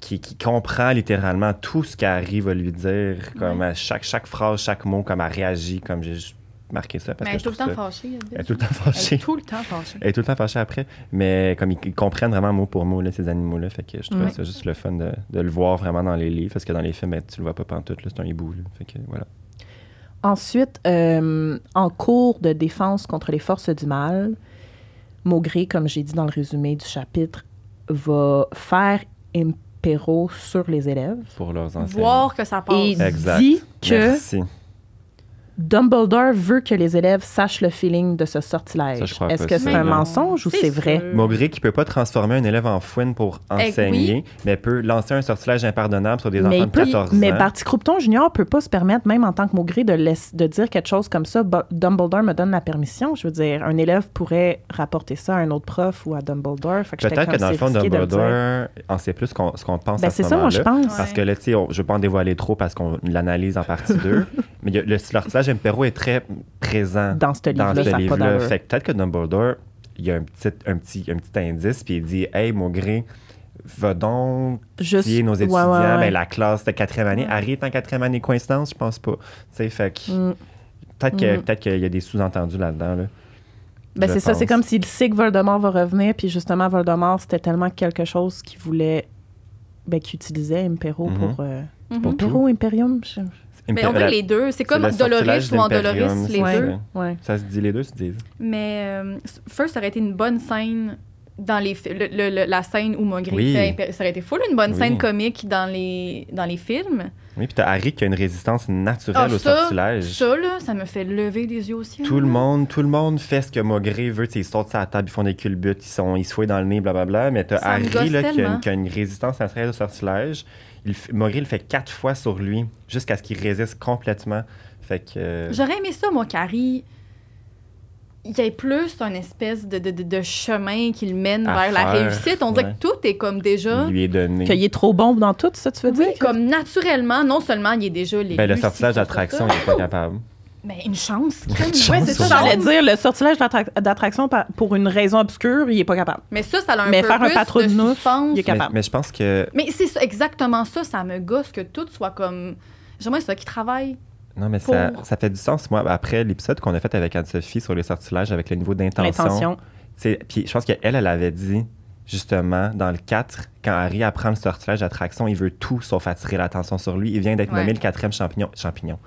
qui, qui comprend littéralement tout ce qu'Harry va lui dire, comme à chaque, chaque phrase, chaque mot, comme elle réagit, comme j'ai juste marqué ça. Parce Mais elle est que tout je trouve le temps ça- fâchée. elle, Elle est tout le temps Elle est fâchée. tout le temps fâchée. Elle est tout le temps fâchée après, mais comme ils, ils comprennent vraiment mot pour mot là, ces animaux-là, fait que je trouvais Ouais. ça juste le fun de, de le voir vraiment dans les livres, parce que dans les films, ben, tu le vois pas pantoute, là, c'est un hibou. là. Fait que voilà. Ensuite, euh, en cours de défense contre les forces du mal, Maugré, comme j'ai dit dans le résumé du chapitre, va faire impéro sur les élèves pour leurs enseignants. Voir que ça passe. et Exact. dit que Merci. Dumbledore veut que les élèves sachent le feeling de ce Ça, sortilège. je crois Est-ce pas que ça, c'est un là. mensonge ou c'est vrai? sûr. Maugré qui peut pas transformer un élève en fouine pour Eh oui. enseigner, mais peut lancer un sortilège impardonnable sur des Mais, enfants de il peut- 14 ans. mais Barty Croupton Junior peut pas se permettre, même en tant que maugré, de, laisser- de dire quelque chose comme ça. Bo- Dumbledore me donne la permission. Je veux dire, un élève pourrait rapporter ça à un autre prof ou à Dumbledore. Fait que j'étais Peut-être que comme, dans le c'est fond, risqué de le dire. Dumbledore en sait plus qu'on- ce qu'on pense Ben, à c'est ce ça, moi, moment-là. je pense. Parce que là, tu sais, on- je veux pas en dévoiler trop parce qu'on l'analyse en partie 2, mais il y a- le sortilège impéro est très présent Dans ce dans livre-là, ce ça n'a pas livre-là. d'allure. Fait que peut-être que Dumbledore, il y a un petit, un petit, un petit indice, puis il dit Hey, Maugré, va donc Juste- titiller nos ouais, ouais, étudiants. ouais. Ben, la classe de quatrième année. Harry est en quatrième année, coïncidence, je pense pas. Tu sais, fait que Mm. peut-être que- Mm. peut-être qu'il y a des sous-entendus là-dedans. Là, Ben, je c'est ça, c'est pense. comme s'il sait que Voldemort va revenir, puis justement, Voldemort, c'était tellement quelque chose qu'il voulait, ben, qu'il utilisait Impero Mhm. pour. euh, Mhm. Pour Impero, Imperium, je- Mais on La- veut les deux. C'est comme le sortilège Doloris ou d'Imperium, Andoloris, les c'est deux. ça. ouais. Ça se dit, les deux se disent. Mais euh, First, ça aurait été une bonne scène dans les fi- le- le- le- la scène où Maugré Oui. fait impé- ça aurait été full une bonne Oui. scène comique dans les dans les films. Oui, puis t'as Harry qui a une résistance naturelle Ah, au ça, sortilège. Ça là, ça me fait lever les yeux au ciel. Tout le monde, tout le monde fait ce que Maugré veut. Tu sais, Ils sortent sa table, ils font des culbutes, ils, sont, ils se fouillent dans le nez, blablabla. Mais t'as Ça Harry me gosse là, qui, a tellement. une, qui a une résistance naturelle au sortilège. Il, f- Maugré le fait quatre fois sur lui, jusqu'à ce qu'il résiste complètement. Fait que. euh, J'aurais aimé ça, moi, qu'Harry, il y ait plus un espèce de, de, de- de chemin qu'il mène À vers la faire, réussite. On dirait ouais. que tout est comme déjà, il lui est donné. Qu'il est trop bon dans tout, ça, tu veux Oui, dire? comme naturellement, non seulement il est déjà les Ben, le sortilège d'attraction, il est pas capable. Mais une chance. crème. Une Ouais, c'est chance, ça, J'allais chance. dire, le sortilège d'attra- d'attraction par- pour une raison obscure, il est pas capable. Mais ça, ça a un Mais peu faire un plus patron de de nouf, suspense. il est Mais, capable. mais je pense que. Mais c'est ça, exactement ça, ça me gosse que tout soit comme. J'aimerais ça qui travaille. Non, mais ça, Pour- ça fait du sens, moi, après l'épisode qu'on a fait avec Anne-Sophie sur les sortilèges, avec le niveau d'intention. L'intention. Tu sais, Puis je pense qu'elle, elle avait dit, justement, dans le 4, quand Harry apprend le sortilège d'attraction, il veut tout sauf attirer l'attention sur lui. Il vient d'être Ouais. nommé le quatrième champignon. Champignon.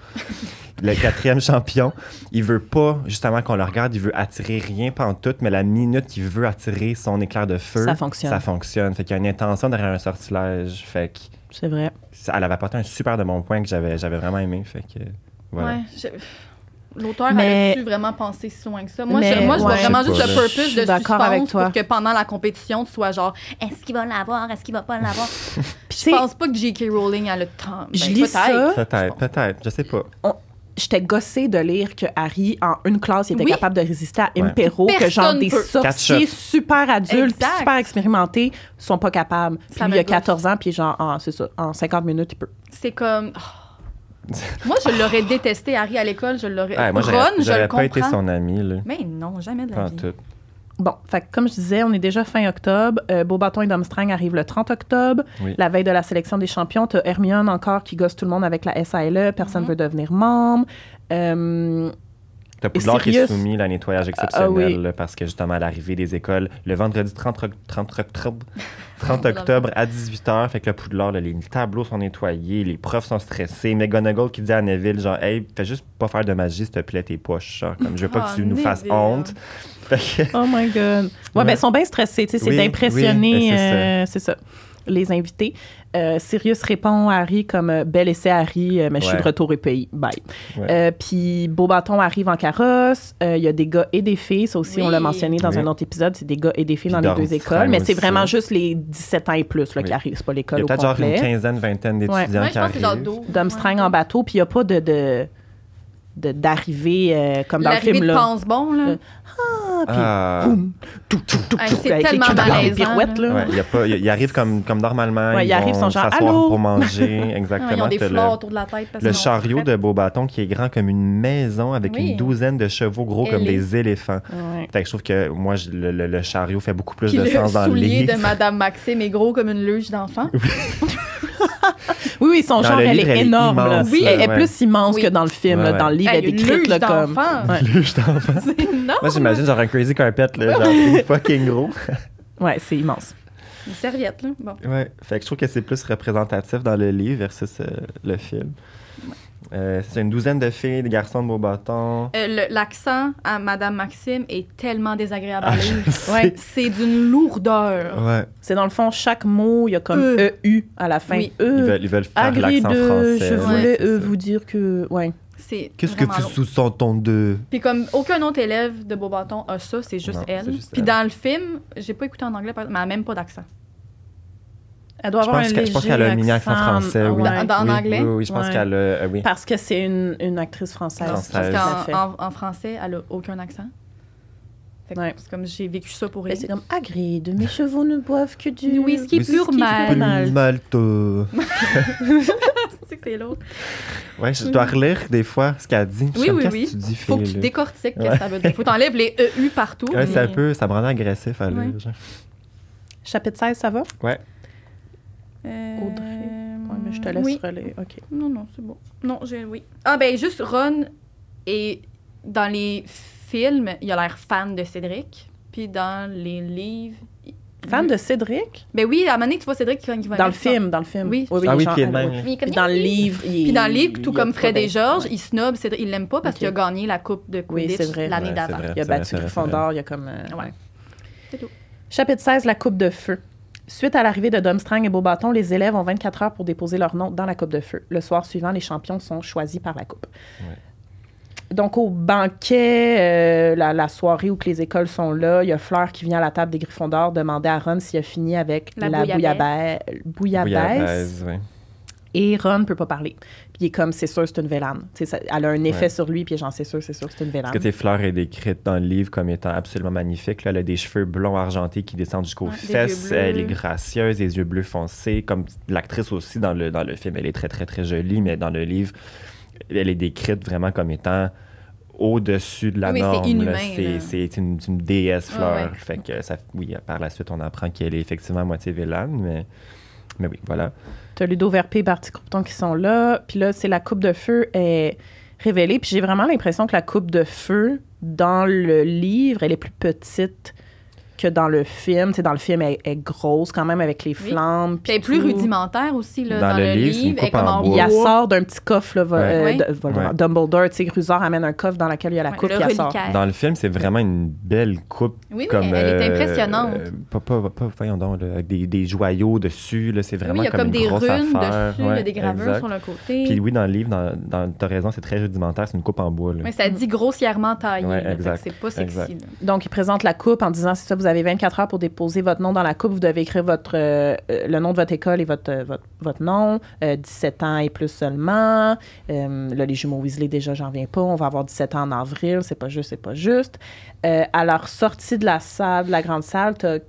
le quatrième champion. Il veut pas, justement, qu'on le regarde. Il veut attirer rien pantoute, mais la minute qu'il veut attirer son éclair de feu, Ça fonctionne. Ça fonctionne. Fait qu'il y a une intention derrière un sortilège. Fait que C'est vrai. ça- elle avait apporté un super de bon point que j'avais j'avais vraiment aimé. Fait que, voilà. Ouais, je- L'auteur Mais- avait-tu vraiment pensé si loin que ça? Moi, Mais- je, moi, je vois ouais. vraiment Je sais juste pas, le là. Je purpose suis de d'accord suspense avec toi. pour que pendant la compétition, tu sois genre « Est-ce qu'il va l'avoir? Est-ce qu'il va pas l'avoir? » Puis, Je pense pas que J.K. Rowling a le temps. Je Ben, lis peut-être. ça. Peut-être, peut-être. Je sais pas. j'étais gossée de lire que Harry, en une classe, il était Oui. capable de résister à Ouais. Impero, que genre Personne des peut. sorciers Quatre super adultes, Exact. super expérimentés, sont pas capables. Puis Ça lui, me il a gosse. 14 ans, puis genre, en, c'est ça, en 50 minutes, il peut. C'est comme... oh. Moi, je l'aurais détesté, Harry, à l'école. Je l'aurais... Ouais, Eh, moi, j'aurais- Euh, Ron, je j'aurais le pas été comprends. son ami, là. Mais non, jamais de la Pas en vie. tout. Bon, fait que comme je disais, on est déjà fin octobre. Euh, Beaubaton et Domstrang arrivent le 30 octobre. Oui. La veille de la sélection des champions, t'as Hermione encore qui gosse tout le monde avec la SALE. E. Personne Mhm. veut devenir membre. Euh, T'as Poudlard qui est Sirius- soumis à un nettoyage exceptionnel là, parce que justement à l'arrivée des écoles, le vendredi 30, oc- 30 octobre, 30 octobre à 18h, fait que le Poudlard, là, les tableaux sont nettoyés, les profs sont stressés. McGonagall qui dit à Neville, genre, hey, fais juste pas faire de magie, s'il te plaît, tes poches. genre, comme, je veux pas Ah, que tu nous fasses Neville. honte. Fait que- oh my God. Ouais, Ouais. ben, ils sont bien stressés. tu sais, C'est Oui, d'impressionner, oui, ben, c'est ça. euh, c'est ça. les invités. Euh, Sirius répond à Harry comme euh, Bel essai, Harry, euh, mais je suis Ouais. de retour au pays. Bye. Ouais. Euh, Puis Beaubaton arrive en carrosse. Euh, Il y a des gars et des filles. Ça aussi, Oui. on l'a mentionné dans Oui. un autre épisode. C'est des gars et des filles Puis dans les deux Durmstrang écoles. Mais c'est aussi. vraiment juste les 17 ans et plus là, Oui. qui arrivent. C'est pas Il y l'école a au peut-être genre une complet. quinzaine, vingtaine d'étudiants Moi, je qui pense que c'est genre arrivent. 12. Domstrang Ouais. en bateau. Puis il n'y a pas de... de de- d'arrivée euh, comme dans le L'arrivée film de là. Pense Bon, là. Euh, Ah, puis- Ah. Tout, tout, tout, Hey, tout, Ah, c'est avec les tellement cris dans les malaisant, pirouettes, là. Ouais, il y a pas- il- il arrive comme, comme normalement. Ouais, il ils arrive, vont sont genre, s'asseoir Allô? pour manger. Ah, Exactement. ils ont des T'as le- fleurs autour de la tête. Parce Le qu'ils ont chariot fait- de Beaubaton qui est grand comme une maison avec Oui. une douzaine de chevaux gros comme Ailés. des éléphants. Ouais. Fait que je trouve que moi, je- le, le- le chariot fait beaucoup plus Puis de le sens dans le soulier livre. de Madame Maxime est gros comme une luge d'enfant. Oui, oui, son Dans genre, le elle livre, est elle est énorme. là. immense, oui, là, elle est ouais. plus immense Oui. que dans le film. Ouais, là. ouais. Dans le livre, Hey, elle est une décrite luge là, comme. d'enfant. Ouais. Luge d'enfant. C'est énorme. Moi, j'imagine genre un crazy carpet, là, genre c'est fucking gros. Ouais, c'est immense. Une serviette, là. Bon. Ouais. Fait que je trouve que c'est plus représentatif dans le livre versus euh, le film. Euh, c'est une douzaine de filles, des garçons de beau bâton. Euh, le- L'accent à Madame Maxime est tellement désagréable. à Ah, lire. je sais. Ouais. C'est d'une lourdeur. Ouais. C'est dans le fond, chaque mot, il y a comme Euh. EU à la fin. Oui. Ils E. veulent, ils veulent faire de Agré l'accent de. français. Je ouais, voulais c'est euh, ça. vous dire que. Ouais. C'est Qu'est-ce que vraiment tu lourd. sous-entends de. Puis comme aucun autre élève de Beaubaton a ça, c'est juste Non, c'est elle. juste Puis elle. dans le film, j'ai pas écouté en anglais, par exemple, mais elle a même pas d'accent. Elle doit Je avoir pense un que- je pense léger qu'elle a un mini accent français, ouais. oui. Dans- Ah, En Oui, anglais? Oui, oui, je pense Ouais. qu'elle a. euh, oui. Parce que c'est une, une actrice française. Française. Parce Tout Tout à fait. qu'en en, en français, elle a aucun accent. Fait que Ouais. c'est comme j'ai vécu ça pour Mais elle. C'est comme agride, mes chevaux ne boivent que du. Du whisky whisky pur pur mal. mal. Malte. euh, Tu sais que c'est l'autre. Ouais, je dois relire des fois ce qu'elle dit. Je Oui, suis comme, Mm. oui, qu'est-ce oui. que tu dis, Faut que fille, tu là? décortiques qu'est-ce que ça veut dire. Faut que t'enlèves les EU partout. Ouais, c'est un mais- peu, ça me rend agressif à Ouais. lire. genre. Chapitre 16, ça va? Euh, Audrey. Ouais, mais je te laisse oui. relire. OK. Non, non, c'est bon. Non, j'ai... Oui. Ah, ben juste Ron et dans les films, il a l'air fan de Cédric. Puis dans les livres... il- Fan de Cédric? Ben oui, à un moment donné, tu vois Cédric quand il va Dans le mettre son- film, dans le film. Oui. Ah oui, genre, puis elle elle- mange. Mais il est comme- Puis dans le livre, il est- Puis dans le livre, il- tout il a comme pas Fred bien- et Georges, ouais. il snob Cédric. Il l'aime pas parce Ok. qu'il a gagné la coupe de Oui, Quidditch c'est vrai. l'année Ouais, c'est d'avant. vrai. Il a C'est vrai, battu c'est vrai, c'est Gryffondor, il y a comme... euh, Ouais. ouais. C'est tout. Chapitre 16, la coupe de feu. Suite à l'arrivée de Domstrang et Beaubâton, les élèves ont 24 heures pour déposer leur nom dans la coupe de feu. Le soir suivant, les champions sont choisis par la coupe. Donc, au banquet, euh, la, la soirée où que les écoles sont là, il y a Fleur qui vient à la table des Gryffondors demander à Ron s'il a fini avec La la, bouillabaisse. bouillabaisse. bouillabaisse. Bouillabaisse, ouais. Et Ron ne peut pas parler. Puis il est comme, c'est sûr, c'est une vélane. Tu sais, ça- elle a un effet Ouais. sur lui, puis genre, c'est sûr, c'est sûr, c'est une vélane. Parce que tes fleurs est décrite dans le livre comme étant absolument magnifique. Là, elle a des cheveux blonds argentés qui descendent jusqu'aux Ouais, des fesses. yeux bleus. Elle est gracieuse, des yeux bleus foncés. Comme l'actrice aussi dans le, dans le film, elle est très, très, très jolie, mais dans le livre, elle est décrite vraiment comme étant au-dessus de la Oui, mais c'est norme. inhumain, là. C'est- là. C'est une, une déesse Ah, fleur. ouais. Fait que ça, oui, par la suite, on apprend qu'elle est effectivement à moitié vélane, mais, mais oui, voilà. T'as Ludo Verpé et Barty Croupton qui sont là. Puis là, c'est la coupe de feu est révélée. Puis j'ai vraiment l'impression que la coupe de feu, dans le livre, elle est plus petite que dans le film. Tu sais, dans le film, elle elle est grosse quand même avec les Oui. flammes. Puis puis elle est plus tout. rudimentaire aussi là, dans, le, livre. c'est une elle est coupe comme en en bois. Il la bois. sort d'un petit coffre, là, va- Ouais. euh, Ouais. de- Voldemort- Ouais. Dumbledore, tu sais, Grusor amène un coffre dans lequel il y a la Ouais, coupe, le puis elle sort. reliquaire. Dans le film, c'est vraiment une belle coupe. Oui, oui, comme, elle est euh, impressionnante. euh, pas, pas, pas- voyons donc, là, avec des, des joyaux dessus, là, c'est Oui, vraiment il y a comme, comme une des runes grosse affaire. dessus, il y a Ouais, des gravures exact. sur le côté. Puis oui, dans le livre, dans, dans, t'as raison, c'est très rudimentaire, c'est une coupe en bois. là. Mais ça dit grossièrement taillé. Ouais, là, fait que exact. c'est pas sexy. là. Donc, il présente la coupe en disant c'est ça, vous avez 24 heures pour déposer votre nom dans la coupe. Vous devez écrire votre, euh, euh, le nom de votre école et votre, euh, votre, votre nom. Euh, 17 ans et plus seulement. Euh, là, les jumeaux Weasley, déjà, j'en viens pas. On va avoir 17 ans en avril. C'est pas juste, c'est pas juste. Euh, à leur sortie de la salle, de la grande salle, t'as-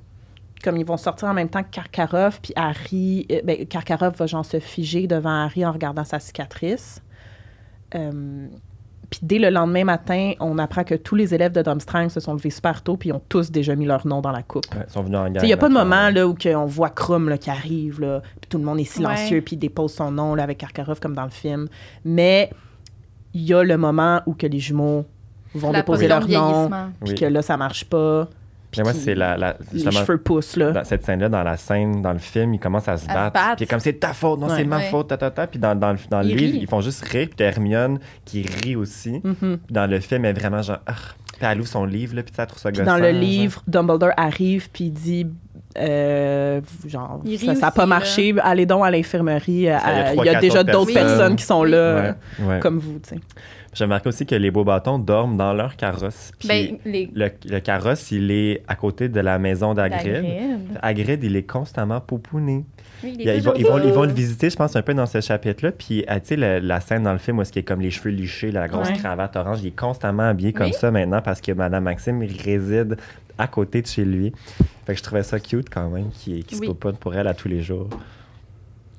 comme ils vont sortir en même temps que Karkaroff, puis Harry. euh, ben, Karkaroff va genre se figer devant Harry en regardant sa cicatrice. Euh, puis dès le lendemain matin, on apprend que tous les élèves de Domstrang se sont levés super tôt puis ils ont tous déjà mis leur nom dans la coupe. Ouais, ils sont venus en gang. Il n'y a pas de là, moment là, où on voit Krum là, qui arrive, là, puis tout le monde est silencieux Ouais. puis il dépose son nom là, avec Karkaroff comme dans le film. Mais il y a le moment où que les jumeaux vont La déposer leur potion de nom vieillissement. puis Oui. que là, ça marche pas. puis Mais moi, qu'ils- c'est la, la- les justement, cheveux poussent. Là. dans cette scène-là, dans la scène, dans le film, ils commencent à se se battre. battre. Puis comme c'est ta faute, non, Ouais. c'est ma Ouais. faute, ta, ta, ta. Puis dans, dans, le- dans le Ils livre, rient. ils font juste rire. Puis t'as Hermione qui rit aussi. Mhm. Puis dans le film, elle est vraiment genre. Ah. Puis elle ouvre son livre, là, puis tu sais, elle trouve ça Puis dans le gossant, genre. livre, Dumbledore arrive puis il dit euh, genre Il ça rit n'a pas aussi, marché, allez donc à l'infirmerie, euh, Parce qu'il y a il trois, y a quatre déjà autres d'autres personnes. hein. personnes qui sont là Ouais, ouais. comme vous, tu sais. J'ai remarqué aussi que les beaux bâtons dorment dans leur carrosse. Puis Ben, les le, le carrosse, il est à côté de la maison d'Agrid. Hagrid. Agrid, il est constamment pouponné. Oui, il est Il y a- Ils, vont, toujours ils vont- ils vont beau. le visiter, je pense, un peu dans ce chapitre-là. Puis, ah, tu sais, la, la scène dans le film où est-ce qu'il est comme les cheveux lichés, la grosse Ouais. cravate orange, il est constamment habillé comme Oui. ça maintenant parce que Madame Maxime réside à côté de chez lui. Fait que je trouvais ça cute quand même, qui, qui Oui. se pouponne pour elle à tous les jours.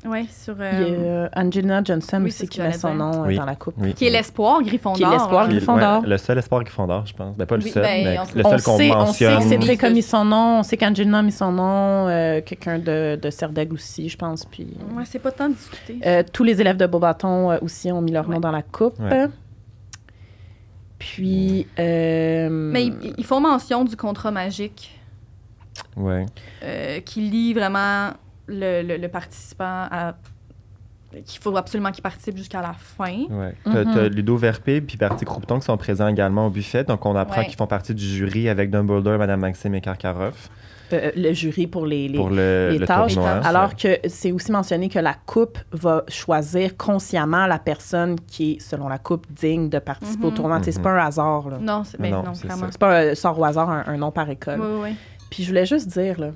Ouais, sur. euh, Il y a euh, Angelina Johnson oui, c'est aussi ce qui que met j'allais son dire. nom euh, Oui. dans la coupe. Oui. Qui est l'espoir Gryffondor. Qui est l'espoir hein. Qui est- Gryffondor. ouais, le seul espoir Gryffondor, je pense. Ben, pas le Oui, seul, ben, mais on- le On seul qu'on sait, on sait mentionne. que Cédric a Oui. mis son nom, on sait qu'Angelina a mis son nom, euh, quelqu'un de, de Serdaigle aussi, je pense. Puis, Ouais, c'est pas tant discuté. Euh, tous les élèves de Beaubaton euh, aussi ont mis leur nom Ouais. dans la coupe. Ouais. Puis. euh, Mais ils, ils font mention du contrat magique Ouais. euh, qui lie vraiment le, le- le participant à qu'il faut absolument qu'ils participent jusqu'à la fin. Ouais. T'as- Mhm. t'as Ludo Verpé puis Bertie Croupiton qui sont présents également au buffet. Donc, on apprend Ouais. qu'ils font partie du jury avec Dumbledore, Madame Maxime et Karkaroff Euh, le jury pour les, les- pour le, les le tâches. hein. tournoi. Alors que c'est aussi mentionné que la coupe va choisir consciemment la personne qui est, selon la coupe, digne de participer au Mhm. tournoi. Tu sais, C'est pas un hasard, là. Non, c'est- mais Non, non, c'est clairement. C'est pas un sort au hasard, un, un nom par Oui, école. oui, oui. Puis je voulais juste dire, là,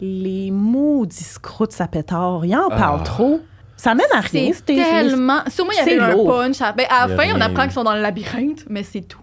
les maudits scrouts à pétard, ils en Ah. parlent trop. Ça mène à rien, C'est c'était- c'est- tellement. Sûrement, il y avait c'est eu lourd. un punch. À, ben, à Il y la a fin, on rien apprend eu. qu'ils sont dans le labyrinthe, mais c'est tout.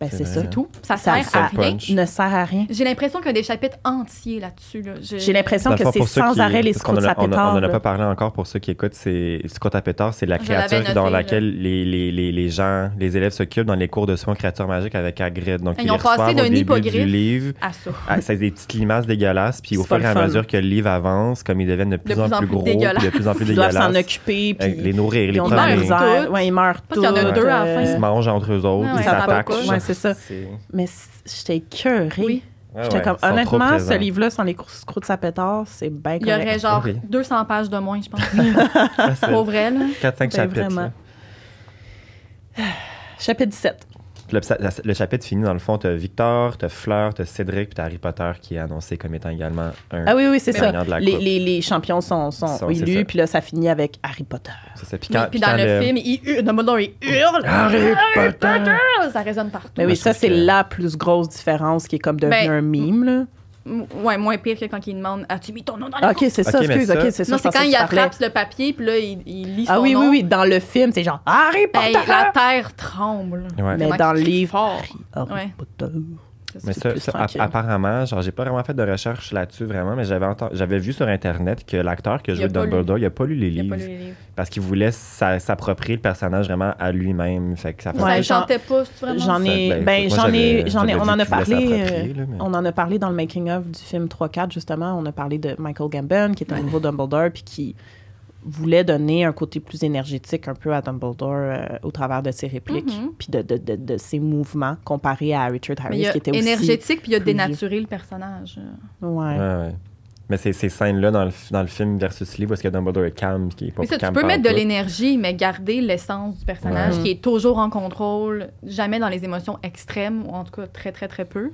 Ben, C'est c'est ça. vrai. Tout Tout. Ça Ça- sert ça à rien. punch. ne sert à rien. J'ai l'impression qu'il y a des chapitres entiers là-dessus. là. Je- J'ai l'impression Dans le que fond, c'est pour ceux sans qui- arrêt les parce qu'on scouts en a- à on a- On pétard. n'en a là. pas parlé encore pour ceux qui écoutent. C'est Scott à pétard, c'est la Je créature l'avais dans noté, là. laquelle les, les, les, les gens, les élèves s'occupent dans les cours de soins créatures magiques avec Hagrid. Donc, Ils ils, ont les reçoivent passé au d'un début du hippogriffe livre. À ça. Ah, c'est des petites limaces dégueulasses. Puis au C'est pas fur et le à fun. mesure que le livre avance, comme ils deviennent de plus, en, plus gros, puis de plus en plus Ils doivent dégueulasses, s'en occuper. euh, Puis les nourrir, les ils ont prendre, meurt les- meurent misère. toutes. Ouais, ils meurent pense qu'il y en a toutes, deux à la euh, ils se mangent entre eux autres, Ah ouais. ils Ça va s'attaquent. pas, quoi. Ouais, c'est ça. C'est- Mais c- j'étais écœurée. Oui. Ouais, J'étais Ah comme, ouais, ils sont trop honnêtement, ce présents. livre-là, sans les scouts à pétard, c'est bien Il y aurait correct. genre Oui. 200 pages de moins, je pense. Ah, c'est Pour vrai, là. Ben, 4-5 chapitres. vraiment. là. Chapitre 17. Puis Le, psa- la- le chapitre finit, dans le fond, t'as Victor, t'as Fleur, t'as Cédric, puis t'as Harry Potter qui est annoncé comme étant également un Ah oui, oui, c'est Mais ça. gagnant de la Les, coupe. les, les champions sont, sont Sont- c'est ça. élus, puis là, ça finit avec Harry Potter. C'est ça. Puis Mais- quand- Ah, puis puis dans quand le film, il hurle. Dumbledore, il hurle. Harry Potter! Ah, Ça résonne partout. Mais Moi, oui, je ça, trouve c'est que- la plus grosse différence qui est comme devenu Ben, un mime, là. M- Ouais, moins pire que quand il demande As-tu mis ton nom dans la Ah, OK, c'est ça, Ok, mais excuse, ça- OK, c'est ça. Non, je c'est pensais quand que il tu parlais. attrape le papier, puis là, il, il lit son Ah oui, nom. Ben, oui, oui, dans le film, c'est genre Harry Hey, Potter! la terre tremble. Ouais. Mais Comment dans le il crie livre, fort. Harry Ouais. Potter. Mais C'est ça, plus ça, tranquille. app- apparemment, genre, j'ai pas vraiment fait de recherche là-dessus vraiment, mais j'avais enten- j'avais vu sur Internet que l'acteur qui a Il joué a pas lu. Dumbledore, il a pas lu les Il a livres pas lu les livres. parce qu'il voulait sa- s'approprier le personnage vraiment à lui-même. Fait que ça fait Ouais, ça j'en- chantait pas, c'est vraiment. J'en Ça, ai, ben, ben, écoute, moi, j'en ai, j'avais- j'en ai, j'avais on vu en a qu'il voulait parlé, s'approprier, euh, là, mais- on en a parlé dans le making of du film 3-4, justement, on a parlé de Michael Gambon, qui est un nouveau Dumbledore, puis qui voulait donner un côté plus énergétique un peu à Dumbledore euh, au travers de ses répliques, Mhm. puis de, de, de, de ses mouvements, comparé à Richard Mais Harris, il y a qui était aussi... énergétique, puis il a plus vieux. dénaturé le personnage. Ouais. Ouais, ouais. Mais c'est ces scènes-là dans le, f- dans le film versus livre, parce que Dumbledore est calme, qui est pas Mais ça, tu calme peux par mettre de tout. l'énergie, mais garder l'essence du personnage Ouais. qui est toujours en contrôle, jamais dans les émotions extrêmes, ou en tout cas très, très, très peu.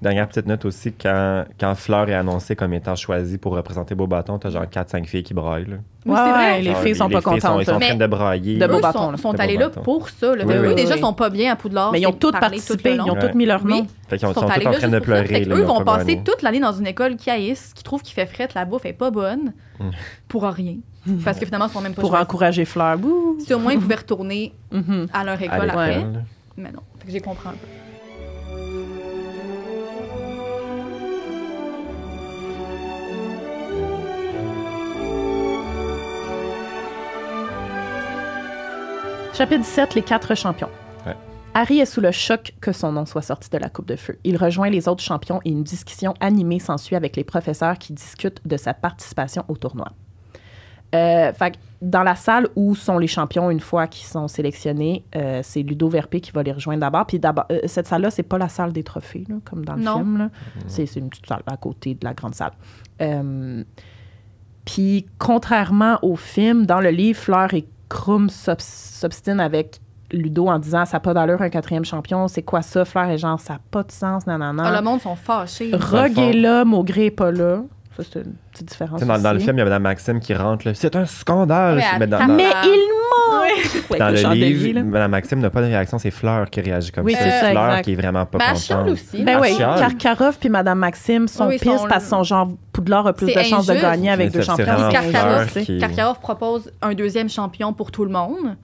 Dernière petite note aussi, quand, quand Fleur est annoncée comme étant choisie pour représenter Beaubaton, t'as genre 4-5 filles qui braillent. là. Oui, Ouais, c'est vrai. ouais, les Genre, filles sont pas filles contentes. ils sont en là. train de brailler. De Eux beau bâton, sont, là. sont De allés beau là bâton. pour ça. là. Oui, Eux, oui, déjà, oui. sont pas bien à Poudlard. Mais ils ont Oh, c'est toutes parlé tout le participé, ils long. ont toutes mis leur nom. Oui, Fait qu'ils Ils sont, tous en train de juste pour ça. Fait pleurer. que là, Eux ils ont vont pas passer gagné. toute l'année dans une école qui haïssent, qui trouve qu'il fait frette, la bouffe est pas bonne, Mm. pour rien. Parce que finalement, ils sont même pas Pour choisis. encourager Fleur. Ouh. Si au moins ils pouvaient retourner Mhm. à leur à école l'école. après. là. Mais non, fait que j'ai compris un peu. Chapitre 17, les quatre champions. Ouais. Harry est sous le choc que son nom soit sorti de la coupe de feu. Il rejoint les autres champions et une discussion animée s'ensuit avec les professeurs qui discutent de sa participation au tournoi. Euh, fait que dans la salle où sont les champions une fois qu'ils sont sélectionnés, euh, c'est Ludo Verpé qui va les rejoindre d'abord. Puis d'abord, euh, cette salle-là, c'est pas la salle des trophées, là, comme dans le Non. film. là. C'est c'est une petite salle à côté de la grande salle. Euh, puis, contrairement au film, dans le livre, Fleur et Krum s'obs- s'obstinent avec Ludo en disant Ça n'a pas d'allure, un quatrième champion, c'est quoi ça Fleur est genre, ça n'a pas de sens, Ah, le nanana. monde sont fâchés. Rogue est là, Maugré n'est pas là. Ça, c'est une petite différence. Tu sais, Dans, dans le aussi. film, il y a Mme Maxime qui rentre. là, C'est un scandale. Ouais, Mais dans, elle dans- Mais Voilà. il manque Ouais, dans avec le chandelier, livre, là. Mme Maxime n'a pas de réaction. C'est Fleur qui réagit comme Oui, ça. c'est ça, Fleur exact. qui est vraiment pas Mais elle chiale contente. aussi. Ben Elle oui, chiale. Karkaroff puis Madame Maxime sont Oui, oui, pistes sont- parce que son genre Poudlard a plus de C'est chances de injuste. gagner avec Mais deux c'est- c'est champions. vraiment C'est Fleur injuste, tu sais. qui- Karkarov propose un deuxième champion pour tout le monde.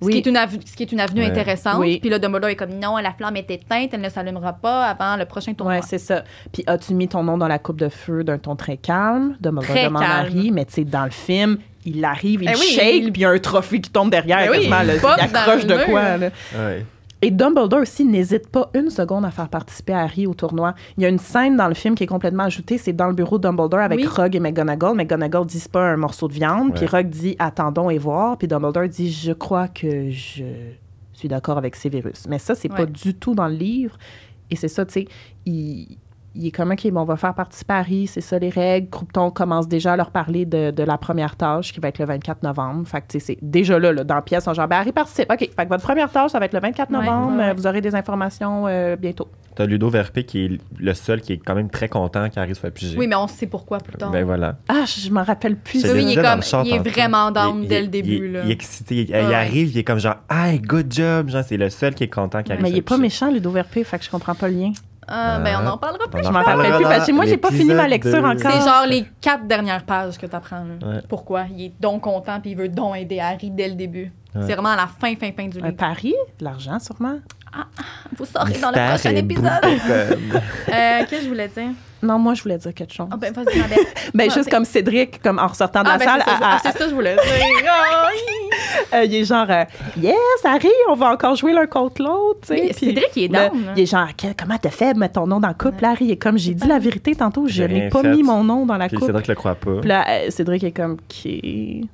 Ce, Oui. qui est une ave- ce qui est une avenue Ouais. intéressante. Oui. Puis là, Dumbledore est comme non, la flamme est éteinte, elle ne s'allumera pas avant le prochain tournoi. Ouais, c'est ça. Puis as-tu mis ton nom dans la coupe de feu d'un ton très calme, de mauvais Très demande calme. Harry, mais tu sais, dans le film, il arrive, il Eh oui, shake, il- puis il y a un trophée qui tombe derrière, Ben oui, quasiment, il là, pop il dans accroche le de mur. quoi. là. Ouais. Et Dumbledore aussi n'hésite pas une seconde à faire participer Harry au tournoi. Il y a une scène dans le film qui est complètement ajoutée, c'est dans le bureau de Dumbledore avec Oui. Rogue et McGonagall. McGonagall dit c'est pas un morceau de viande, puis Ouais. Rogue dit attendons et voir, puis Dumbledore dit je crois que je suis d'accord avec Severus. Mais ça c'est pas Ouais. du tout dans le livre et c'est ça tu sais, il il est comme, OK, bon, on va faire participer Paris, c'est ça les règles. Croupeton commence déjà à leur parler de, de la première tâche qui va être le 24 novembre. Fait que, tu sais, c'est déjà là, là, dans la pièce, on genre, ben, Harry participe. OK, fait que votre première tâche, ça va être le 24 Ouais, novembre. ouais, ouais. Euh, Vous aurez des informations euh, bientôt. T'as Ludo Verpé qui est le seul qui est quand même très content qu'Harry soit pigé. Oui, mais on sait pourquoi plus tard. Ben voilà. Ah, je m'en rappelle plus. C'est Oui, le il est disais dans comme- le chat il est tantôt. vraiment down Il- dès il- le début, il- là. Il est excité. Il, il Ouais. arrive, il est comme genre, hey, good job. Genre, c'est le seul qui est content qu'Harry Mais soit il est pas pigé. méchant, Ludo Verpé, fait que je comprends pas le lien. Ah, ben, on en parlera plus. On Je en m'en parlera rappelle plus dans parce que moi, j'ai pas fini ma lecture l'épisode deux. encore. C'est genre les quatre dernières pages que tu apprends. Ouais. Pourquoi? Il est donc content puis il veut donc aider Harry dès le début. Ouais. C'est vraiment à la fin, fin, fin du Un livre. pari, Euh, de l'argent sûrement. Vous saurez dans le Mystère prochain et épisode. boule- Euh, Qu'est-ce que je voulais dire? Non, moi, je voulais dire quelque chose. Ah, ben, vas-y, ma belle. ben, ah, juste c'est- comme Cédric, comme en ressortant de Ah, la ben, salle, c'est ça, je- à- à- ah, c'est ça que je voulais dire. Ah, Euh, il est genre, euh, yes, Harry, on va encore jouer l'un contre l'autre. tu sais. oui. Puis Cédric, il est là, down. hein. là. il est genre, Que- comment t'as fait de mettre ton nom dans le couple, Ouais. Harry? Et comme j'ai dit la vérité tantôt, je J'ai n'ai rien pas fait. mis mon nom dans la Puis coupe. Cédric le croit pas. Puis là, euh, Cédric est comme, qui.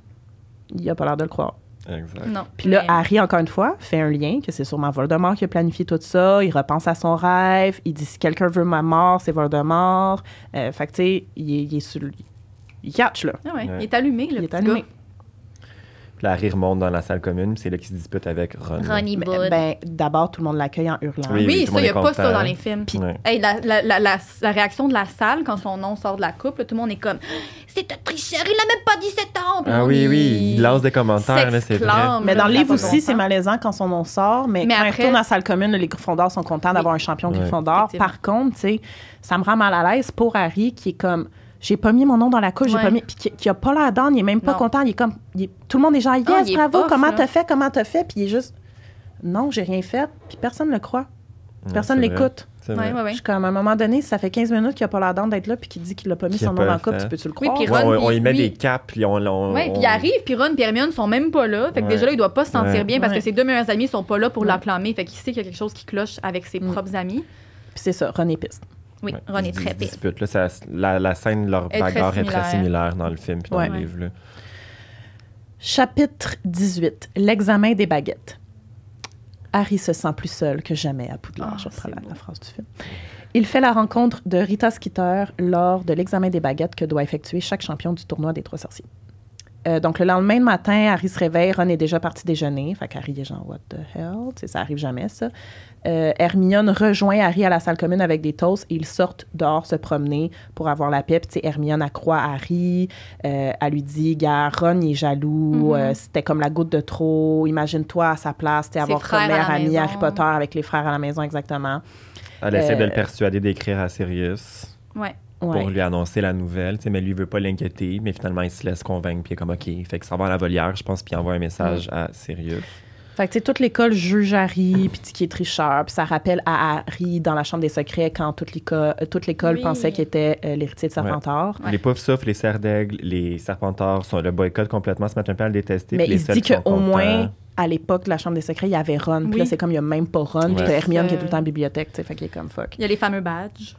Il a pas l'air de le croire. Exact. Non. Puis là, mais- Harry, encore une fois, fait un lien que c'est sûrement Voldemort qui a planifié tout ça. Il repense à son rêve. Il dit si quelqu'un veut ma mort, c'est Voldemort. Euh, fait que, tu sais, il, est- il est sur le- Il catch, là. Ah ouais, Ouais. Il est allumé, le il est petit allumé. Puis là, Harry remonte dans la salle commune, puis c'est là qu'il se dispute avec Ron. gars. Ronnie Ben, Wood. ben, d'abord, tout le monde l'accueille en hurlant. Oui, oui, tout le ça, monde il n'y est a pas content. hein. ça dans les films. Puis- Ouais. Hey, la, la- la- la- la réaction de la salle quand son nom sort de la coupe, là, tout le monde est comme C'est un tricheur, il n'a même pas 17 ans. Puis Ah on oui, est- oui, il lance des commentaires, là, c'est vrai. s'exclame, Mais là, dans le ça livre n'a pas de aussi, bon c'est sens. malaisant quand on en sort, mais, Mais quand après- ils retournent à la salle commune, les Gryffondors sont contents d'avoir un champion Ouais. Gryffondor. Effectivement. Par contre, tu sais, ça me rend mal à l'aise pour Harry qui est comme j'ai pas mis mon nom dans la couche, j'ai Ouais. pas mis puis qui, qui a pas l'air d'âne, il est même pas Non. content, il est comme il est- tout le monde est genre yes, Ah, il est bravo, off, comment là. t'as fait, comment t'as fait, puis il est juste non, j'ai rien fait, puis personne le croit, Ouais, personne c'est vrai. l'écoute. C'est Ouais, vrai. Ah ouais, ouais. Je suis comme à un moment donné, si ça fait 15 minutes qu'il a pas l'air d'âne d'être là puis qu'il dit qu'il a pas mis Qu'il a son nom pas dans la fait. coupe, tu peux tu le Oui, croire puis On, Ron, on- on y il- met lui- des capes, puis on. on Ouais, puis on- il arrive, puis Ron et Hermione sont même pas là. Fait que Ouais. déjà là, il doit pas se sentir Ouais. bien parce Ouais. que ses deux meilleurs amis sont pas là pour Ouais. l'acclamer. Fait qu'il sait qu'il y a quelque chose qui cloche avec ses Mm. propres amis. Puis c'est ça, René piste. Oui, Ouais, Ron ils est se très dis- pisse. disputent, là, ça- la, la scène de leur Est très bagarre est très similaire. similaire dans le film puis dans Ouais. le livre. là. Chapitre 18. L'examen des baguettes. Harry se sent plus seul que jamais à Poudlard, Ah, je reprends c'est la- beau. la phrase du film. Il fait la rencontre de Rita Skeeter lors de l'examen des baguettes que doit effectuer chaque champion du tournoi des Trois Sorciers. Euh, donc, le lendemain matin, Harry se réveille, Ron est déjà parti déjeuner. Fait qu'Harry est genre, what the hell? Tu sais, ça arrive jamais, ça. Euh, Hermione rejoint Harry à la salle commune avec des toasts et ils sortent dehors se promener pour avoir la paix. Puis, tu sais, Hermione accroît Harry. euh, elle lui dit, gars, Ron, il est jaloux. Mhm. euh, C'était comme la goutte de trop. Imagine-toi à sa place, tu sais, Ses avoir frères comme à meilleur la ami maison. Harry Potter avec les frères à la maison, exactement. Elle essaie de Euh, le persuader d'écrire à Sirius Ouais. Ouais. pour lui annoncer la nouvelle, tu sais, mais lui veut pas l'inquiéter, mais finalement il se laisse convaincre puis il est comme OK, fait que ça va à la volière, je pense, puis il envoie un message Mm. à Sirius. Fait que, tu sais, toute l'école juge Harry, puis dit qu'il est tricheur, puis ça rappelle à Harry dans la chambre des secrets quand toute l'école euh, toute l'école Oui. pensait qu'il était euh, l'héritier de Serpentard. Ouais. Les poufs souffles, les cerfs d'aigle, les serpentards sont le boycott complètement ce matin, puis à le détester. Mais puis les il se seuls dit qui sont qu'au moins, contents- à l'époque de la chambre des secrets, il y avait Ron, puis Oui. là, c'est comme il y a même pas Ron, puis Ouais. t'as Hermione qui est Euh. tout le temps en bibliothèque, tu sais, fait qu'il est comme fuck. Il y a les fameux badges.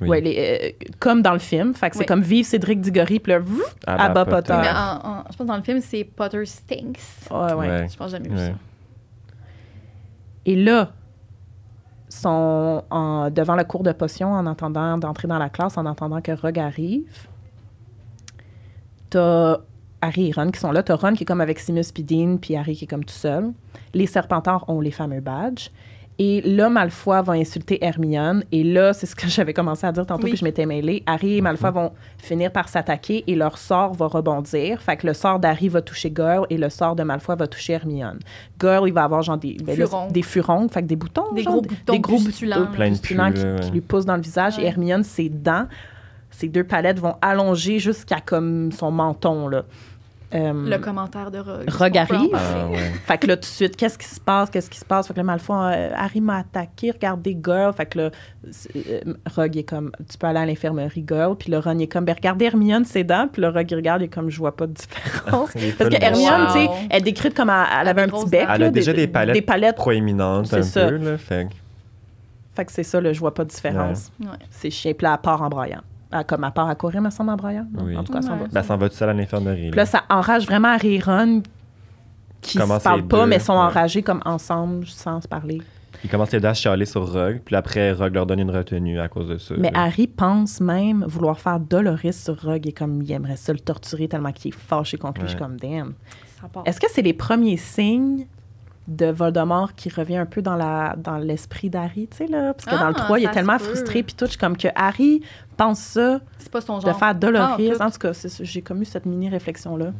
Oui. Ouais, les, euh, comme dans le film, fait que c'est Oui. comme vive Cédric Diggory, puis là, vrouf, Ah, Abba bah, Potter. Mais Ouais. en- en- je pense que dans le film, c'est Potter Stinks. ouais, ouais. Ouais. Je pense que j'ai jamais vu Ouais. ça. Et là, sont en- devant le cours de potion en entendant d'entrer dans la classe, en entendant que Rogue arrive. T'as Harry et Ron qui sont là. T'as Ron qui est comme avec Simus puis Dean, puis Harry qui est comme tout seul. Les Serpentards ont les fameux badges. Et là, Malfoy va insulter Hermione. Et là, c'est ce que j'avais commencé à dire tantôt Oui. que je m'étais mêlée. Harry et Malfoy vont finir par s'attaquer et leur sort va rebondir. Fait que le sort d'Harry va toucher Girl et le sort de Malfoy va toucher Hermione. Girl, il va avoir genre des, ben là, Furons. des furons, fait que des boutons, Des genre, gros boutons des gros pustulants, boutons là. Plein de pustulants pus, qui, là, ouais. qui lui poussent dans le visage. Ouais. Et Hermione, ses dents, ses deux palettes vont allonger jusqu'à comme son menton là. Euh, Le commentaire de Rogue. Rogue arrive. Ah, ouais. fait que là, tout de suite, qu'est-ce qui se passe? Qu'est-ce qui se passe? Fait que là, Malfoy, euh, Harry m'a attaqué, regardez Girl. Fait que là, c'est- euh, Rogue est comme, tu peux aller à l'infirmerie, Girl. Puis le Ron il est comme, ben, regardez Hermione, ses dents. Puis le Rogue, il regarde, il est comme, je vois pas de différence. Il est Parce full que Hermione, Wow. tu sais, elle est décrite comme elle, elle avait un des grosses petit bec. dents. Elle là, a déjà des palettes. Des palettes. proéminente un C'est ça. peu, là, fait que- Fait que c'est ça, là, je vois pas de différence. Ouais. Ouais. C'est chien. Puis là, elle part en broyant. Ah, comme elle part à courir, me semble, en broyant. Non, Oui. En tout cas, elle s'en Ouais. va. Ben, elle s'en va tout seul à l'infirmerie. Puis là, ça enrage vraiment Harry et Ron qui Comment se parlent c'est pas, deux, mais sont ouais. enragés comme ensemble, sans se parler. Ils commencent les deux à chialer sur Rogue, puis après, Rogue leur donne une retenue à cause de ça. Mais là. Harry pense même vouloir faire Doloris sur Rogue et comme il aimerait ça le torturer tellement qu'il est fâché contre lui, je suis Ouais. comme damn. Ça part. Est-ce que c'est les premiers signes de Voldemort qui revient un peu dans la dans l'esprit d'Harry, tu sais là, parce que dans le Ah, 3, il est ça se tellement peut. frustré puis tout, je suis comme que Harry pense ça C'est pas son de genre. faire Doloris. Ah, en tout cas, c'est- j'ai comme eu cette mini réflexion là.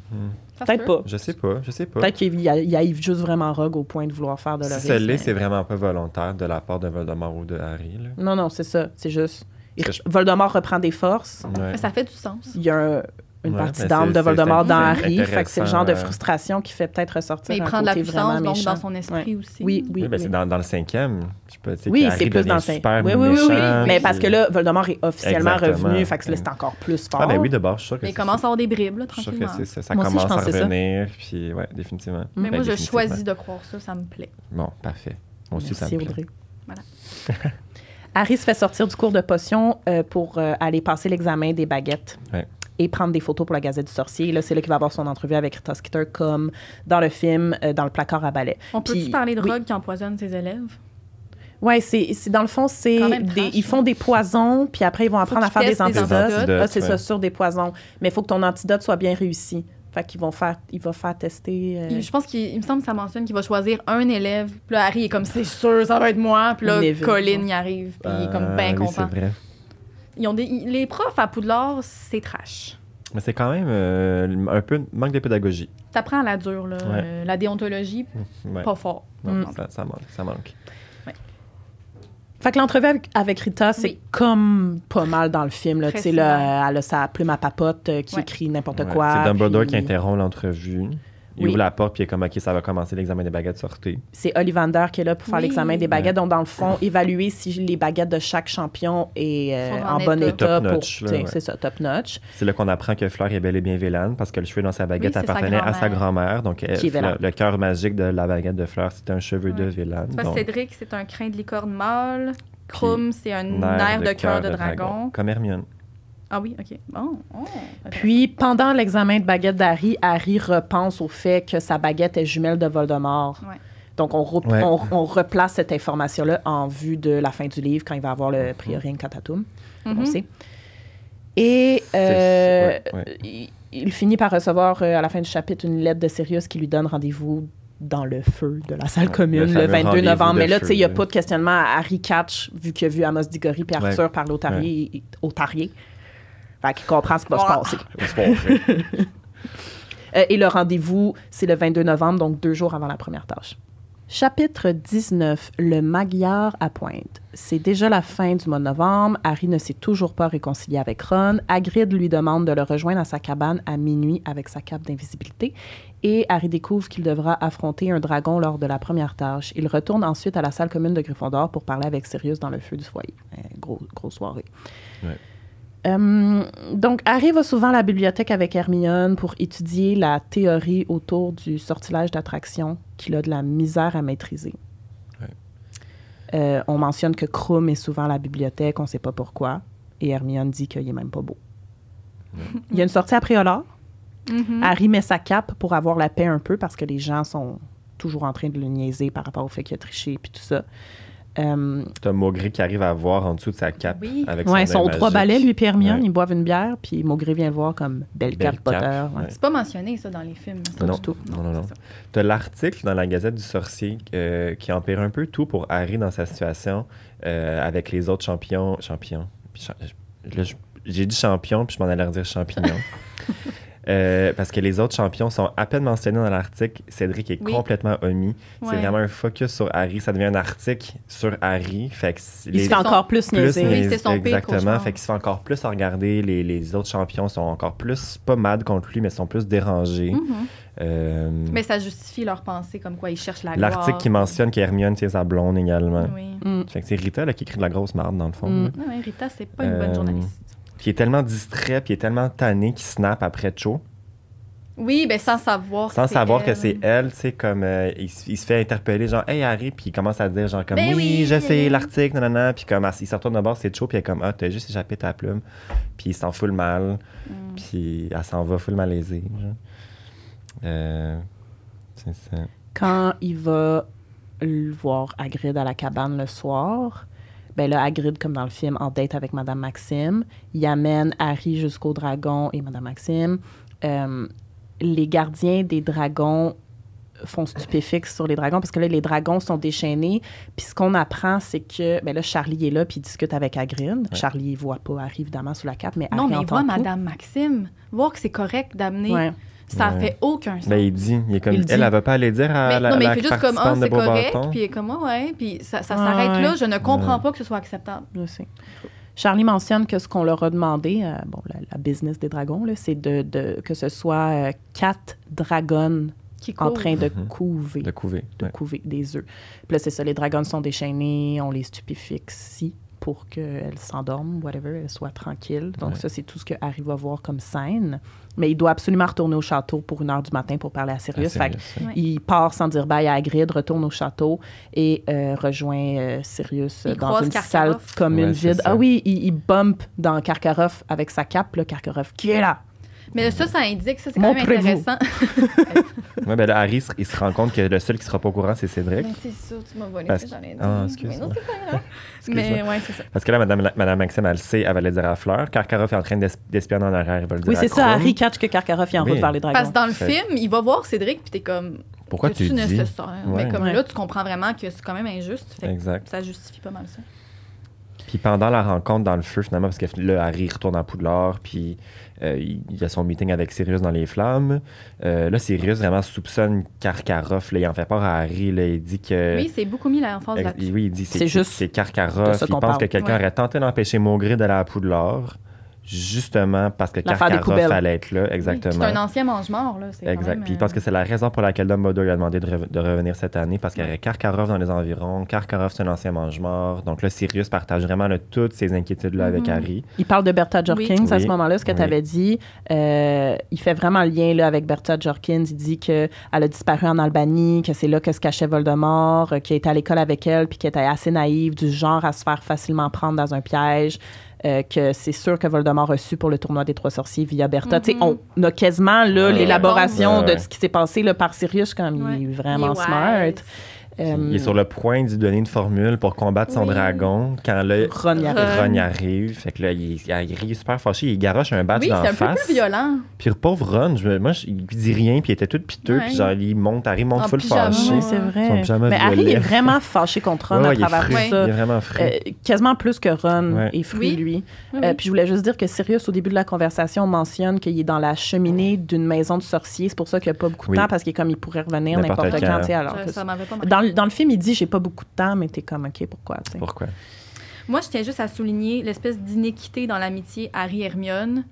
Ça se Peut-être peut. pas. Je sais pas, je sais pas. Peut-être qu'il y a- il arrive juste vraiment Rogue au point de vouloir faire Doloris. Si ça l'est, mais- c'est vraiment pas volontaire de la part de Voldemort ou de Harry. Là. Non non, c'est ça, c'est juste il- Parce que Voldemort reprend des forces. Ouais. Ça fait du sens. il y a un- une Ouais, partie mais d'âme c'est- de c'est- Voldemort c'est- dans c'est Harry. Fait que c'est le genre de intéressant, euh, frustration qui fait peut-être ressortir Mais il un prend de la côté vraiment puissance, donc, méchant. dans son esprit aussi. Oui, oui, Oui, ben, oui. c'est dans, dans le cinquième. Je sais pas, tu sais, Oui, que c'est Harry plus devient dans le super cinq. Oui, oui, oui, oui. méchant, Mais puis- parce que là, Voldemort est officiellement Exactement. revenu, fait que là, c'est encore plus fort. Ah, ben oui, de bord, je suis sûr que Mais il c'est commence à ça. avoir des bribes, là, Je suis sûr que tranquillement. c'est ça. Ça Moi aussi, je commence à pensais ça. revenir, puis ouais, définitivement. Mais Mais Ben, moi, je définitivement. choisis de croire ça, ça me plaît. Bon, parfait. Moi aussi, ça Merci, me plaît. Audrey. Voilà. Harry se fait sortir du cours de potion euh, pour euh, aller passer l'examen des baguettes. Ouais. Et prendre des photos pour la Gazette du Sorcier. Là, c'est là qu'il va avoir son entrevue avec Rita Skeeter, comme dans le film, euh, dans le placard à balai. On peut-tu Puis- parler de oui. Rogue qui empoisonne ses élèves? Oui, c'est c'est- dans le fond, c'est Quand même des- trash, ils là. font des poisons, puis après ils vont apprendre à qu'ils faire des testent les antidotes. antidotes, Ah, c'est ouais. ça, sur des poisons. Mais il faut que ton antidote soit bien réussi. Fait qu'ils vont faire, il va faire tester. euh, Il- Je pense qu'il il me semble que ça mentionne qu'il va choisir un élève. Puis là, Harry est comme, c'est sûr, ça va être moi. Puis là, Neville. Colin y arrive. Puis il est comme Ah, bien oui, content. c'est vrai. Ils ont des, ils- les profs à Poudlard, c'est trash. Mais c'est quand même euh, un peu manque de pédagogie. T'apprends à la dure, là. Ouais. Euh, la déontologie, Ouais. pas fort. Non, Mm. ça, ça manque, ça manque. Fait que l'entrevue avec, avec Rita, c'est Oui. comme pas mal dans le film. Là, Très Tu sais, là, similaire. euh, elle a sa plume à papote euh, qui Ouais. écrit n'importe Ouais. quoi. C'est Dumbledore puis qui interrompt l'entrevue. Il Oui. ouvre la porte, puis il est comme, OK, ça va commencer l'examen des baguettes sortées. C'est Ollivander qui est là pour faire Oui. l'examen des baguettes. Donc, dans le fond, évaluer si les baguettes de chaque champion est euh, Sont en en bon état. état. Top pour- notch, là, tu sais, ouais. C'est ça, top notch. C'est là qu'on apprend que Fleur est bel et bien Vélane parce que le cheveu dans sa baguette Oui, c'est sa appartenait à sa grand-mère. Donc, elle- Qui est Vélane. le, le cœur magique de la baguette de Fleur, c'était un cheveu de Ouais. Vélane. Parce que Donc, Cédric, c'est un crin de licorne mâle. Krum, c'est un nerf de cœur de, dragon. Comme Hermione. Ah oui, OK. Bon. oh, ok. Puis, pendant l'examen de baguette d'Harry, Harry repense au fait que sa baguette est jumelle de Voldemort. Ouais. Donc, on, rep- Ouais. on- on replace cette information-là en vue de la fin du livre quand il va avoir le priori incantatum. Mhm. On sait. Et C'est- euh, ouais, ouais. il, il finit par recevoir euh, à la fin du chapitre une lettre de Sirius qui lui donne rendez-vous dans le feu de la salle Ouais, le commune le, fameux 22 rendez-vous novembre. de Mais là, tu feu, sais, il n'y a là. pas de questionnement à Harry Catch, vu qu'il a vu Amos Diggory puis Ouais. Arthur parler au tarier. il- Au tarier. Fait qu'il comprend ce qui va se Ah. passer. Ouais. Euh, et le rendez-vous, c'est le 22 novembre, donc deux jours avant la première tâche. Chapitre 19, le Magyar à pointe. C'est déjà la fin du mois de novembre. Harry ne s'est toujours pas réconcilié avec Ron. Hagrid lui demande de le rejoindre à sa cabane à minuit avec sa cape d'invisibilité. Et Harry découvre qu'il devra affronter un dragon lors de la première tâche. Il retourne ensuite à la salle commune de Gryffondor pour parler avec Sirius dans le feu du foyer. Euh, gros, grosse soirée. Euh, donc, Harry va souvent à la bibliothèque avec Hermione pour étudier la théorie autour du sortilège d'attraction qu'il a de la misère à maîtriser. Ouais. Euh, on mentionne que Krum est souvent à la bibliothèque, on ne sait pas pourquoi. Et Hermione dit qu'il est même pas beau. Il y a une sortie à Préolard. Mhm. Harry met sa cape pour avoir la paix un peu parce que les gens sont toujours en train de le niaiser par rapport au fait qu'il a triché et tout ça. Euh, T'as Maugré qui arrive à voir en dessous de sa cape Oui. avec ouais, ils son sont aux œil trois magique. balais, lui et Hermione. Ouais. Ils boivent une bière, puis Maugré vient le voir comme belle, Belle cape cape, Potter. ouais. ouais. C'est pas mentionné, ça, dans les films. Non, du tout. non, non, non. c'est ça. T'as l'article dans la Gazette du Sorcier euh, qui empire un peu tout pour Harry dans sa situation euh, avec les autres champions. Champions. Puis cha- là, je- j'ai dit champion, puis je m'en allais redire champignon. Euh, parce que les autres champions sont à peine mentionnés dans l'article. Cédric est Oui. complètement omis. C'est Ouais. vraiment un focus sur Harry. Ça devient un article sur Harry. Fait que c'est- Il les- se fait encore plus plus niaiser. Oui, niaise- c'était son pire exactement. cauchemar. Fait qu'il se fait encore plus à regarder. Les, les autres champions sont encore plus, pas mad contre lui, mais sont plus dérangés. Mhm. Euh, Mais ça justifie leur pensée, comme quoi ils cherchent la gloire. L'article qui mentionne qu'Hermione, c'est sa blonde également. Oui. Mm. Fait que c'est Rita là, qui crie de la grosse marde, dans le fond. Mm. là. Non, mais Ah Rita, c'est pas une bonne Euh, journaliste. Puis il est tellement distrait, puis il est tellement tanné qu'il snap après Cho. Oui, ben sans savoir. Sans que c'est savoir que elle. c'est elle, tu sais, comme euh, il, s- il se fait interpeller, genre, hey Harry, puis il commence à dire, genre, comme, Ben oui, oui, j'ai essayé euh. l'article, nanana, puis comme, elle- il se retourne d'abord, c'est Cho, puis elle est comme, ah, t'as juste échappé ta plume, puis il s'en fout le mal, Mm. puis elle s'en va full malaisée, genre. Euh, c'est ça. Quand il va le voir Hagrid à la cabane le soir. Ben là, Hagrid, comme dans le film, en date avec Madame Maxime. Il amène Harry jusqu'au dragon et Madame Maxime. Euh, les gardiens des dragons font stupéfixe sur les dragons parce que là, les dragons sont déchaînés. Puis ce qu'on apprend, c'est que ben là, Charlie est là puis il discute avec Hagrid. Charlie, il voit pas Harry, évidemment, sous la cape, mais Non, Harry mais entend vois tout. Madame Maxime, voir que c'est correct d'amener, Ouais. ça Ouais. fait aucun sens. Ben, il dit. Il est comme, Il elle, dit. elle, va pas aller dire à Mais- la, non, mais la il fait juste comme, ah, participante de c'est correct, Beauxbâton. puis il est comme, ah, ouais, puis ça, ça Ah, s'arrête ouais. là, je ne comprends Ouais. pas que ce soit acceptable. Je sais. Charlie mentionne que ce qu'on leur a demandé, euh, bon, la, la business des dragons, là, c'est de, de- que ce soit euh, quatre dragons Qui en court. train de Mhm. couver, De de, couver. ouais. couver des œufs. Puis là, c'est ça, les dragons sont déchaînés, on les stupéfixie pour qu'elles s'endorment, whatever, elles soient tranquilles. Donc Ouais. ça, c'est tout ce que Harry va voir comme scène. Mais il doit absolument retourner au château pour une heure du matin pour parler à Ah, Sirius. Fait que sérieux, ça. Ouais. il part sans dire bye à Hagrid, retourne au château et euh, rejoint euh, Sirius euh, Il dans croise une salle Karkaroff. commune Ouais, c'est vide. ça. Ah oui, il, il bump dans Karkaroff avec sa cape, là, Karkaroff, qui est là? Mais ça, ça indique, ça, c'est quand même Montrez-vous. intéressant. Ouais, ben là, Harry, se- il se rend compte que le seul qui sera pas au courant, c'est Cédric. Mais c'est sûr, tu m'as volé Parce- ça, j'en ai dit. Ah, excuse-moi. Mais non, c'est pas grave. Excuse-moi. Mais euh, ouais, c'est ça. Parce que là, Madame, Madame Maxime, elle le sait, elle va le dire à Fleur. Karkaroff est en train d'es- d'espionner en arrière. Elle va le dire Oui, à c'est ça, Krum. Harry catch que Karkaroff est en Oui. route vers les Parce dragons. que dans le C'est- film, il va voir Cédric, puis t'es comme, Pourquoi tu tu le dis nécessaire? Ouais. Mais comme Ouais. là, tu comprends vraiment que c'est quand même injuste. Fait que Exact. ça justifie pas mal ça. Puis pendant la rencontre dans le feu, finalement, parce que là, Harry retourne à Poudlard, puis euh, il il y a son meeting avec Sirius dans les flammes. Euh, là, Sirius vraiment soupçonne Karkaroff. Là, il en fait peur à Harry. Là, il dit que. Oui, c'est beaucoup mis l'emphase Euh, Ex- là-dessus. Oui, il dit C'est c'est juste juste c'est de Karkaroff. ça Il qu'on pense parle. que quelqu'un Ouais. aurait tenté d'empêcher Maugré d'aller à Poudlard, justement parce que L'affaire des Karkaroff poubelles. allait être là, exactement. C'est un ancien mange-mort, là. c'est quand Exact. même, Puis il euh, pense que c'est la raison pour laquelle Dumbledore lui a demandé de, re- de revenir cette année, parce qu'il y aurait Karkaroff dans les environs. Karkaroff, c'est un ancien mange-mort. Donc là, Sirius partage vraiment là, toutes ses inquiétudes-là avec Mhm. Harry. Il parle de Bertha Jorkins à Oui. ce moment-là, ce que Oui. tu avais dit. Euh, il fait vraiment le lien là, avec Bertha Jorkins. Il dit qu'elle a disparu en Albanie, que c'est là que se cachait Voldemort, euh, qu'il était à l'école avec elle, puis qu'elle était assez naïve, du genre à se faire facilement prendre dans un piège. euh, que c'est sûr que Voldemort a su pour le tournoi des trois sorciers via Bertha. Mhm. Tu sais, On a quasiment là, Ouais. l'élaboration Ouais, ouais. de ce qui s'est passé là, par Sirius, comme Ouais. il est il est vraiment wise. smart. Euh, Il est sur le point d'y donner une formule pour combattre son Oui. dragon quand là, Ron y arrive. Ron y arrive. Fait que là, il, est- Harry est super fâché. Il garoche un badge Oui, c'est d'en un peu face. plus violent. Puis le pauvre Ron, je me- moi, je- il dit rien, puis il était tout piteux, Ouais. puis genre, il monte, Harry monte En full pyjama. fâché. Oui, Ouais, c'est Son vrai. pyjama Mais Harry violet. est vraiment fâché contre Ron Ouais, à ouais, il est travers frais. ça. Il est vraiment frais. Euh, quasiment plus que Ron Ouais. et Fruit, Oui. lui. Oui, Euh, oui. puis je voulais juste dire que Sirius, au début de la conversation, mentionne qu'il est dans la cheminée d'une maison de sorciers. C'est pour ça qu'il n'y a pas beaucoup de Oui. temps, parce qu'il est comme il pourrait revenir N'importe n'importe quand. quand. tu sais, alors Ça- que ça m'avait pas marqué. dans, le- dans le film, il dit J'ai pas beaucoup de temps, mais t'es comme OK, pourquoi tu sais. Pourquoi? Moi, je tiens juste à souligner l'espèce d'iniquité dans l'amitié Harry-Hermione.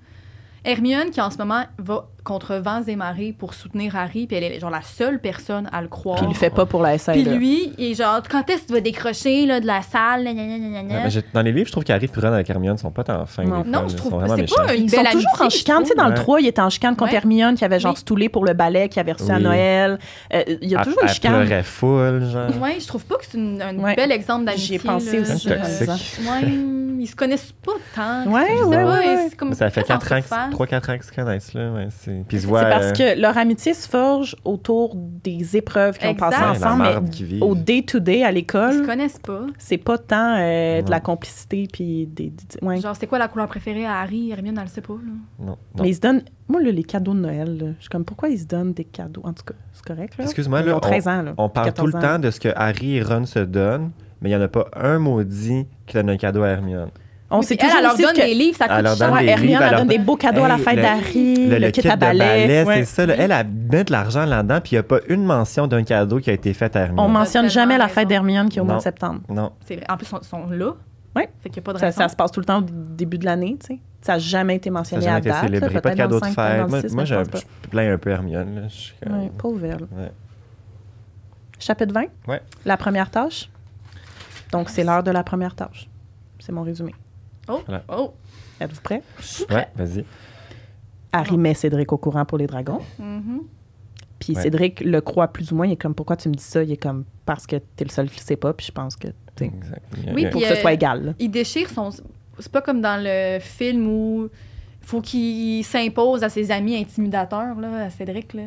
Hermione, qui en ce moment va contre vents et marées pour soutenir Harry, puis elle est genre la seule personne à le croire. Puis il le fait pas pour la E. SAE. Puis lui, il est genre, quand est-ce que tu vas décrocher là, de la salle? gna, gna, gna, gna, gna. Ouais, mais j'ai- Dans les livres, je trouve qu'Harry et Ron avec Hermione sont Ah, ben, pas tant fins. Non. des fois, non, là. je Ils trouve sont vraiment c'est méchants. pas une Ils belle sont amitié. toujours en je chicane. Tu sais, dans le Ouais. 3, il est en chicane contre Ouais. Hermione, qui avait genre Oui. stoulé pour le ballet, qui avait reçu à Oui. Noël. Euh, il y a Elle- toujours une elle chicane. pleurait full, genre. trouve. Ouais, je trouve pas que c'est une- un Ouais. bel exemple d'amitié. J'y ai pensé là, aussi. C'est je- toxique. Ouais, ils se connaissent pas tant. Ouais, Je sais ouais, pas, ouais, c'est ouais. comme- Ça fait peut-être en 4 ans, surface. 3-4 ans qu'ils se connaissent, là. Ouais, c'est... Puis ils se voient. C'est parce euh, que leur amitié se forge autour des épreuves qu'ils ont Exact. passées ouais, la ensemble, mais marde qu'ils vivent. au day-to-day à Ils se l'école, connaissent pas. c'est pas tant euh, de la Non. complicité puis des. des- ouais. Genre, c'est quoi la couleur préférée à Harry? Hermione, elle le sait pas. Là. Non, non. Mais ils se donnent. Moi, là, les cadeaux de Noël, là, je suis comme, pourquoi ils se donnent des cadeaux En tout cas, c'est correct. Là. Excuse-moi, Ils là, ont 13 ans. Là, On parle tout le 14 ans. temps de ce que Harry et Ron se donnent, mais il n'y en a pas un maudit qui donne un cadeau à Hermione. On Oui, sait puis toujours elle, elle leur aussi donne que des livres, ça Elle coûte leur cher. donne Ouais, des Hermione, livres, elle elle donne leur- des beaux cadeaux à la Hey, fête le- d'Harry, le, kit à de ballet, ballet. ouais. c'est ça. là. Elle, elle met de l'argent là-dedans, puis il n'y a pas une mention d'un cadeau qui a été fait à On Hermione. mentionne tellement jamais la raison. fête d'Hermione qui est au mois de Non. septembre. Non. C'est vrai. En plus, ils sont là. Ouais. Fait qu'il n'y a pas de Ça, raison. ça se passe tout le temps au début de l'année, tu sais. Ça n'a jamais été Ça n'a mentionné jamais à été date. célébré. là, Pas peut-être de dans cadeau le de cinq, peut-être fête. dans le Moi, six, moi mais je je, pense pas. je plains un euh, peu Hermione. là. Je suis comme- Ouais, pauvre elle. Ouais. Chapitre 20. Ouais. La première tâche. Donc, c'est l'heure de la première tâche. C'est mon résumé. Oh, Voilà. oh. Êtes-vous prêts? Ouais, vas-y. Harry met Cédric au courant pour les dragons. Mhm. Puis Ouais. Cédric le croit plus ou moins. Il est comme, pourquoi tu me dis ça? Il est comme, parce que t'es le seul qui le sait pas. Puis je pense que T'sais. Exact. Oui, pour Puis, que euh, ce soit égal. là. Il déchire son. C'est pas comme dans le film où faut qu'il s'impose à ses amis intimidateurs, là, à Cédric. Là.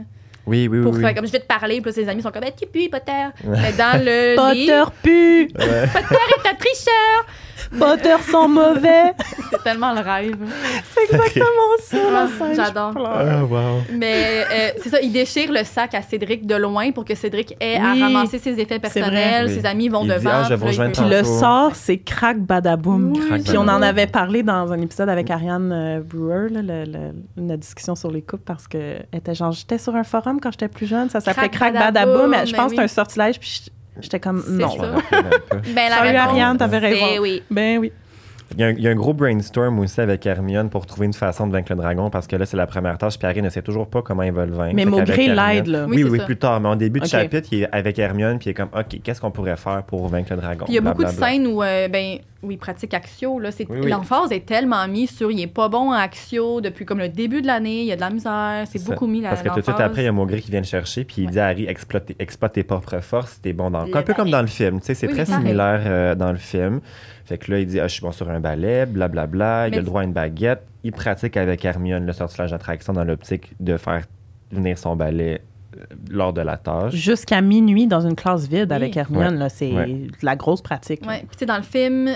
Oui, oui, oui. pour oui. faire comme je vais te parler. Puis là, ses amis sont comme, Eh, tu pues, Potter. Mais dans le Potter livre, pu! Ouais. t'as tricheur. Potter sont mauvais! C'est tellement le rêve. C'est exactement ça, la Ah, scène. j'adore. Je pleure. Ah, wow. Mais euh, c'est ça, il déchire le sac à Cédric de loin pour que Cédric ait Oui, à ramasser ses effets c'est vrai. personnels. Oui. Ses amis vont Il dit, devant. Ah, je vais vous puis là, il rejoindre peut- Puis le Tantôt. Ben sort, c'est crack badaboum. Oui. Crac, Puis on en badaboum. avait parlé dans un épisode avec Ariane euh, Brewer, là, le- le- notre discussion sur les couples, parce que elle était genre, j'étais sur un forum quand j'étais plus jeune, ça s'appelait Crack Crac Badaboum, Badaboum, je mais pense que c'était oui. un sortilège, puis je- j'étais comme, C'est non. Je m'en ça. rappelle un peu. Ben, la Salut réponse, Ariane, t'avais c'est raison. oui. Ben oui. Il y, a un, il y a un gros brainstorm aussi avec Hermione pour trouver une façon de vaincre le dragon parce que là, c'est la première tâche. Puis Harry ne sait toujours pas comment il va le vaincre. Mais Fait qu'avec Maugré Hermione- l'aide, là. Oui, Oui, c'est oui, ça. plus tard. Mais en début de Ok. chapitre, il est avec Hermione, puis il est comme, OK, qu'est-ce qu'on pourrait faire pour vaincre le dragon? Puis il y a beaucoup de Blablabla. scènes où, euh, ben, où il pratique Axio. là. C'est- Oui, oui. L'emphase est tellement mise sur il est pas bon à Axio depuis comme le début de l'année. Il y a de la misère. C'est C'est ça. beaucoup mis la Parce que tout de suite l'emphase. après, il y a Maugré qui vient le chercher, puis il Ouais. dit à Harry, exploite, exploite tes propres forces, t'es bon dans. Le Un peu comme ballet. dans le film, tu sais, c'est Oui, très oui, pareil. similaire euh, dans le film. Fait que là, il dit, ah, je suis bon sur un ballet, blablabla, il Mais a le tu- droit à une baguette. Il pratique avec Hermione le sortilège d'attraction dans l'optique de faire venir son ballet euh, lors de la tâche. Jusqu'à minuit dans une classe vide avec Oui. Hermione, là, c'est Ouais. de la grosse pratique. là. Ouais. Puis tu sais, dans le film,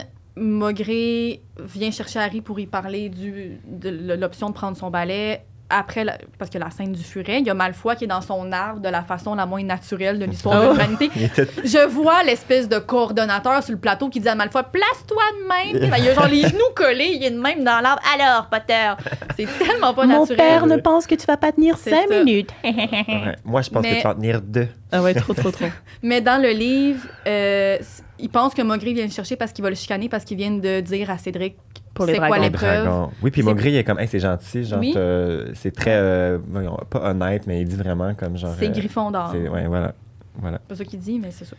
Maugré vient chercher Harry pour y parler du, de l'option de prendre son balai. Après, la- parce que la scène du furet, il y a Malfoy qui est dans son arbre de la façon la moins naturelle de l'histoire de Oh. l'humanité. Il était Je vois l'espèce de coordonnateur sur le plateau qui dit à Malfoy « Place-toi de même! » Ben, Il a genre les genoux collés, il est de même dans l'arbre. « Alors, Potter! » C'est tellement pas Mon naturel. père ne pense que tu vas pas tenir C'est cinq ça. minutes. Ouais. Moi, je pense Mais- que tu vas en tenir deux. Ah ouais, trop, trop, trop. Mais dans le livre, euh, c- il pense que Maugré vient le chercher parce qu'il va le chicaner, parce qu'il vient de dire à Cédric Pour les c'est quoi dragons. Les l'épreuve. dragons. Oui, puis C'est- Maugré, il est comme, hey, c'est gentil, genre, Oui. t'as- c'est très, euh, voyons, pas honnête, mais il dit vraiment comme genre. C'est euh, Gryffondor. c'est- Ouais, voilà. Voilà. C'est pas ça qu'il dit, mais c'est ça.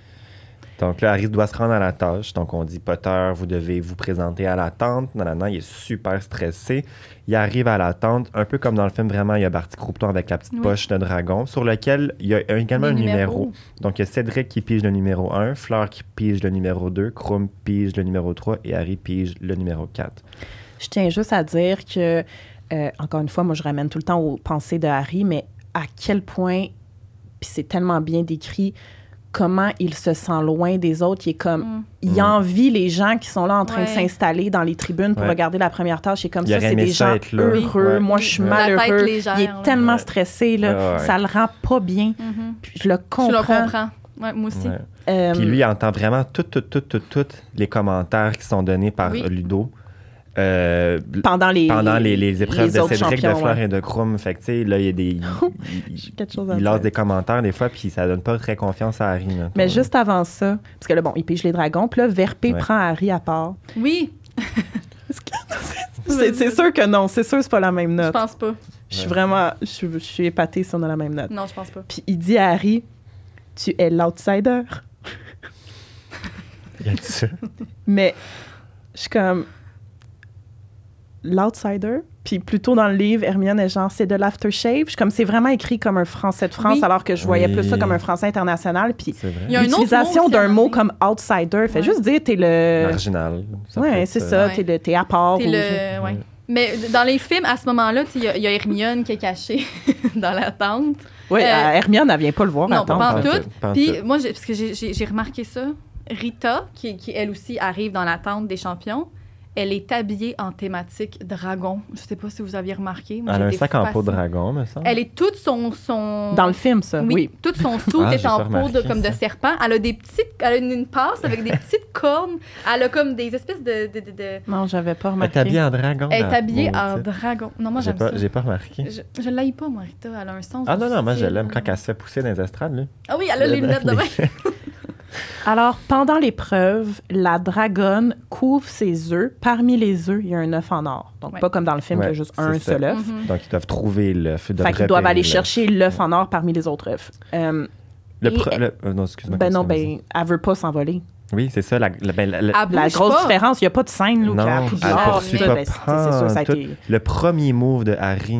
Donc là, Harry doit se rendre à la tâche. Donc on dit Potter, vous devez vous présenter à la tente. Non, non, non, il est super stressé. Il arrive à la tente, un peu comme dans le film, vraiment, il y a Barty Croupton avec la petite Oui. poche de dragon, sur lequel il y a également Des un numéro. numéros. Donc il y a Cédric qui pige le numéro 1, Fleur qui pige le numéro 2, Krum pige le numéro 3 et Harry pige le numéro 4. Je tiens juste à dire que, euh, encore une fois, moi, je ramène tout le temps aux pensées de Harry, mais à quel point, puis c'est tellement bien décrit, comment il se sent loin des autres. Il est comme, Mm. il Mm. envie les gens qui sont là en train de Ouais. s'installer dans les tribunes pour Ouais. regarder la première tâche. Et comme Il ça, aurait c'est aimé des ça gens être là. heureux. Oui. Moi, je suis Ouais. La tête malheureux. légère, il là. est tellement Ouais. stressé, là. Ouais, ouais. Ça le rend pas bien. Mhm. Puis Je le Je le comprends. comprends. Ouais, moi aussi. Ouais. Euh, Puis lui, il entend vraiment tout, tout, tout, tout, tout les commentaires qui sont donnés par Oui. Ludo. Euh, pendant les, pendant les, les épreuves les de autres Cédric, de champions, Fleur ouais. et de Krum. Fait que, tu sais, là, il y a des. il- il- quelque chose à il dire. lance des commentaires des fois, puis ça donne pas très confiance à Harry. là. Mais Ouais. juste avant ça, parce que là, bon, il pige les dragons, puis là, Verpé Ouais. prend Harry à part. Oui, C'est c'est sûr que non, c'est sûr c'est pas la même je note. pense pas. Je suis vraiment, je, suis- je suis épatée si on a la même note. Non, je pense pas. Puis il dit à Harry, tu es l'outsider. Il a dit ça. Mais je suis comme l'outsider. Puis plutôt dans le livre, Hermione est genre c'est de l'aftershave. Je suis comme c'est vraiment écrit comme un français de France, Oui. alors que je voyais Oui. plus ça comme un français international. Puis C'est vrai. Il y a un autre mot l'utilisation aussi, d'un à un mot moment comme outsider fait Ouais. juste dire t'es le Marginal. Ah, Ça peut ouais être, c'est euh, ça Ouais. t'es le t'es à part T'es ou- le... ouais. Ouais. Mais dans les films, à ce moment-là, tu sais, il y, a- il y a Hermione qui est cachée dans la tente. Ouais, Euh, Hermione, elle vient pas le voir. non, attends. pas en pantoute, tout. pantoute. Puis moi, j'ai- parce que j'ai- j'ai j'ai remarqué ça, Rita, qui, qui elle aussi arrive dans la tente des champions, elle est habillée en thématique dragon. Je sais pas si vous aviez remarqué. Moi, Elle a un j'étais sac en peau de fascinée. dragon, me semble. Elle est toute son... son... Dans le film, ça. Oui, Oui. tout son sou Ah, est j'ai en pas peau de, remarqué comme de ça. serpent. Elle a des petites, elle a une, une passe avec des petites cornes. Elle a comme des espèces de, de, de- de- Non, j'avais pas Elle est remarqué. habillée en dragon. Elle dans- est habillée bon, en tu sais. dragon. Non, Ah, moi J'ai j'aime pas, ça. j'ai pas remarqué. Je, je l'aille pas, moi, Rita. Elle a un sens. Ah du non, non, moi je style. l'aime quand elle se fait pousser dans les estrades. Là. Ah oui, elle a les lunettes de main. Alors, pendant l'épreuve, la dragonne couvre ses œufs. Parmi les œufs, il y a un œuf en or. Donc, Ouais. pas comme dans le film, Ouais, il y a juste c'est un ça. seul œuf. Mhm. Donc ils doivent trouver l'œuf. Fait qu'ils doivent repérer aller l'œuf. chercher l'œuf en or parmi les autres œufs. Euh, Le Et- pro- le- euh, non, excuse-moi. ben Ah, non, continue, ben, elle veut pas s'envoler. vas-y. Oui, c'est ça. La, la- ben, la- la- Elle La Ah, bouge grosse pas. différence, il n'y a pas de scène, là, où Non, qu'elle elle pousse Ah, dehors, poursuit là, pas ben, c'est c'est sûr, ça a pantoute. été- Le premier move de Harry,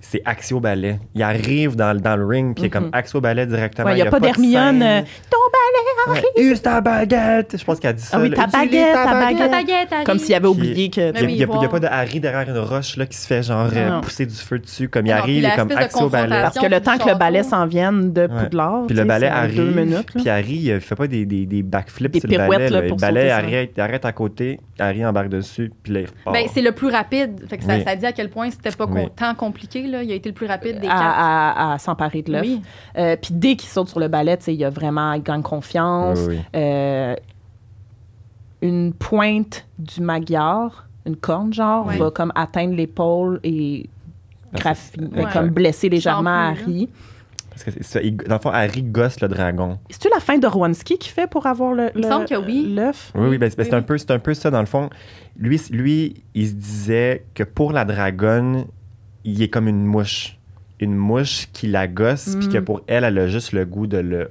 c'est Axio Ballet. Il arrive dans, le- dans le ring, puis il est Mhm. comme Axio Ballet directement. Ouais, Il n'y a, pas de d'Hermione. scène. euh, Ton balai Ouais. Use ta baguette! Je pense qu'elle dit ça. Ah oui, là. ta Utilise baguette, ta La baguette. baguette, Harry. Comme s'il avait Puis- oublié que. Il Mais oui, n'y a, wow. pas de Harry derrière une roche là, qui se fait genre euh, Non. pousser du feu dessus. Comme il Non, puis arrive, il est comme l'espèce de axé au balai. Parce que le temps que le balai s'en vienne de Poudlard. Puis tu le sais, balai c'est Deux arrive, minutes. là. puis Harry, il fait pas des, des, des backflips Des sur le balai. pirouettes, là, là. pour le balai sauter sur- arrête, arrête à côté, Harry embarque dessus, puis là, il repart. Ben, c'est le plus rapide. Fait que ça, Oh. Oui. ça dit à quel point c'était pas Oui. con- tant compliqué. Là. Il a été le plus rapide Ah, des quatre. À, à- à s'emparer de l'œuf. Oui. Euh, puis dès qu'il saute sur le balai, tu sais, il a vraiment, il gagne confiance. Oui, oui. Euh, une pointe du magyar, une corne genre, Ouais. va comme atteindre l'épaule et graffi- Ah, c'est- comme ouais. blesser légèrement Sans plus, là. Harry. Parce que c'est ça, il- dans le fond, Harry gosse le dragon. C'est-tu la fin de Rwanski qui fait pour avoir le, Il me le- semble que oui. l'œuf? Oui, oui, ben, c'est Oui, c'est un, oui. peu- c'est un peu ça, dans le fond. Lui, c- lui, il se disait que pour la dragonne, il est comme une mouche. Une mouche qui la gosse, puis Mm. que pour elle, elle a juste le goût de le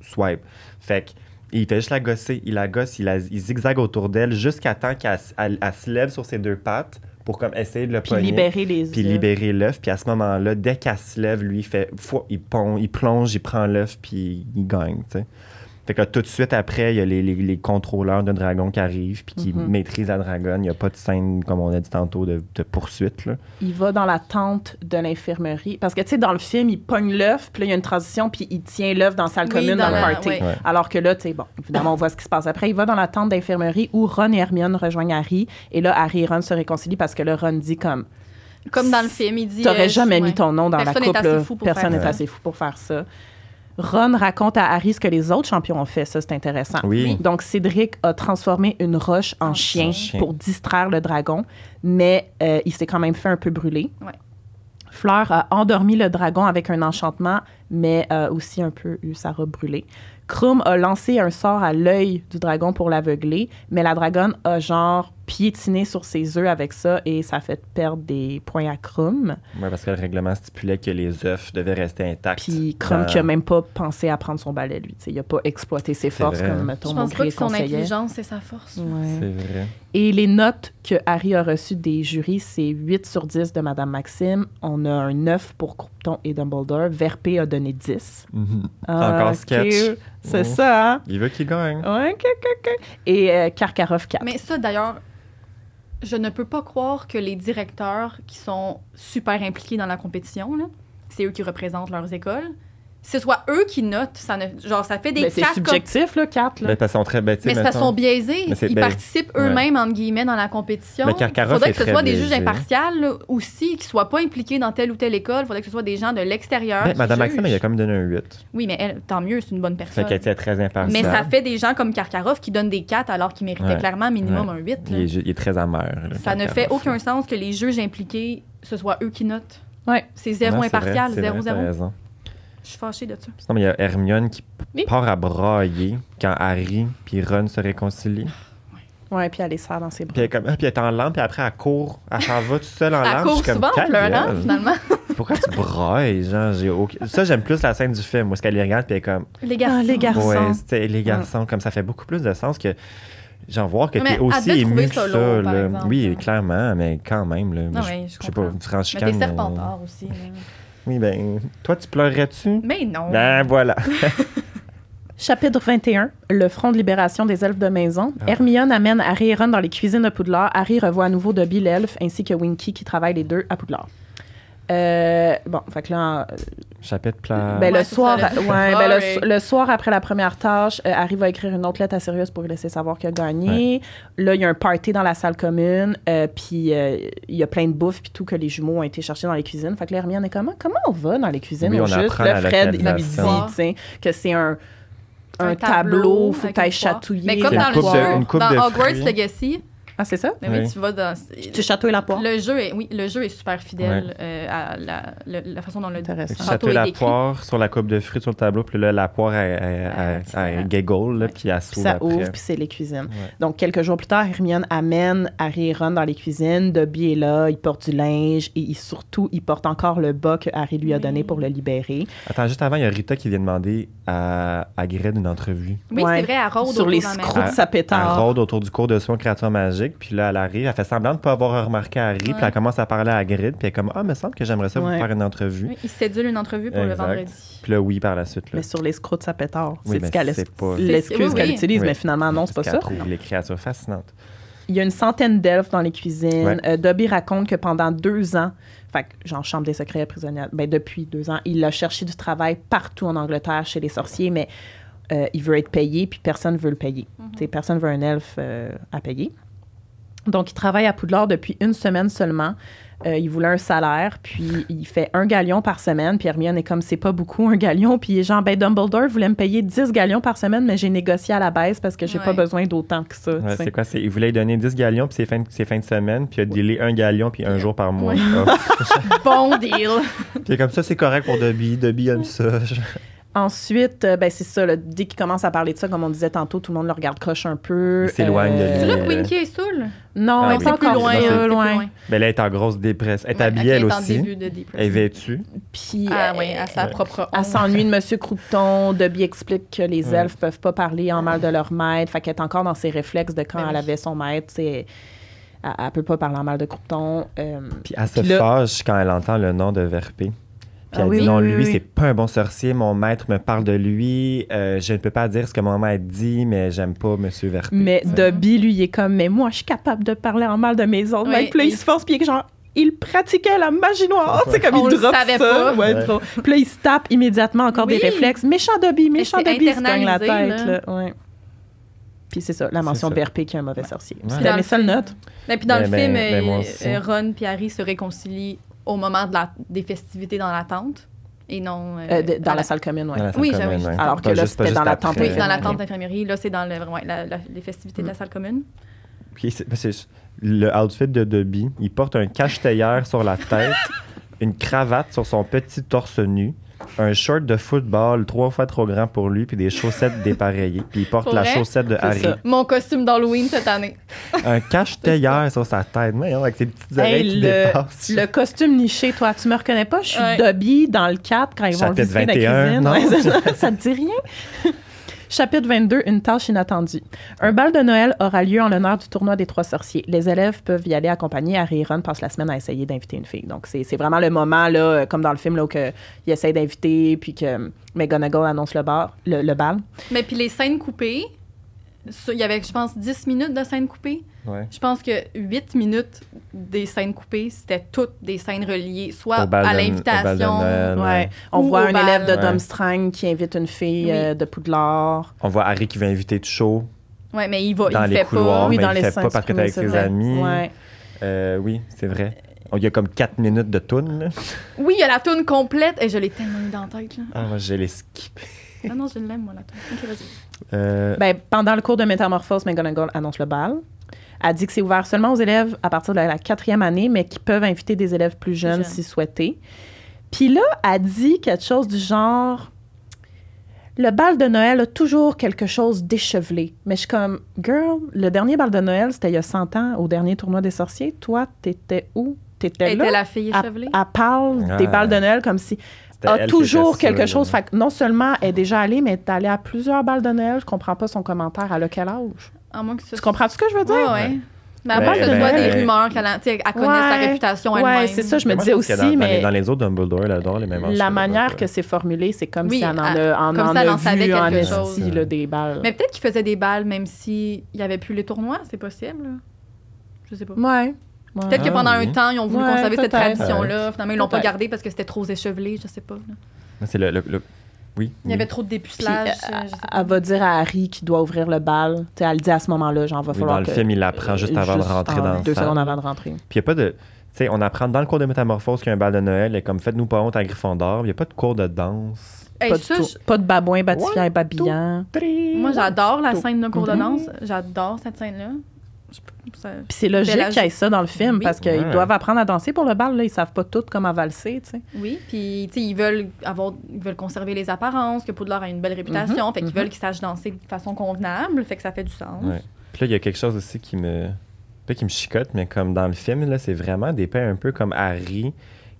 swipe. Fait que, il fait juste la gosser, il la gosse, il, la- il zigzague autour d'elle jusqu'à temps qu'elle s- elle- elle se lève sur ses deux pattes pour comme essayer de le Puis pogner, libérer les Puis œufs. libérer l'œuf. Puis à ce moment-là, dès qu'elle se lève, lui, il, fait, fou- il, pon- il plonge, il prend l'œuf, puis il gagne. tu sais. Fait que là, tout de suite après, il y a les, les- les contrôleurs de dragons qui arrivent, puis qui Mm-hmm. Mhm. maîtrisent la dragonne. Il n'y a pas de scène, comme on a dit tantôt, de, de poursuite. Là. il va dans la tente de l'infirmerie. Parce que, tu sais, dans le film, il pogne l'œuf, puis là, il y a une transition, puis il tient l'œuf dans la salle Oui, commune dans dans, le la- party. ouais. Ouais. Alors que là, tu sais, bon, évidemment, on voit ce qui se passe après. Il va dans la tente d'infirmerie où Ron et Hermione rejoignent Harry. Et là, Harry et Ron se réconcilient parce que là, Ron dit comme Comme dans le film, il dit. T'aurais euh, jamais ouais. mis ton nom dans Personne la est coupe. assez là. fou pour Personne faire n'est ça. assez fou pour faire ça. Ron raconte à Harry ce que les autres champions ont fait. Ça, c'est intéressant. Oui. Donc, Cédric a transformé une roche en En chien, chien. pour distraire le dragon, mais euh, il s'est quand même fait un peu brûler. Ouais. Fleur a endormi le dragon avec un enchantement, mais a aussi un peu eu sa robe brûlée. Krum a lancé un sort à l'œil du dragon pour l'aveugler, mais la dragonne a genre piétiné sur ses œufs avec ça et ça a fait perdre des points à Krum. Ouais, parce que le règlement stipulait que les œufs devaient rester intacts. Puis Krum dans- qui a même pas pensé à prendre son balai, lui. tu sais, Il a pas exploité ses C'est forces vrai. comme, Je mettons, pense pas Maugré que son conseillait. intelligence, c'est sa force. Ouais. C'est vrai. Et les notes que Harry a reçues des jurys, c'est 8 sur 10 de Madame Maxime. On a un 9 pour Croupiton et Dumbledore. Verpé a donné 10. Encore ok. sketch. C'est Mmh. ça, hein? Mm-hmm. Il veut qu'il Ah, gagne. Ouais, ok, ok, ok. Et euh, Karkaroff 4. Mais ça, d'ailleurs, je ne peux pas croire que les directeurs qui sont super impliqués dans la compétition, là, c'est eux qui représentent leurs écoles, ce soit eux qui notent. Ça ne- genre, ça fait des Ben, c'est quatre comme- subjectif, là, 4. Ben, parce qu'ils sont très bêtes. Mais c'est parce qu'ils sont biaisés. Mais c'est- Ils ben, participent eux-mêmes, entre guillemets, dans la compétition. Mais Il Karkaroff faudrait est que ce très soit des juges biaisé. hein. impartials là, aussi, qui ne soient pas impliqués dans telle ou telle école. Il faudrait que ce soit des gens de l'extérieur. qui Ben, Madame jugent. Maxime, il a quand même donné un 8. Oui, mais elle, tant mieux, c'est une bonne Fait personne. qu'elle était très impartiale. Mais ça fait des gens comme Karkaroff qui donnent des 4 alors qu'ils méritaient Ouais. clairement minimum Ouais. un 8. là. Il est, ju- il est très amer. là, Ça ne Karkaroff. fait aucun sens que les juges impliqués, ce soit eux qui notent. Ouais. C'est zéro Non, c'est vrai, impartial, c'est zéro vrai, t'as zéro. raison. Je suis fâchée de ça. Non, mais il y a Hermione qui Oui. part à brailler quand Harry puis Ron se réconcilient. Ouais, puis elle les serre dans ses bras. Puis elle, est comme, ah, puis elle est en lampe, puis après elle court. Elle s'en va toute seule en À lampe. court Je suis souvent Ah, hein? comme, Ah, en Ta pleurant, gueule. finalement. Pourquoi tu brailles, genre? J'ai aucun- Ça, j'aime plus la scène du film où est-ce qu'elle les regarde, puis elle est comme, Les garçons. Ah, les garçons. ouais, c'était les garçons, comme ça fait beaucoup plus de sens que. J'en vois que Mm. Mais t'es elle aussi devait trouver ému que ça. ça lourd, par là. exemple, oui, hein. clairement, mais quand même. Là, Non, Je- mais je je sais pas, comprends. Mais franchement. euh, t'es serpentard aussi. là. Oui, ben, toi, tu pleurerais-tu? Mais non. Ben voilà. Chapitre 21, le Front de libération des elfes de maison. Ah. Hermione amène Harry et Ron dans les cuisines de Poudlard. Harry revoit à nouveau Dobby l'elfe ainsi que Winky qui travaillent les deux à Poudlard. Euh, bon, fait que là, euh, Chapitre plat. ben, le, Ouais, soir, c'est ça, le- Ah, ouais, ben, le, so- Sorry. le soir après la première tâche, euh, Harry va écrire une autre lettre à Sirius pour lui laisser savoir qu'il a gagné. Là, il y a un party dans la salle commune, euh, puis euh, il y a plein de bouffe puis tout que les jumeaux ont été chercher dans les cuisines. Fait que là, Hermione est comment comment on va dans les cuisines Oui, Ou on juste apprend là, la Fred il lui dit, localisation. tu sais, que c'est un un, tableau, faut que avec t'ailles une poire. chatouiller. Mais comme la dans le coupe de- poire. jeu, une coupe de dans Hogwarts fruits. Legacy, Ah, c'est ça? mais oui, Oui. tu vas dans. Tu chatouilles la poire. Le jeu est, oui, le jeu est super fidèle euh, à la, le- la façon dont le Intéressant. Fait que château Château est la décrit. poire sur la coupe de fruits sur le tableau, puis là, la poire, elle, elle- elle- Ah, elle différent. giggle, là, Ouais. puis elle Puis s'ouvre ça après. ouvre, puis c'est les cuisines. Ouais. Donc, quelques jours plus tard, Hermione amène Harry et Ron dans les cuisines. Dobby est là, il porte du linge et il- surtout, il porte encore le bas que Harry lui a donné Oui. pour le libérer. Attends, juste avant, il y a Rita qui vient demander à, à Grid une entrevue. Oui, Ouais. c'est vrai, à Rhodes. Sur les autour de la scrocs maison. de sa Elle pétard. rôde autour du cours de soins créatures magiques, break, puis là, elle arrive, elle fait semblant de ne pas avoir remarqué Harry, puis Ouais. elle commence à parler à Grid, puis elle est comme Ah, me semble que j'aimerais ça Ouais. vous faire une entrevue. Oui, Il sédule une entrevue pour le Exact. vendredi. Puis là, oui, par la suite. Là. Mais sur les scrocs de sa pétard. Oui, c'est mais ce qu'elle c'est pas- l'excuse Oui, oui. qu'elle utilise, Oui. mais finalement, non, c'est pas Parce ça. qu'elle trouve les créatures fascinantes. Il y a une centaine d'elfes dans les cuisines. Ouais. Euh, Dobby raconte que pendant deux ans, fait que, genre chambre des secrets prisonniers, ben depuis deux ans, il a cherché du travail partout en Angleterre chez les sorciers, mais euh, il veut être payé, puis personne veut le payer. Mhm. T'sais, Personne veut un elfe euh, à payer. Donc, il travaille à Poudlard depuis une semaine seulement. Euh, il voulait un salaire, puis il fait un galion par semaine. Puis Hermione est comme, c'est pas beaucoup, un galion. Puis il est genre, ben Dumbledore voulait me payer 10 galions par semaine, mais j'ai négocié à la baisse parce que j'ai pas Ouais. besoin d'autant que ça. Ouais, t'sais. c'est quoi c'est, Il voulait lui donner 10 galions, puis c'est fin, de- c'est fin de semaine, puis il a dealé un galion, puis un jour par mois. Ouais. Ah. Bon deal. puis comme ça, c'est correct pour Dobby. Dobby aime ça. Ensuite, euh, ben, c'est ça, là, dès qu'il commence à parler de ça, comme on disait tantôt, tout le monde le regarde croche un peu. Il s'éloigne de lui. C'est là que Euh, Winky est saoul. Non, Ah mais oui. c'est C'est plus encore loin, ça, c'est plus Euh, loin. Mais là, elle est en grosse dépresse. Elle est habillée, elle aussi. Elle est vêtue. Puis, Ah euh, oui, à sa Ouais. propre elle honte. s'ennuie de Monsieur Crouton. Dobby explique que les Ouais. elfes peuvent pas parler en mal de leur maître. Fait qu'elle est encore dans ses réflexes de quand Ben elle oui. avait son maître. t'sais, Elle, elle peut pas parler en mal de Crouton. Euh, Puis elle se Puis là- fâche quand elle entend le nom de Verpé. Puis Ah elle oui, dit non, oui, oui, lui, oui. c'est pas un bon sorcier. Mon maître me parle de lui. Euh, je ne peux pas dire ce que mon maître dit, mais j'aime pas Monsieur Verpé. mais Dobby, lui, il est comme, mais moi, je suis capable de parler en mal de mes autres Oui, maîtres. Puis là, il il- se force, puis il est genre, il pratiquait la magie noire. C'est comme On il le drop savait ça. pas. Ouais, Ouais. trop. Puis là, il se tape immédiatement encore des Oui. réflexes. Méchant Dobby, méchant c'est Dobby, il se cogne la internalisé, tête. Là. Ouais. Puis c'est ça, la mention ça. de RP qui est un mauvais sorcier. Ouais. C'était Dans mes le seules film. notes. Mais puis dans Ben, le ben, film, ben, euh, moi aussi. euh, Ron et Harry se réconcilient au moment de la, des festivités dans la tente et non euh, Euh, de- dans à la salle commune, ouais. Dans la salle Oui, commune, j'avais- ouais. Alors Pas que là, juste- pas c'était juste dans la après. tente Oui, Euh, dans la ouais. tente d'infirmerie. Là, c'est dans le, ouais, la- la- les festivités de Mm. la salle commune. Puis c'est- c'est- le outfit de Dobby, il porte un cache-tailleur sur la tête, une cravate sur son petit torse nu, un short de football trois fois trop grand pour lui, puis des chaussettes dépareillées. Puis il porte Pour la vrai? chaussette de C'est Harry. ça. Mon costume d'Halloween cette année. Un cache-tailleur sur sa tête, Mais, hein, avec ses Hey, petites oreilles qui le, dépassent. le costume niché, toi, tu me reconnais pas? Je suis Ouais. Dobby dans le 4 quand ils vont Chapitre visiter la 21, non? cuisine. Ouais, ça- ça te dit rien? Chapitre 22, une tâche inattendue. Un bal de Noël aura lieu en l'honneur du tournoi des trois sorciers. Les élèves peuvent y aller accompagnés. Harry et Ron passent la semaine à essayer d'inviter une fille. Donc, c'est c'est vraiment le moment, là, euh, comme dans le film, là, où que ils essayent d'inviter, puis que McGonagall annonce le, bar, le, le bal. Mais puis les scènes coupées, ça, il y avait, je pense, 10 minutes de scènes coupées. Ouais. Je pense que 8 minutes des scènes coupées, c'était toutes des scènes reliées, soit Au bal à de- au bal de l'invitation. Noël. Ouais. On Ou voit au un bal. élève de Ouais. Domstrang qui invite une fille Oui. euh, de Poudlard. On voit Harry qui veut inviter de chaud Ouais, mais il va, dans il les fait couloirs, Oui, Oh, mais dans il les fait scènes pas parce que t'es avec supprimées, ses c'est vrai. amis. Ouais. Euh, oui, c'est vrai. Il y a comme 4 minutes de tune. là. pas. Oui, il y a la toune complète et je l'ai tellement eu dans la tête là. Ah, moi, j'ai les skippés. Ah non, je l'aime moi la toune. OK, vas-y. Euh, Ben, pendant le cours de métamorphose, McGonagall annonce le bal. Elle dit que c'est ouvert seulement aux élèves à partir de la quatrième année, mais qu'ils peuvent inviter des élèves plus jeunes jeunes. si souhaités. Puis là, elle dit quelque chose du genre Le bal de Noël a toujours quelque chose d'échevelé. Mais je suis comme Girl, le dernier bal de Noël, c'était il y a 100 ans, au dernier tournoi des sorciers. Toi, t'étais où T'étais Elle était là Ah, la fille à- échevelée. Elle parle des Ouais. balles de Noël comme si c'était elle a qui Ah, toujours était quelque sûre, chose. là. Fait que non seulement elle est déjà allée, mais elle est allée à plusieurs balles de Noël. Je comprends pas son commentaire. Elle a quel âge? À moins que ce ah. Tu comprends ce que je veux dire? Ouais, ouais. Mais à Ben, moins que ce ben, soit des ben, rumeurs qu'elle a- tu sais, elle connaisse la Ouais. réputation Ouais, elle-même. c'est ça, je me moi, disais pense que aussi, dans- dans, mais les, dans les autres Dumbledore, elle adore les mêmes la enjeux, manière donc, que c'est formulé, c'est comme Oui, si elle en elle- a, en, comme en si elle a en savait vu en quelque chose. esti, là, des balles. Mais peut-être qu'il faisait des balles même s'il n'y avait plus les tournois, c'est possible. là. Je sais pas. Ouais. ouais. Peut-être que Ah, pendant oui. un temps, ils ont voulu Ouais, conserver cette peut-être. tradition-là. Finalement, ils l'ont pas Peut-être. gardée parce que c'était trop échevelé, je sais pas. là. euh, C'est le, le- le- Oui. Il y oui. avait trop de dépucelage. Puis, euh, je sais pas. Elle va dire à Harry qu'il doit ouvrir le bal. Tu sais, elle le dit à ce moment-là, genre, va Oui, falloir dans le que- euh, film, il l'apprend juste avant de rentrer en dans Deux le secondes avant de rentrer. Puis il n'y a pas de. Tu sais, on apprend dans le cours de métamorphose qu'il y a un bal de Noël et comme faites-nous pas honte à Gryffondor, il n'y a pas de cours de danse. Hey, pas, ça, de je- pas de babouin, batifiant Ouais, et babillant. moi, j'adore la Tout. scène de cours de Mhm. danse. J'adore cette scène-là. Je peux- ça- Puis c'est logique Bel qu'il y ait ça dans le film Oui. parce qu'ils Ouais. doivent apprendre à danser pour le bal. Là. Ils savent pas toutes comment valser. tu sais. Oui, puis tu sais, ils veulent avoir, ils veulent conserver les apparences, que Poudlard a une belle réputation, fait qu'ils mhm. veulent qu'ils sachent danser de façon convenable, fait que ça fait du sens. Ouais. Puis là, il y a quelque chose aussi qui me. Pas qui me chicote, mais comme dans le film, là, c'est vraiment des pains un peu comme Harry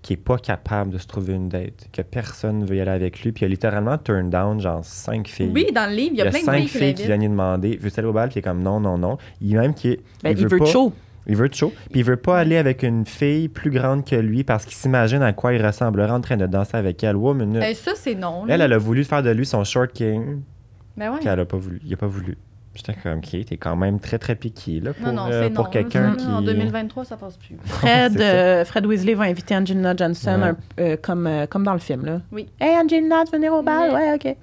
qui est pas capable de se trouver une date, que personne veut y aller avec lui, puis il a littéralement turn down genre cinq filles. Oui, dans le livre, il y a, plein de cinq filles qui filles qui l'invitent. viennent lui demander, veux-tu aller au bal? Puis il est comme non, non, non. Il même qui est- Ben, il veut pas- chaud. Il veut chaud. Puis il veut pas aller avec une fille plus grande que lui parce qu'il s'imagine à quoi il ressemblerait en train de danser avec elle. Wow, minute. Eh, ça, c'est non. là. Elle, elle a voulu faire de lui son short king, Ben ouais. puis elle a pas voulu. Il a pas voulu. J'étais comme, ok, t'es quand même très très piqué là, pour, Non, non, euh, c'est non. pour là. quelqu'un Non, qui. En 2023, ça passe plus. C'est Fred, ça. euh, Fred Weasley va inviter Angelina Johnson Ouais. un- euh, comme, euh, comme dans le film. Là. Oui. Hey Angelina, tu veux venir au bal? Ouais. Ouais, OK.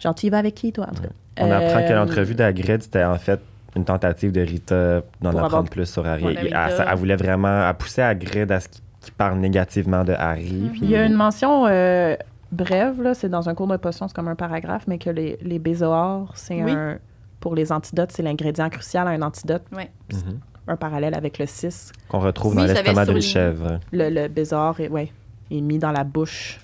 Genre, tu y vas avec qui, toi? En tout cas. On apprend Euh, que l'entrevue d'Agrid, c'était en fait une tentative de Rita d'en Pour apprendre avoir- plus sur Harry. Ouais, euh, Et Rita. elle, ça- elle voulait vraiment. Elle poussait Agrid à ce qu'il qu'il parle négativement de Harry. Mhm. puis- Il y a une mention euh, brève, là, c'est dans un cours de potion, c'est comme un paragraphe, mais que les, les bézoars, c'est Oui. un. Pour les antidotes, c'est l'ingrédient crucial à un antidote, Mhm. un parallèle avec le 6. Qu'on retrouve Oui, dans je l'avais l'estomac d'une souligné. chèvre. Le, le bézoard est, ouais, est mis dans la bouche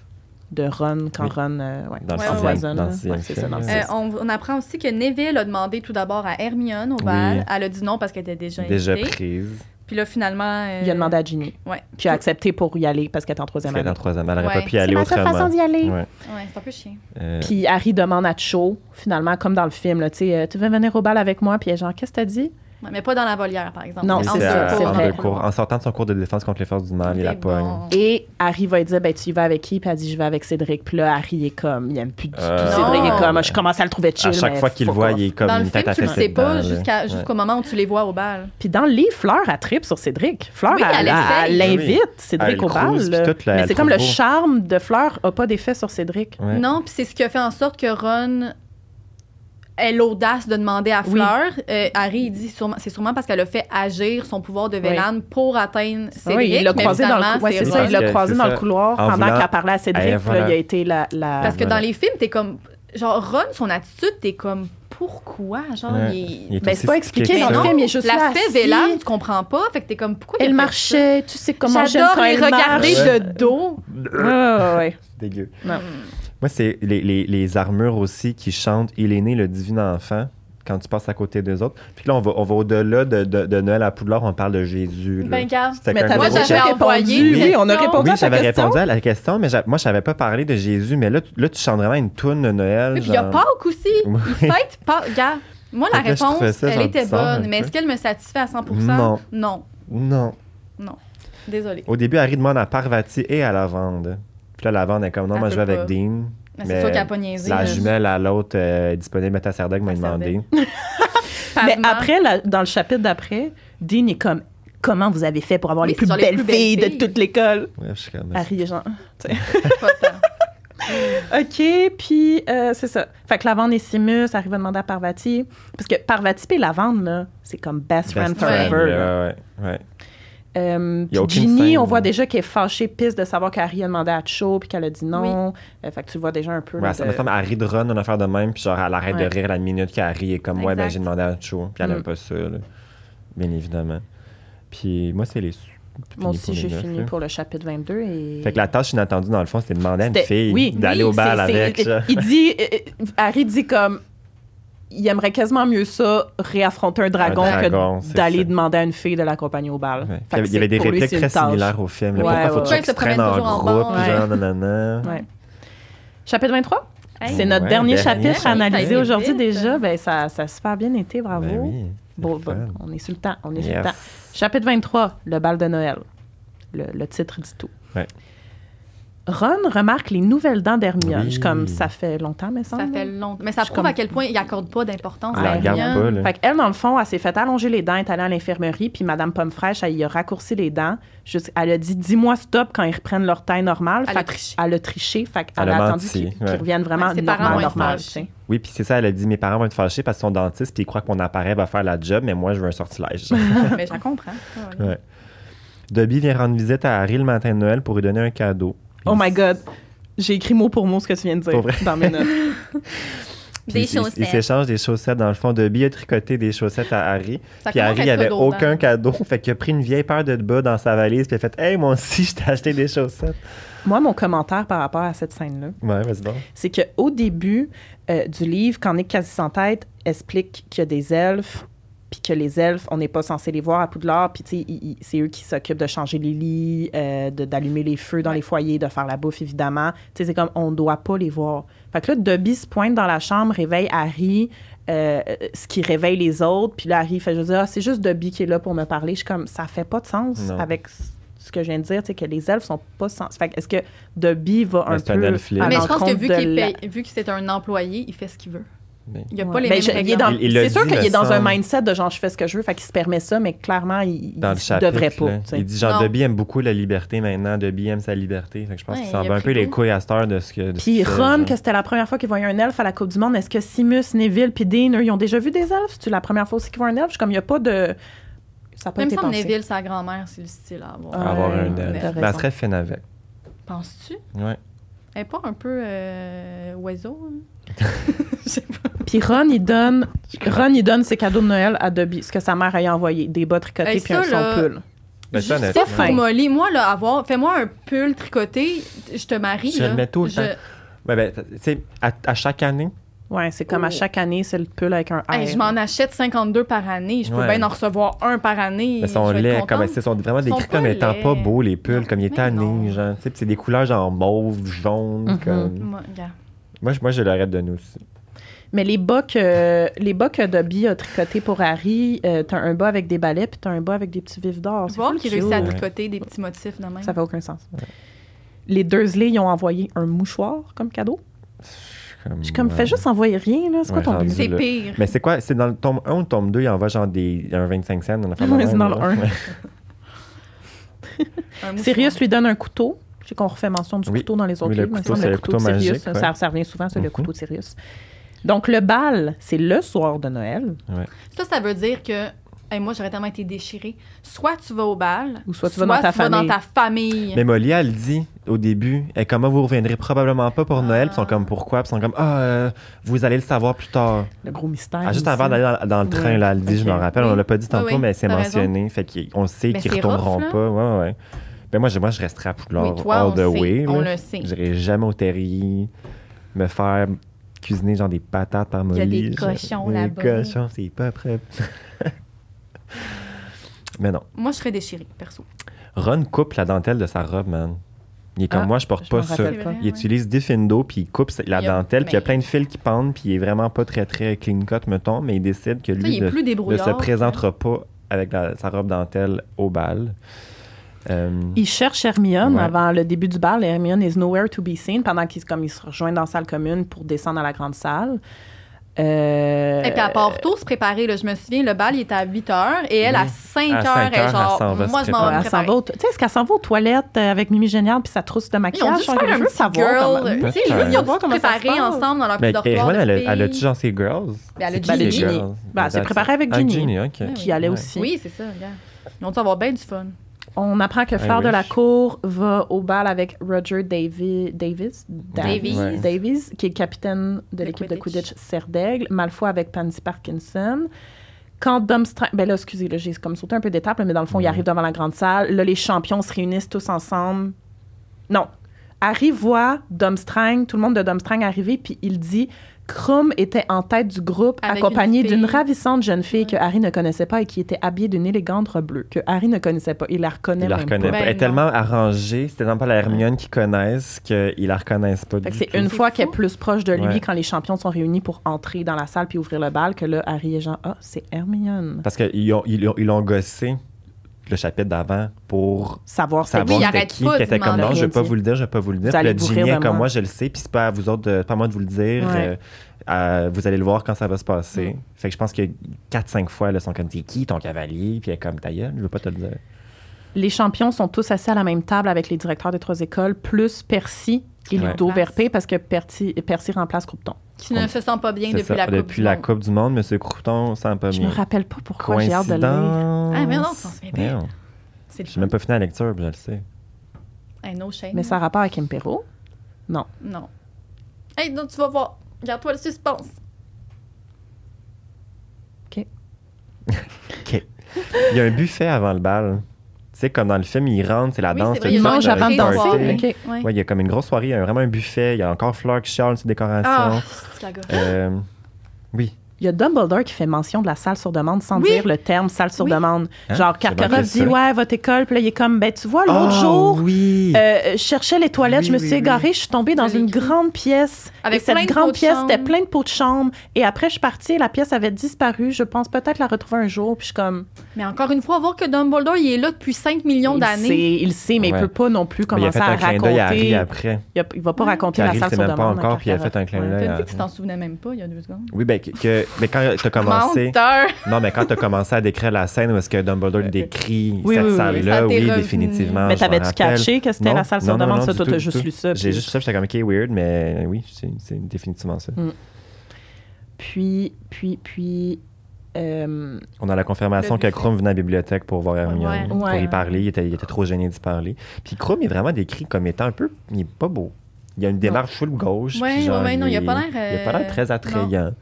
de Ron quand Oui. Ron euh, ouais, Dans le sixième- empoisonne, dans le là. sixième Ouais, c'est ça, dans le film, Euh, six. on, on apprend aussi que Neville a demandé tout d'abord à Hermione au bal. Oui. Elle a dit non parce qu'elle était déjà Déjà invitée. prise. Puis là, finalement... euh, Il a demandé à Ginny, Ouais. puis a accepté pour y aller parce qu'elle est en Parce troisième qu'elle est année. en troisième. Elle n'aurait Ouais. pas pu y aller autrement. aller. Ouais. Ouais, c'est un peu chiant. Euh, Puis Harry demande à Cho, finalement, comme dans le film, là, tu sais, euh, tu veux venir au bal avec moi? Puis elle est genre, qu'est-ce que t'as dit? Ouais, mais pas dans la volière, par exemple. Non, oui, c'est En c'est ça, à- secours, c'est en dans vrai. le deux cours. couloir. En sortant de son cours de défense contre les forces du mal, il la C'est pogne. bon. Et Harry va lui dire, ben, tu y vas avec qui? Puis elle dit, je vais avec Cédric. Puis là, Harry est comme, il aime plus du tout Euh, Cédric. Il est Non. comme, je commence à le trouver chill. À chaque mais fois qu'il le fuck voit, off. il est comme Dans le une tête film, à tu le fesse sais pas dedans, là. jusqu'à- Ouais. jusqu'au moment où tu les vois au bal. Puis dans le livre, Fleur a tripe sur Cédric. Fleur, Oui, elle, elle elle essaye. l'invite, Elle Cédric, au bal. crouse, là. puis tout, là, mais elle c'est comme le trouve beau. charme de Fleur a pas d'effet sur Cédric. Ouais. Non, puis c'est ce qui a fait en sorte que Ron ait l'audace de demander à Oui. Fleur. Euh, Harry, il dit sûrement- c'est sûrement parce qu'elle a fait agir son pouvoir de Vélane pour atteindre Cédric. Ah Oui, il l'a mais croisé dans le finalement, couloir. c'est c'est ça, Ron. il l'a Parce que croisé c'est dans le ça. couloir En pendant voulant- qu'elle parlait à Cédric. Eh, puis là, voilà. il a été la. la- Parce que Voilà. dans les films, t'es comme. Genre, Ron, son attitude, t'es comme. Pourquoi? Genre, Ouais. il. Il est Ben, aussi c'est pas stické expliqué que dans le ça. film, il est juste là, L'aspect assis. Vélane, tu comprends pas. Fait que t'es comme. Pourquoi il a Elle fait ça? marchait, tu sais comment j'aime J'adore quand les elle regarder marche. de dos. Ouais, ouais, ouais. Dégueu. Non. Moi, c'est les, les- les armures aussi qui chantent Il est né le divin enfant quand tu passes à côté des autres. Puis là, on va, on va au-delà de, de- de Noël à Poudlard, on parle de Jésus. là. Ben, garde. C'était Mais qu'un t'avais gros déjà Moi, check. j'avais envoyé répondu. une Oui, on a question. répondu Oui, à ta j'avais question. répondu à la question, mais j'a- moi, j'avais pas parlé de Jésus. Mais là, tu- là tu chantes vraiment une toune de Noël. Et puis il y a genre. Pâques aussi. Oui. Il fête Pâques. Regarde, moi, la Fait que là, je trouvais réponse, ça elle genre était bizarre, bonne. un Mais peu. est-ce qu'elle me satisfait à 100 Non. Non. Non. Désolée. Au début, Harry demande à Parvati et à Lavande. Puis là, Lavande est comme Non, Elle moi, je peut vais avec pas. Dean. Mais c'est Mais sûr qu'elle a pas niaisé. La là. jumelle à l'autre euh, disponible à Tassardag m'a demandé. Mais Pavement. après, la- dans le chapitre d'après, Dean est comme Comment vous avez fait pour avoir Oui, les, plus c'est genre belles les plus belles filles de filles. toute l'école Ouais, je suis comme. Harry est genre. Pas hein. tant. OK, puis euh, c'est ça. Fait que Lavande et Simus arrivent à demander à Parvati. Parce que Parvati et Lavande, là, c'est comme best, friend Best forever. friend, là. là, ouais, ouais. Euh, Y a puis aucune Ginny, scène, on voit là. déjà qu'elle est fâchée, pisse de savoir qu'Harry a demandé à Cho puis qu'elle a dit non. Euh, fait que tu le vois déjà un peu. là, Ouais, ça de- me semble, elle rit de Ron, une affaire de même, puis genre, elle arrête Ouais. de rire la minute qu'elle rit, et comme, ouais, ben, Exact. j'ai demandé à Cho, puis elle Mm. aime pas ça, là. Bien évidemment. Puis moi, c'est les. c'est fini Moi aussi, pour les j'ai neuf, fini là. pour le chapitre 22. Et... Fait que la tâche inattendue, dans le fond, c'était de demander à une C'était- fille oui, d'aller au oui, bal c'est- avec. c'est- genre. Il dit, euh, euh, Harry dit comme, il aimerait quasiment mieux ça, réaffronter un dragon, dragon, que c'est d'aller ça. demander à une fille de l'accompagner au bal. Ouais. Puis Fait que Il y avait des c'est- pour lui, répliques c'est une très tâche. similaires au film. Ouais, là. Pourquoi ouais, faut ouais. toujours Ils qu'ils se se prennent promènent en toujours en groupe, bande, genre, nanana. Ouais. Chapitre 23, Hey. c'est notre Ouais, dernier, dernier chapitre à chapitre. analyser Oui, aujourd'hui vite. hein. déjà. Ben, ça, ça a super bien été, bravo. Ben oui. Bon, c'est le bon, fun. on est sur le temps, on est sur le Yes. temps. Chapitre 23, le bal de Noël. Le, le titre dit tout. Ouais. Ron remarque les nouvelles dents d'Hermione. Oui. Je suis comme, ça fait longtemps, mais ça. Ça fait longtemps. Mais ça Je prouve comprends. à quel point il accorde pas d'importance Ah, Elle la à regarde rien. pas, là. Fait qu'elle, dans le fond, elle s'est fait allonger les dents, elle est allée à l'infirmerie, puis Madame Pomme Fraîche, elle y a raccourci les dents. Juste- elle a dit Dis-moi stop quand ils reprennent leur teint normal. Elle Fait a que- triché. Elle a triché, fait qu'elle Elle a a attendu menti, qu'ils qu'ils ouais. reviennent vraiment Ouais, ses parents normal, vont être normal. fâchés. tu sais. Oui, puis c'est ça, elle a dit mes parents vont être fâchés parce qu'ils sont dentistes puis ils croient que mon appareil va faire la job, mais moi, je veux un sortilège. Mais je la comprends. Ouais. Ouais. Dobby vient rendre visite à Harry le matin de Noël pour lui donner un cadeau. Oh Il- my God. J'ai écrit mot pour mot ce que tu viens de dire Pour vrai? dans mes notes. puis il- Des il- Il chaussettes. s'échange des chaussettes. Dans le fond, Dobby a tricoté des chaussettes à Harry. Ça Puis commence à Harry être n'avait cadeau, hein. aucun cadeau. Fait qu'il a pris une vieille paire de bas dans sa valise. Puis il a fait Hey, moi aussi, je t'ai acheté des chaussettes. Moi, mon commentaire par rapport à cette scène-là, Ouais, vas-y donc. c'est qu'au début euh, du livre, quand Nick Quasi sans tête explique qu'il y a des elfes puis que les elfes, on n'est pas censé les voir à Poudlard, puis tu sais, ils- ils- c'est eux qui s'occupent de changer les lits, euh, de- d'allumer les feux dans les foyers, de faire la bouffe, évidemment. Tu sais, c'est comme, on ne doit pas les voir. Fait que là, Dobby se pointe dans la chambre, réveille Harry, euh, ce qui réveille les autres, puis là, Harry fait juste dire, Ah, c'est juste Dobby qui est là pour me parler. Je suis comme, ça fait pas de sens Non. avec ce que je viens de dire, tu sais, que les elfes sont pas sens. Fait que est-ce que Dobby va Mais un Ben, c'est peu un elfe libre. à Mais je pense que l'encontre vu de qu'il la- paye- vu que c'est un employé, il fait ce qu'il veut. Ben, Il n'y a Ouais. pas les Ben, mêmes je- il est règles. dans- Il- il l'a C'est sûr dit, qu'il me est dans un semble. mindset de genre je fais ce que je veux, fait qu'il se permet ça, mais clairement il, dans le il devrait chapitre. pas. là. tu sais. Il dit genre, Non. Dobby aime beaucoup la liberté maintenant. Dobby aime sa liberté. Fait que je pense Ouais, qu'il il s'en a bat un pris peu les goût. couilles à cette heure de ce que. de ce Puis qu'il fait, Ron, genre. que c'était la première fois qu'il voyait un elfe à la Coupe du Monde, est-ce que Simus, Neville, puis Dean, eux, ils ont déjà vu des elfes C'est la première fois aussi qu'ils voient un elfe. Je suis comme il n'y a pas de, ça a pas Même été si pensé. Neville, sa grand-mère, c'est le style à avoir. Ah, Avoir Ouais, un t'as elfe. raison. Ben, elle serait fine avec. Penses-tu? Ouais. Elle n'est pas un peu euh, oiseau? hein? Je sais pas. Puis Ron, il donne, Ron, il donne ses cadeaux de Noël à Dobby, ce que sa mère a envoyé, des bas tricotés Hey, puis un ça, son là, pull. Ben, ça, Juste honnêtement, ça, pour Molly, moi, là, avoir... Fais-moi un pull tricoté, je te marie, Je là. le mets tout le Je- temps. Ouais, ben, tu sais, à, à chaque année, Ouais, c'est comme à Oh. chaque année, c'est le pull avec un Hey, air. je m'en achète 52 par année. Je peux Ouais. bien en recevoir un par année. ben, sont je vais être laids, contente. comme, ils sont vraiment Ils sont décrits comme pas étant laids. pas beaux, les pulls, Non, comme il est mais tanné, non. genre. Tu sais, puis c'est des couleurs genre mauve, jaune. Mhm. comme... Moi, regarde. Moi, je- moi, je l'arrête de nous aussi. Mais les bas que, les bas que Dobby a tricotés pour Harry, euh, t'as un bas avec des balais puis t'as un bas avec des petits vifs d'or. Oh, C'est Voir full qu'il cute. réussit à Ouais. tricoter des petits motifs de même. Ça fait aucun sens. Les Dursley, ils ont envoyé un mouchoir comme cadeau. Je suis comme, ouais. fais juste envoyer rien, là. C'est quoi Ouais, ton rendu but? C'est là. pire. euh, Mais c'est quoi? C'est dans le tome 1 ou le tome 2, il envoie genre des, un 25 cents. On a fait Ouais, c'est dans le un. Un mouchoir. Sirius lui donne un couteau. Je sais qu'on refait mention du Oui. couteau dans les autres Oui, le livres. mais il couteau, me semble c'est le couteau de Sirius, magique, ouais. ça, ça revient souvent, c'est le Mhm. couteau de Sirius. Donc, le bal, c'est le soir de Noël, Ça, ça veut dire que hey, moi, j'aurais tellement été déchirée. Soit tu vas au bal, Ou soit tu vas dans ta famille. dans ta famille. Mais Molly, elle dit au début, et comment vous reviendrez probablement pas pour Noël? Puis ils sont comme, pourquoi? Puis ils sont comme, ah, euh, vous allez le savoir plus tard. le gros mystère. Ah, juste aussi. avant d'aller dans, dans le train, Ouais. là, elle dit, Ok. je m'en rappelle, Oui. on l'a pas dit tantôt, Ah Oui, oui, mais c'est t'as mentionné. Fait qu'on sait Mais qu'ils c'est retourneront rough, là. pas. Ouais, ouais. Ben moi, j'ai- moi, je resterai à Poudlard Oui, toi, all on, the sait, way. on là. le sait. J'irai jamais au terrier, me faire cuisiner genre des patates par Il y Molly. a des je- cochons des là-bas. cochons, c'est pas propre. mais non. Moi, je serais déchirée, perso. Ron coupe la dentelle de sa robe, man. Il est comme Ah, moi, je porte Je pas m'en ça. rappelle C'est pas. vrai. Il utilise des Findo, puis il coupe sa- la Il y a- dentelle, puis il y a mais- plein de fils qui pendent, puis il est vraiment pas très, très clean cut, mettons, mais il décide que Ça, lui il est ne, plus hein. ne débrouillard. se présentera pas avec la- sa robe dentelle au bal. Euh, Il cherche Hermione Ouais. avant le début du bal. Hermione is nowhere to be seen pendant qu'ils comme, ils se rejoignent dans la salle commune pour descendre à la grande salle. Euh, Et puis à Porto, se préparer, là, je me souviens, le bal, il était à 8 h et elle, Oui. à 5 Mhm. À h 5 elle heures, est genre, elle s'en va se moi, je préparer. m'en vais me elle s'en préparer. va aux to- Tu sais, est-ce qu'elle s'en va aux toilettes euh, avec Mimi Génial puis sa trousse de Ils ont maquillage? dû se faire Je un veux petit savoir girl. comment- Tu sais, je veux Ouais. savoir comment Préparer se préparer ensemble ensemble dans leur mais petit dortoir Hermione, de elle, a- filles. elle a-tu genre ses girls? Ben, elle a Ben, Ses le Ginny. Ginny. girls. Ben, elle s'est That's it. préparée avec Ah, Ginny. OK. Ouais, qui allait aussi. Oui, c'est ça, regarde. Ils ont dû avoir bien du fun. On apprend que I Fleur de la wish. Cour va au bal avec Roger Davi- Davis, Da- Davies. Ouais. Davies, qui est le capitaine de De l'équipe de Quidditch. Quidditch Serre d'Aigle, Malfoy avec Pansy Parkinson. Quand Dumbstrang... Ben là, excusez, là, j'ai comme sauté un peu d'étape, là, mais dans le fond, il Mhm. arrive devant la grande salle. Là, les champions se réunissent tous ensemble. Non. Harry voit Dumbstrang, tout le monde de Dumbstrang arriver, puis il dit... Krum était en tête du groupe, Avec une accompagné d'une fille. ravissante jeune fille Ouais. que Harry ne connaissait pas et qui était habillée d'une élégante robe bleue, que Harry ne connaissait pas. Il la reconnaît Il la même reconnaît pas. pas. Ben, Elle est non. tellement arrangée, c'est tellement pas la Hermione qu'ils connaissent qu'ils la reconnaissent pas Fait que du c'est tout. une C'est fois fou. qu'elle est plus proche de lui Ouais. quand les champions sont réunis pour entrer dans la salle puis ouvrir le bal que là, Harry est genre « Ah, c'est Hermione Parce qu'ils ont, ils, ont- ils l'ont gossé le chapitre d'avant pour ». Savoir c'est savoir Oui, il qui. c'était arrête qui, pas puis de elle était comme non, demander. je vais pas Rien vous le dire, je vais pas vous le dire. Vous Puis allez le vous Ginny rire de est comme moi. moi, je le sais, puis c'est pas à vous autres, de- pas à moi de vous le dire. Ouais. euh, euh, vous allez le voir quand ça va se passer. Fait que je pense que 4-5 fois, elles sont comme c'est qui ton cavalier, puis elle est comme ta gueule, je veux pas te le dire. Les champions sont tous assis à la même table avec les directeurs des trois écoles, plus Percy et Ouais. Ludo Verpé parce que Percy, Percy remplace Croupton. Qui ne On- se sent pas bien C'est depuis ça. la Coupe depuis du la Monde. Coupe du Monde, Monsieur Crouton s'en pas Je bien. me rappelle pas pourquoi j'ai hâte de le lire. Coïncidence. Ah, mais non, ça se fait bien. Merde. C'est le J'ai même pas fini la lecture, puis je le sais. fun. Hey, no shame. Mais ça a rapport avec Impero. Non. Hey, non, tu vas voir. Garde-toi le suspense. Il y a un buffet avant le bal. Tu sais, comme dans le film, ils rentrent, c'est la Oui, danse. c'est vrai, le il y a Ils une fun, mangent le avant de soirée. danser. party. Ok. Ouais. Ouais, il y a comme une grosse soirée, il y a vraiment un buffet, il y a encore Fleur qui charle ses décorations. Ah, c'est la gosse. Euh, oui. Il y a Dumbledore qui fait mention de la salle sur demande sans Oui. dire le terme salle sur Oui. demande. Hein? Genre, J'ai manqué Karkaroff dit ça. Ouais, votre école. Puis là, il est comme Ben, tu vois, l'autre Ah, jour, Oui. euh, je cherchais les toilettes, Oui, je me oui, suis égarée, je suis tombée dans Je l'ai une écrit. grande pièce. Avec et cette plein de grande pots de pièce, c'était chambre. plein de pots de chambre. Et après, je suis partie, la pièce avait disparu. Je pense peut-être la retrouver un jour. Puis je suis comme. Mais encore une fois, voir que Dumbledore, il est là depuis 5 millions il d'années. sait, il sait, mais il Ouais. peut pas non plus Mais il a commencer fait un à clin d'œil à raconter. Harry après. Il, a- il va Mm. pas raconter Harry, la salle c'est sur même pas demande. à encore, puis il a Karkaroff. fait un clin Ouais. d'œil. T'as dit que tu t'en souvenais même pas il y a deux secondes. Oui, ben, que- que- ben, quand t'as commencé. Menteur! Non, mais quand t'as commencé à décrire la scène où est-ce que Dumbledore décrit Oui, cette oui, oui, salle-là, ça oui, t'est revenu. définitivement. Mais Ah, je m'en t'avais-tu rappelle. catché que c'était Non, la salle sur non, non, demande? non, Ça, du toi, tout, t'as du juste tout. lu ça. J'ai puis- juste ça, j'étais comme, OK, weird, mais oui, c'est c'est définitivement ça. Puis, puis, puis. euh, On a la confirmation Le que buffet. Krum venait à la bibliothèque pour voir Hermione, Ouais. pour Ouais. y parler. Il était, il était trop gêné d'y parler. Puis Krum est vraiment décrit comme étant un peu... Il est pas beau. Il a une démarche full gauche. Ouais, puis genre, ouais, ouais, non, il a est- pas l'air, euh, Il a pas l'air très attrayant.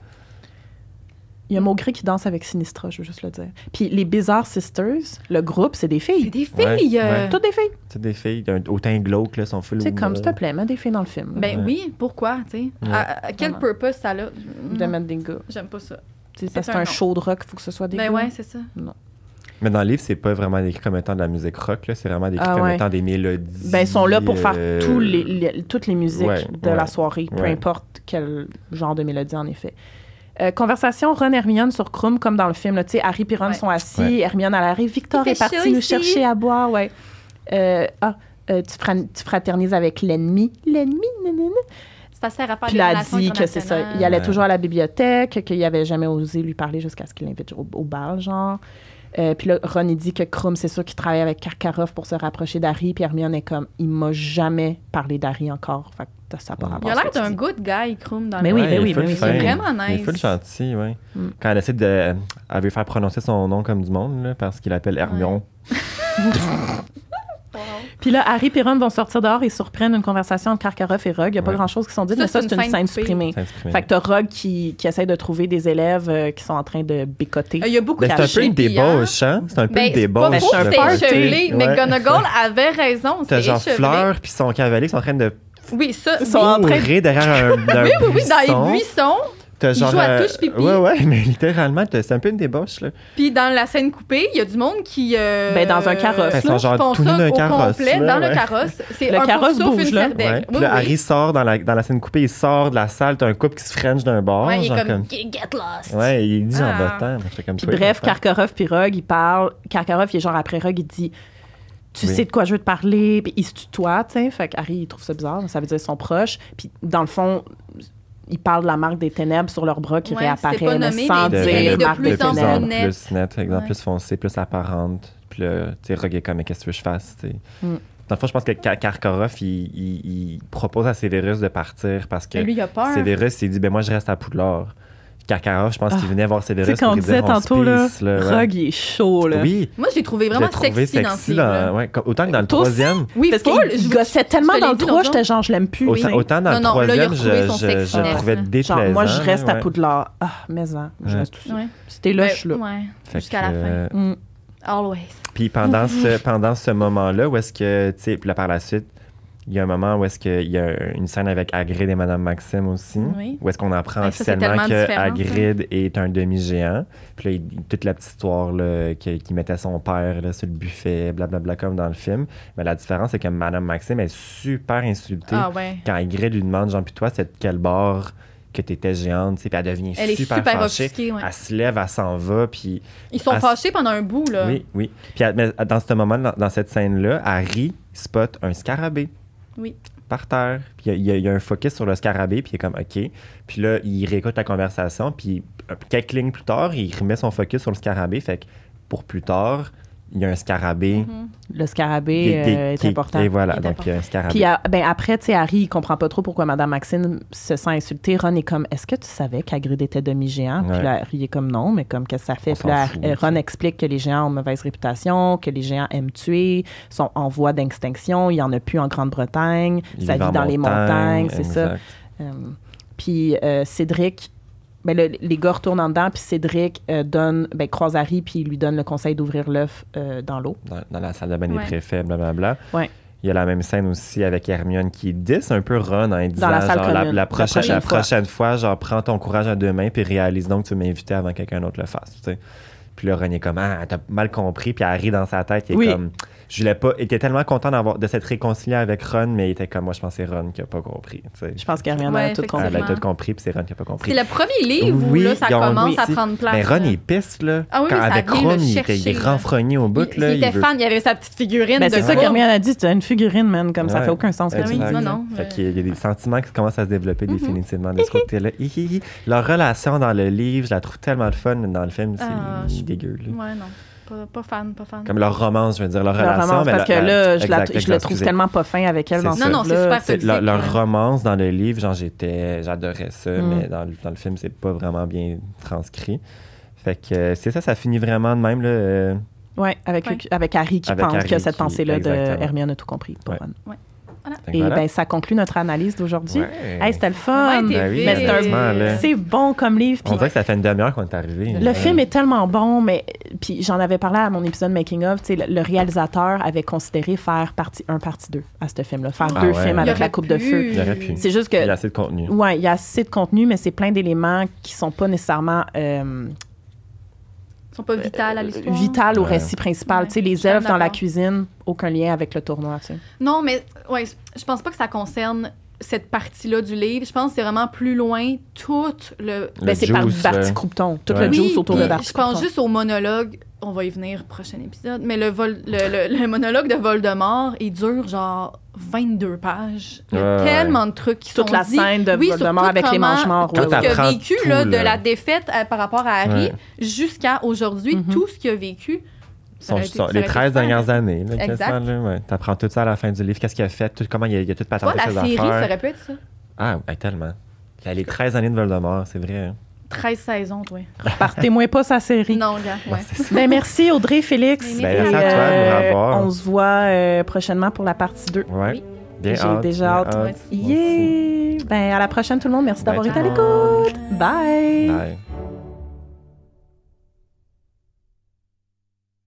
Il y a Maugré qui danse avec Sinistra, je veux juste le dire. Puis les Bizarre Sisters, le groupe, c'est des C'est filles. des filles! Ouais, euh, ouais. Toutes des filles. Tu sais, des filles d'un- au teint glauque, là, sont full... C'est comme, euh, s'il te plaît, mets des filles dans le film. Ben Ouais. oui, pourquoi, tu sais? Ouais. À, à quel Vraiment. purpose ça a? de mettre des gars. J'aime pas ça. Tu sais, C'est Parce que un c'est un non. show de rock, il faut que ce soit des Ben gars. ouais, c'est ça. Mais dans le livre, c'est pas vraiment décrit comme étant de la musique rock, là. C'est vraiment décrit Ah, comme ouais. étant des mélodies. Ben, ils sont là pour faire euh, tous les, les- toutes les musiques ouais, de ouais, la soirée, peu ouais. importe quel genre de mélodie, en effet. Euh, conversation Ron Hermione sur Krum comme dans le film. là. Tu sais, Harry et Ron Ouais. sont assis, Ouais. Hermione à l'arrêt, Victor Il est fait chaud parti nous ici. chercher à boire. Ouais. Euh, ah, euh, tu, fra- tu fraternises avec l'ennemi. L'ennemi, nanana. Ça sert à faire Puis des là, elle relations dit que c'est ça. Il internationales. allait Ouais. toujours à la bibliothèque, qu'il n'avait jamais osé lui parler jusqu'à ce qu'il l'invite au, au bal, genre. Euh, puis là, Ron, il dit que Krum, c'est sûr qu'il travaille avec Karkaroff pour se rapprocher d'Harry. Puis Hermione est comme, il m'a jamais parlé d'Harry encore. Fait que ça n'a pas Mm. rapport Il a à ce l'air que tu d'un dis. good guy, Krum, dans Mais le oui, Ouais, ben il est oui, ben full oui. fin. C'est vraiment Il est nice. full gentil, oui. Mm. Quand elle essaie de. euh, Elle veut faire prononcer son nom comme du monde, là, parce qu'il appelle Hermione. Wow. Puis là, Harry et Ron vont sortir dehors et surprennent une conversation entre Karkaroff et Rogue. Il n'y a pas Ouais. grand-chose qui sont dites, Ça, mais ça, c'est c'est une une, scène scène coupée. supprimée. C'est exprimé. Fait que t'as Rogue qui, qui essaie de trouver des élèves euh, qui sont en train de bécoter. Euh, Il y a beaucoup Ben, de c'est un peu cachets, une puis, hein, débauche, hein? C'est un peu Ben, une c'est pas débauche. faux, là, c'est parce que- échevelé. Ouais. McGonagall avait raison, T'as c'est genre échevelé. Fleur puis son cavalier qui sont en train de Oui, ça, Ils oui. sont en train de- courir derrière un, un Oui, oui, dans buisson. les buissons, T'as Ils genre, jouent à euh, touche pipi. Ouais, ouais, mais littéralement, t'as- c'est un peu une débauche, là. puis dans la scène coupée, il y a du monde qui... euh, Ben, dans un carrosse, Ben, ils sont là, genre font tout ça nus d'un au carrosse, complet, là, dans le ouais. carrosse. C'est Le un carrosse pourceau, bouge, une là. sardelle. Ouais. Ben, Oui, Puis là, oui. Harry sort dans la, dans la scène coupée, il sort de la salle, t'as un couple qui se french d'un bord. Ouais, il est genre comme, comme... Get lost. Ouais, il dit en Ah. bottant. mais j'étais comme, Puis toi, bref, bottant. Karkaroff puis Rogue, ils parlent. Karkaroff, il est genre après Rogue, il dit Tu Oui. sais de quoi je veux te parler. Puis il se tutoie, tu sais. Fait que Harry, il trouve ça bizarre. Ça veut dire qu'ils sont proches. Puis dans le fond, ils parlent de la marque des ténèbres sur leur bras qui Ouais, c'est réapparaît pas mais nommé, sans mais de, il est dire de marque plus des en ténèbres. plus net. plus net, exemple, Ouais. plus foncé, plus apparente. Puis là, tu sais, Rogue est comme, mais qu'est-ce que tu veux que je fasse? tu sais? Mm. Dans le fond, je pense que Kar- Karkaroff, il, il- il propose à Severus de partir parce que Mais lui, il a peur. Severus s'est dit, ben moi, je reste à Poudlard. Karkaroff, je pense qu'il venait voir Tu sais, Severus quand pour on lui disait dire, on se tantôt, là, pisse, là, ouais. Rogue, il est chaud, là. Oui, Moi, je l'ai trouvé je l'ai vraiment trouvé sexy, sexy. dans ce dans- livre. ouais, comme- autant que dans le Toi aussi? troisième. Oui, Parce full. qu'il je- gossait tellement l'ai dans le dit, trou, donc, j'étais genre, je l'aime plus. Autant, tu sais. autant dans Non, le non, là, il a troisième, retrouvé je, je- son sexiness, je le trouvais là. Genre, déplaisant. moi, je reste à ouais. Poudlard. Ah, mais hein, je Ouais. reste tout seul. Ouais. C'était là, Ben, je suis là. ouais. Fait Jusqu'à que, la fin. euh, Mm. Always. Puis pendant ce, pendant ce moment-là, où est-ce que, tu sais, puis là, par la suite, il y a un moment où est-ce qu'il y a une scène avec Hagrid et Madame Maxime aussi, Oui. où est-ce qu'on apprend Ouais, ça, c'est officiellement tellement que différent, Hagrid est un demi-géant. Puis là, il- toute la petite histoire là, que- qu'il mettait son père là, sur le buffet, blablabla, comme dans le film. Mais la différence, c'est que Madame Maxime est super insultée Ah ouais. quand Hagrid lui demande, genre, puis toi, c'est de quel bord que t'étais géante, tu sais, puis elle devient Elle est super, super fâchée. offusquée, ouais. Elle se lève, elle s'en va, puis Ils sont à- fâchés pendant un bout, là. oui, oui. Puis à- mais dans ce moment, dans, dans cette scène-là, Harry spot un scarabée. Oui. Par terre. Puis il y a- il y, a- il y a un focus sur le scarabée, puis il est comme OK. Puis là, il réécoute la conversation, puis euh, quelques lignes plus tard, il remet son focus sur le scarabée. Fait que pour plus tard, il y a un scarabée. Mhm. Le scarabée qui- euh, est qui- important. Et voilà, Il est donc il y a un scarabée. Puis à- ben après, tu sais, Harry, il comprend pas trop pourquoi Madame Maxine se sent insultée. Ron est comme, est-ce que tu savais qu'Hagrid était demi-géant? Ouais. Puis là, Harry est comme, non, mais comme, qu'est-ce que ça fait? On Puis là, s'en fout, euh, Ron ça. explique que les géants ont mauvaise réputation, que les géants aiment tuer, sont en voie d'extinction, il y en a plus en Grande-Bretagne, Il ça vit vit en dans les montagnes, c'est ça. exact. Euh, puis euh, Cédric, ben le- les gars retournent en dedans, puis Cédric euh, donne, ben, croise Harry, puis il lui donne le conseil d'ouvrir l'œuf euh, dans l'eau. Dans, dans la salle de bain des Ouais. préfets, blablabla. Ouais. Il y a la même scène aussi avec Hermione qui 10 un peu Ron en disant Dans la salle genre, la, commune. la La prochaine, la prochaine fois. prochaine fois. genre prends ton courage à deux mains puis réalise donc que tu m'as invité avant que quelqu'un d'autre le fasse. tu sais. Puis là, Ron est comme Ah, t'as mal compris. Puis elle rit dans sa tête. Il est Oui. comme Je l'ai pas. Il était tellement content d'avoir, de s'être réconcilié avec Ron, mais il était comme Moi, je pensais Ron qui a pas compris. tu sais. Je pense qu'Hermione Ouais, a tout effectivement. compris. Elle a tout compris, puis c'est Ron qui a pas compris. C'est le premier livre où Oui, là, ça ils ont- commence à oui. prendre place. Mais Ron, là. il pisse, là. Ah oui, Quand- oui, ça avec vient le Ron, il était, il est chercher, là. renfrogné au bout, Il- là. il était veut- fan, il avait sa petite figurine. Ben, de c'est ça Ron. qu'Hermione a dit, tu as une figurine, man, comme ça Ouais. fait aucun sens. que Ah tu oui, dises. non, non. Fait euh, qu'il y a des sentiments qui commencent à se développer Mhm. définitivement de ce côté-là. Hi, hi, hi. Leur relation dans le livre, je la trouve tellement le fun, mais dans le film, c'est Ah, je- dégueu. là. Ouais, non. Pas, pas fan, pas fan. Comme leur romance, je veux dire, leur, Leur relation. romance, mais parce que la- la- là, je, la- exact, je exact, la trouve excusez. tellement pas fin avec elle C'est dans ce ça. Non, non, c'est super C'est- leur, toxique, hein. leur ouais. romance dans le livre, genre j'étais, j'adorais ça, Mm. mais dans, le- dans le film c'est pas vraiment bien transcrit. Fait que euh, c'est ça, ça finit vraiment de même là. euh, Ouais, avec, Ouais. avec Harry qui Avec pense Harry que cette qui- pensée-là de exactement. Hermione a tout compris. pas Ouais. Ron. fait que Et voilà. ben ça conclut notre analyse d'aujourd'hui. Ouais. Hey, c'était le Ouais, fun! t'es Ben oui, Mais c'est un- heureusement, là. Ah, C'est bon comme livre. puis On dirait que ça fait une demi-heure qu'on est arrivé. Le film est tellement bon, mais puis j'en avais parlé à mon épisode Making of, tu sais, le, le réalisateur avait considéré faire partie 1, partie 2 à ce film-là, faire Ah deux ouais. films Il avec aurait la coupe de pu. feu. Il aurait pu. C'est juste Il y a que assez de contenu. ouais, il y a assez de contenu, mais c'est plein d'éléments qui sont pas nécessairement euh, Ils sont pas vitales à l'histoire. vitaux au Ouais. récit principal. Ouais, Tu sais, je les suis bien œuvres dans la d'accord. cuisine, aucun lien avec le tournoi. tu sais. Non, mais ouais, je pense pas que ça concerne cette partie-là du livre. Je pense que c'est vraiment plus loin tout le. Le Ben, c'est par juice, Barty euh, Croupton, tout ouais. le juice autour de puis Barty Je pense Croupton. juste au monologue. On va y venir prochain épisode. Mais le, vol, le, le- le monologue de Voldemort, il dure genre 22 pages. Il y a Ouais, ouais. tellement de trucs qui Toute sont la dits. scène de Oui, Voldemort surtout avec les comment- manches morts. Quand oui, tout oui. ce qu'il a t'apprends vécu tout, là, de là. la défaite euh, par rapport à Harry Ouais. jusqu'à aujourd'hui, Mhm. tout ce qu'il a vécu. ça Son- aurait été- son- ça les aurait été 13 super. dernières années. Là, Exact. quasiment, là, ouais. T'apprends tout ça à la fin du livre. Qu'est-ce qu'il a fait? tout- comment il a, il a tout Toi, patenté la ses série, ça affaires. aurait pu être ça. Ah, ouais, tellement. Il y a les 13 années de Voldemort, c'est vrai. hein. 13 saisons, toi. Partez-moi pas sa série. Non, regarde, ouais. Ben, merci Audrey, Félix. Ben, merci Et, à toi de nous avoir. on se voit euh, prochainement pour la partie 2. Ouais. Oui. Bien J'ai hâte, déjà bien hâte. Ouais. Moi aussi. Yeah! Ben, à la prochaine tout le monde. Merci d'avoir Bye, été à tout le l'écoute. Bye. Bye.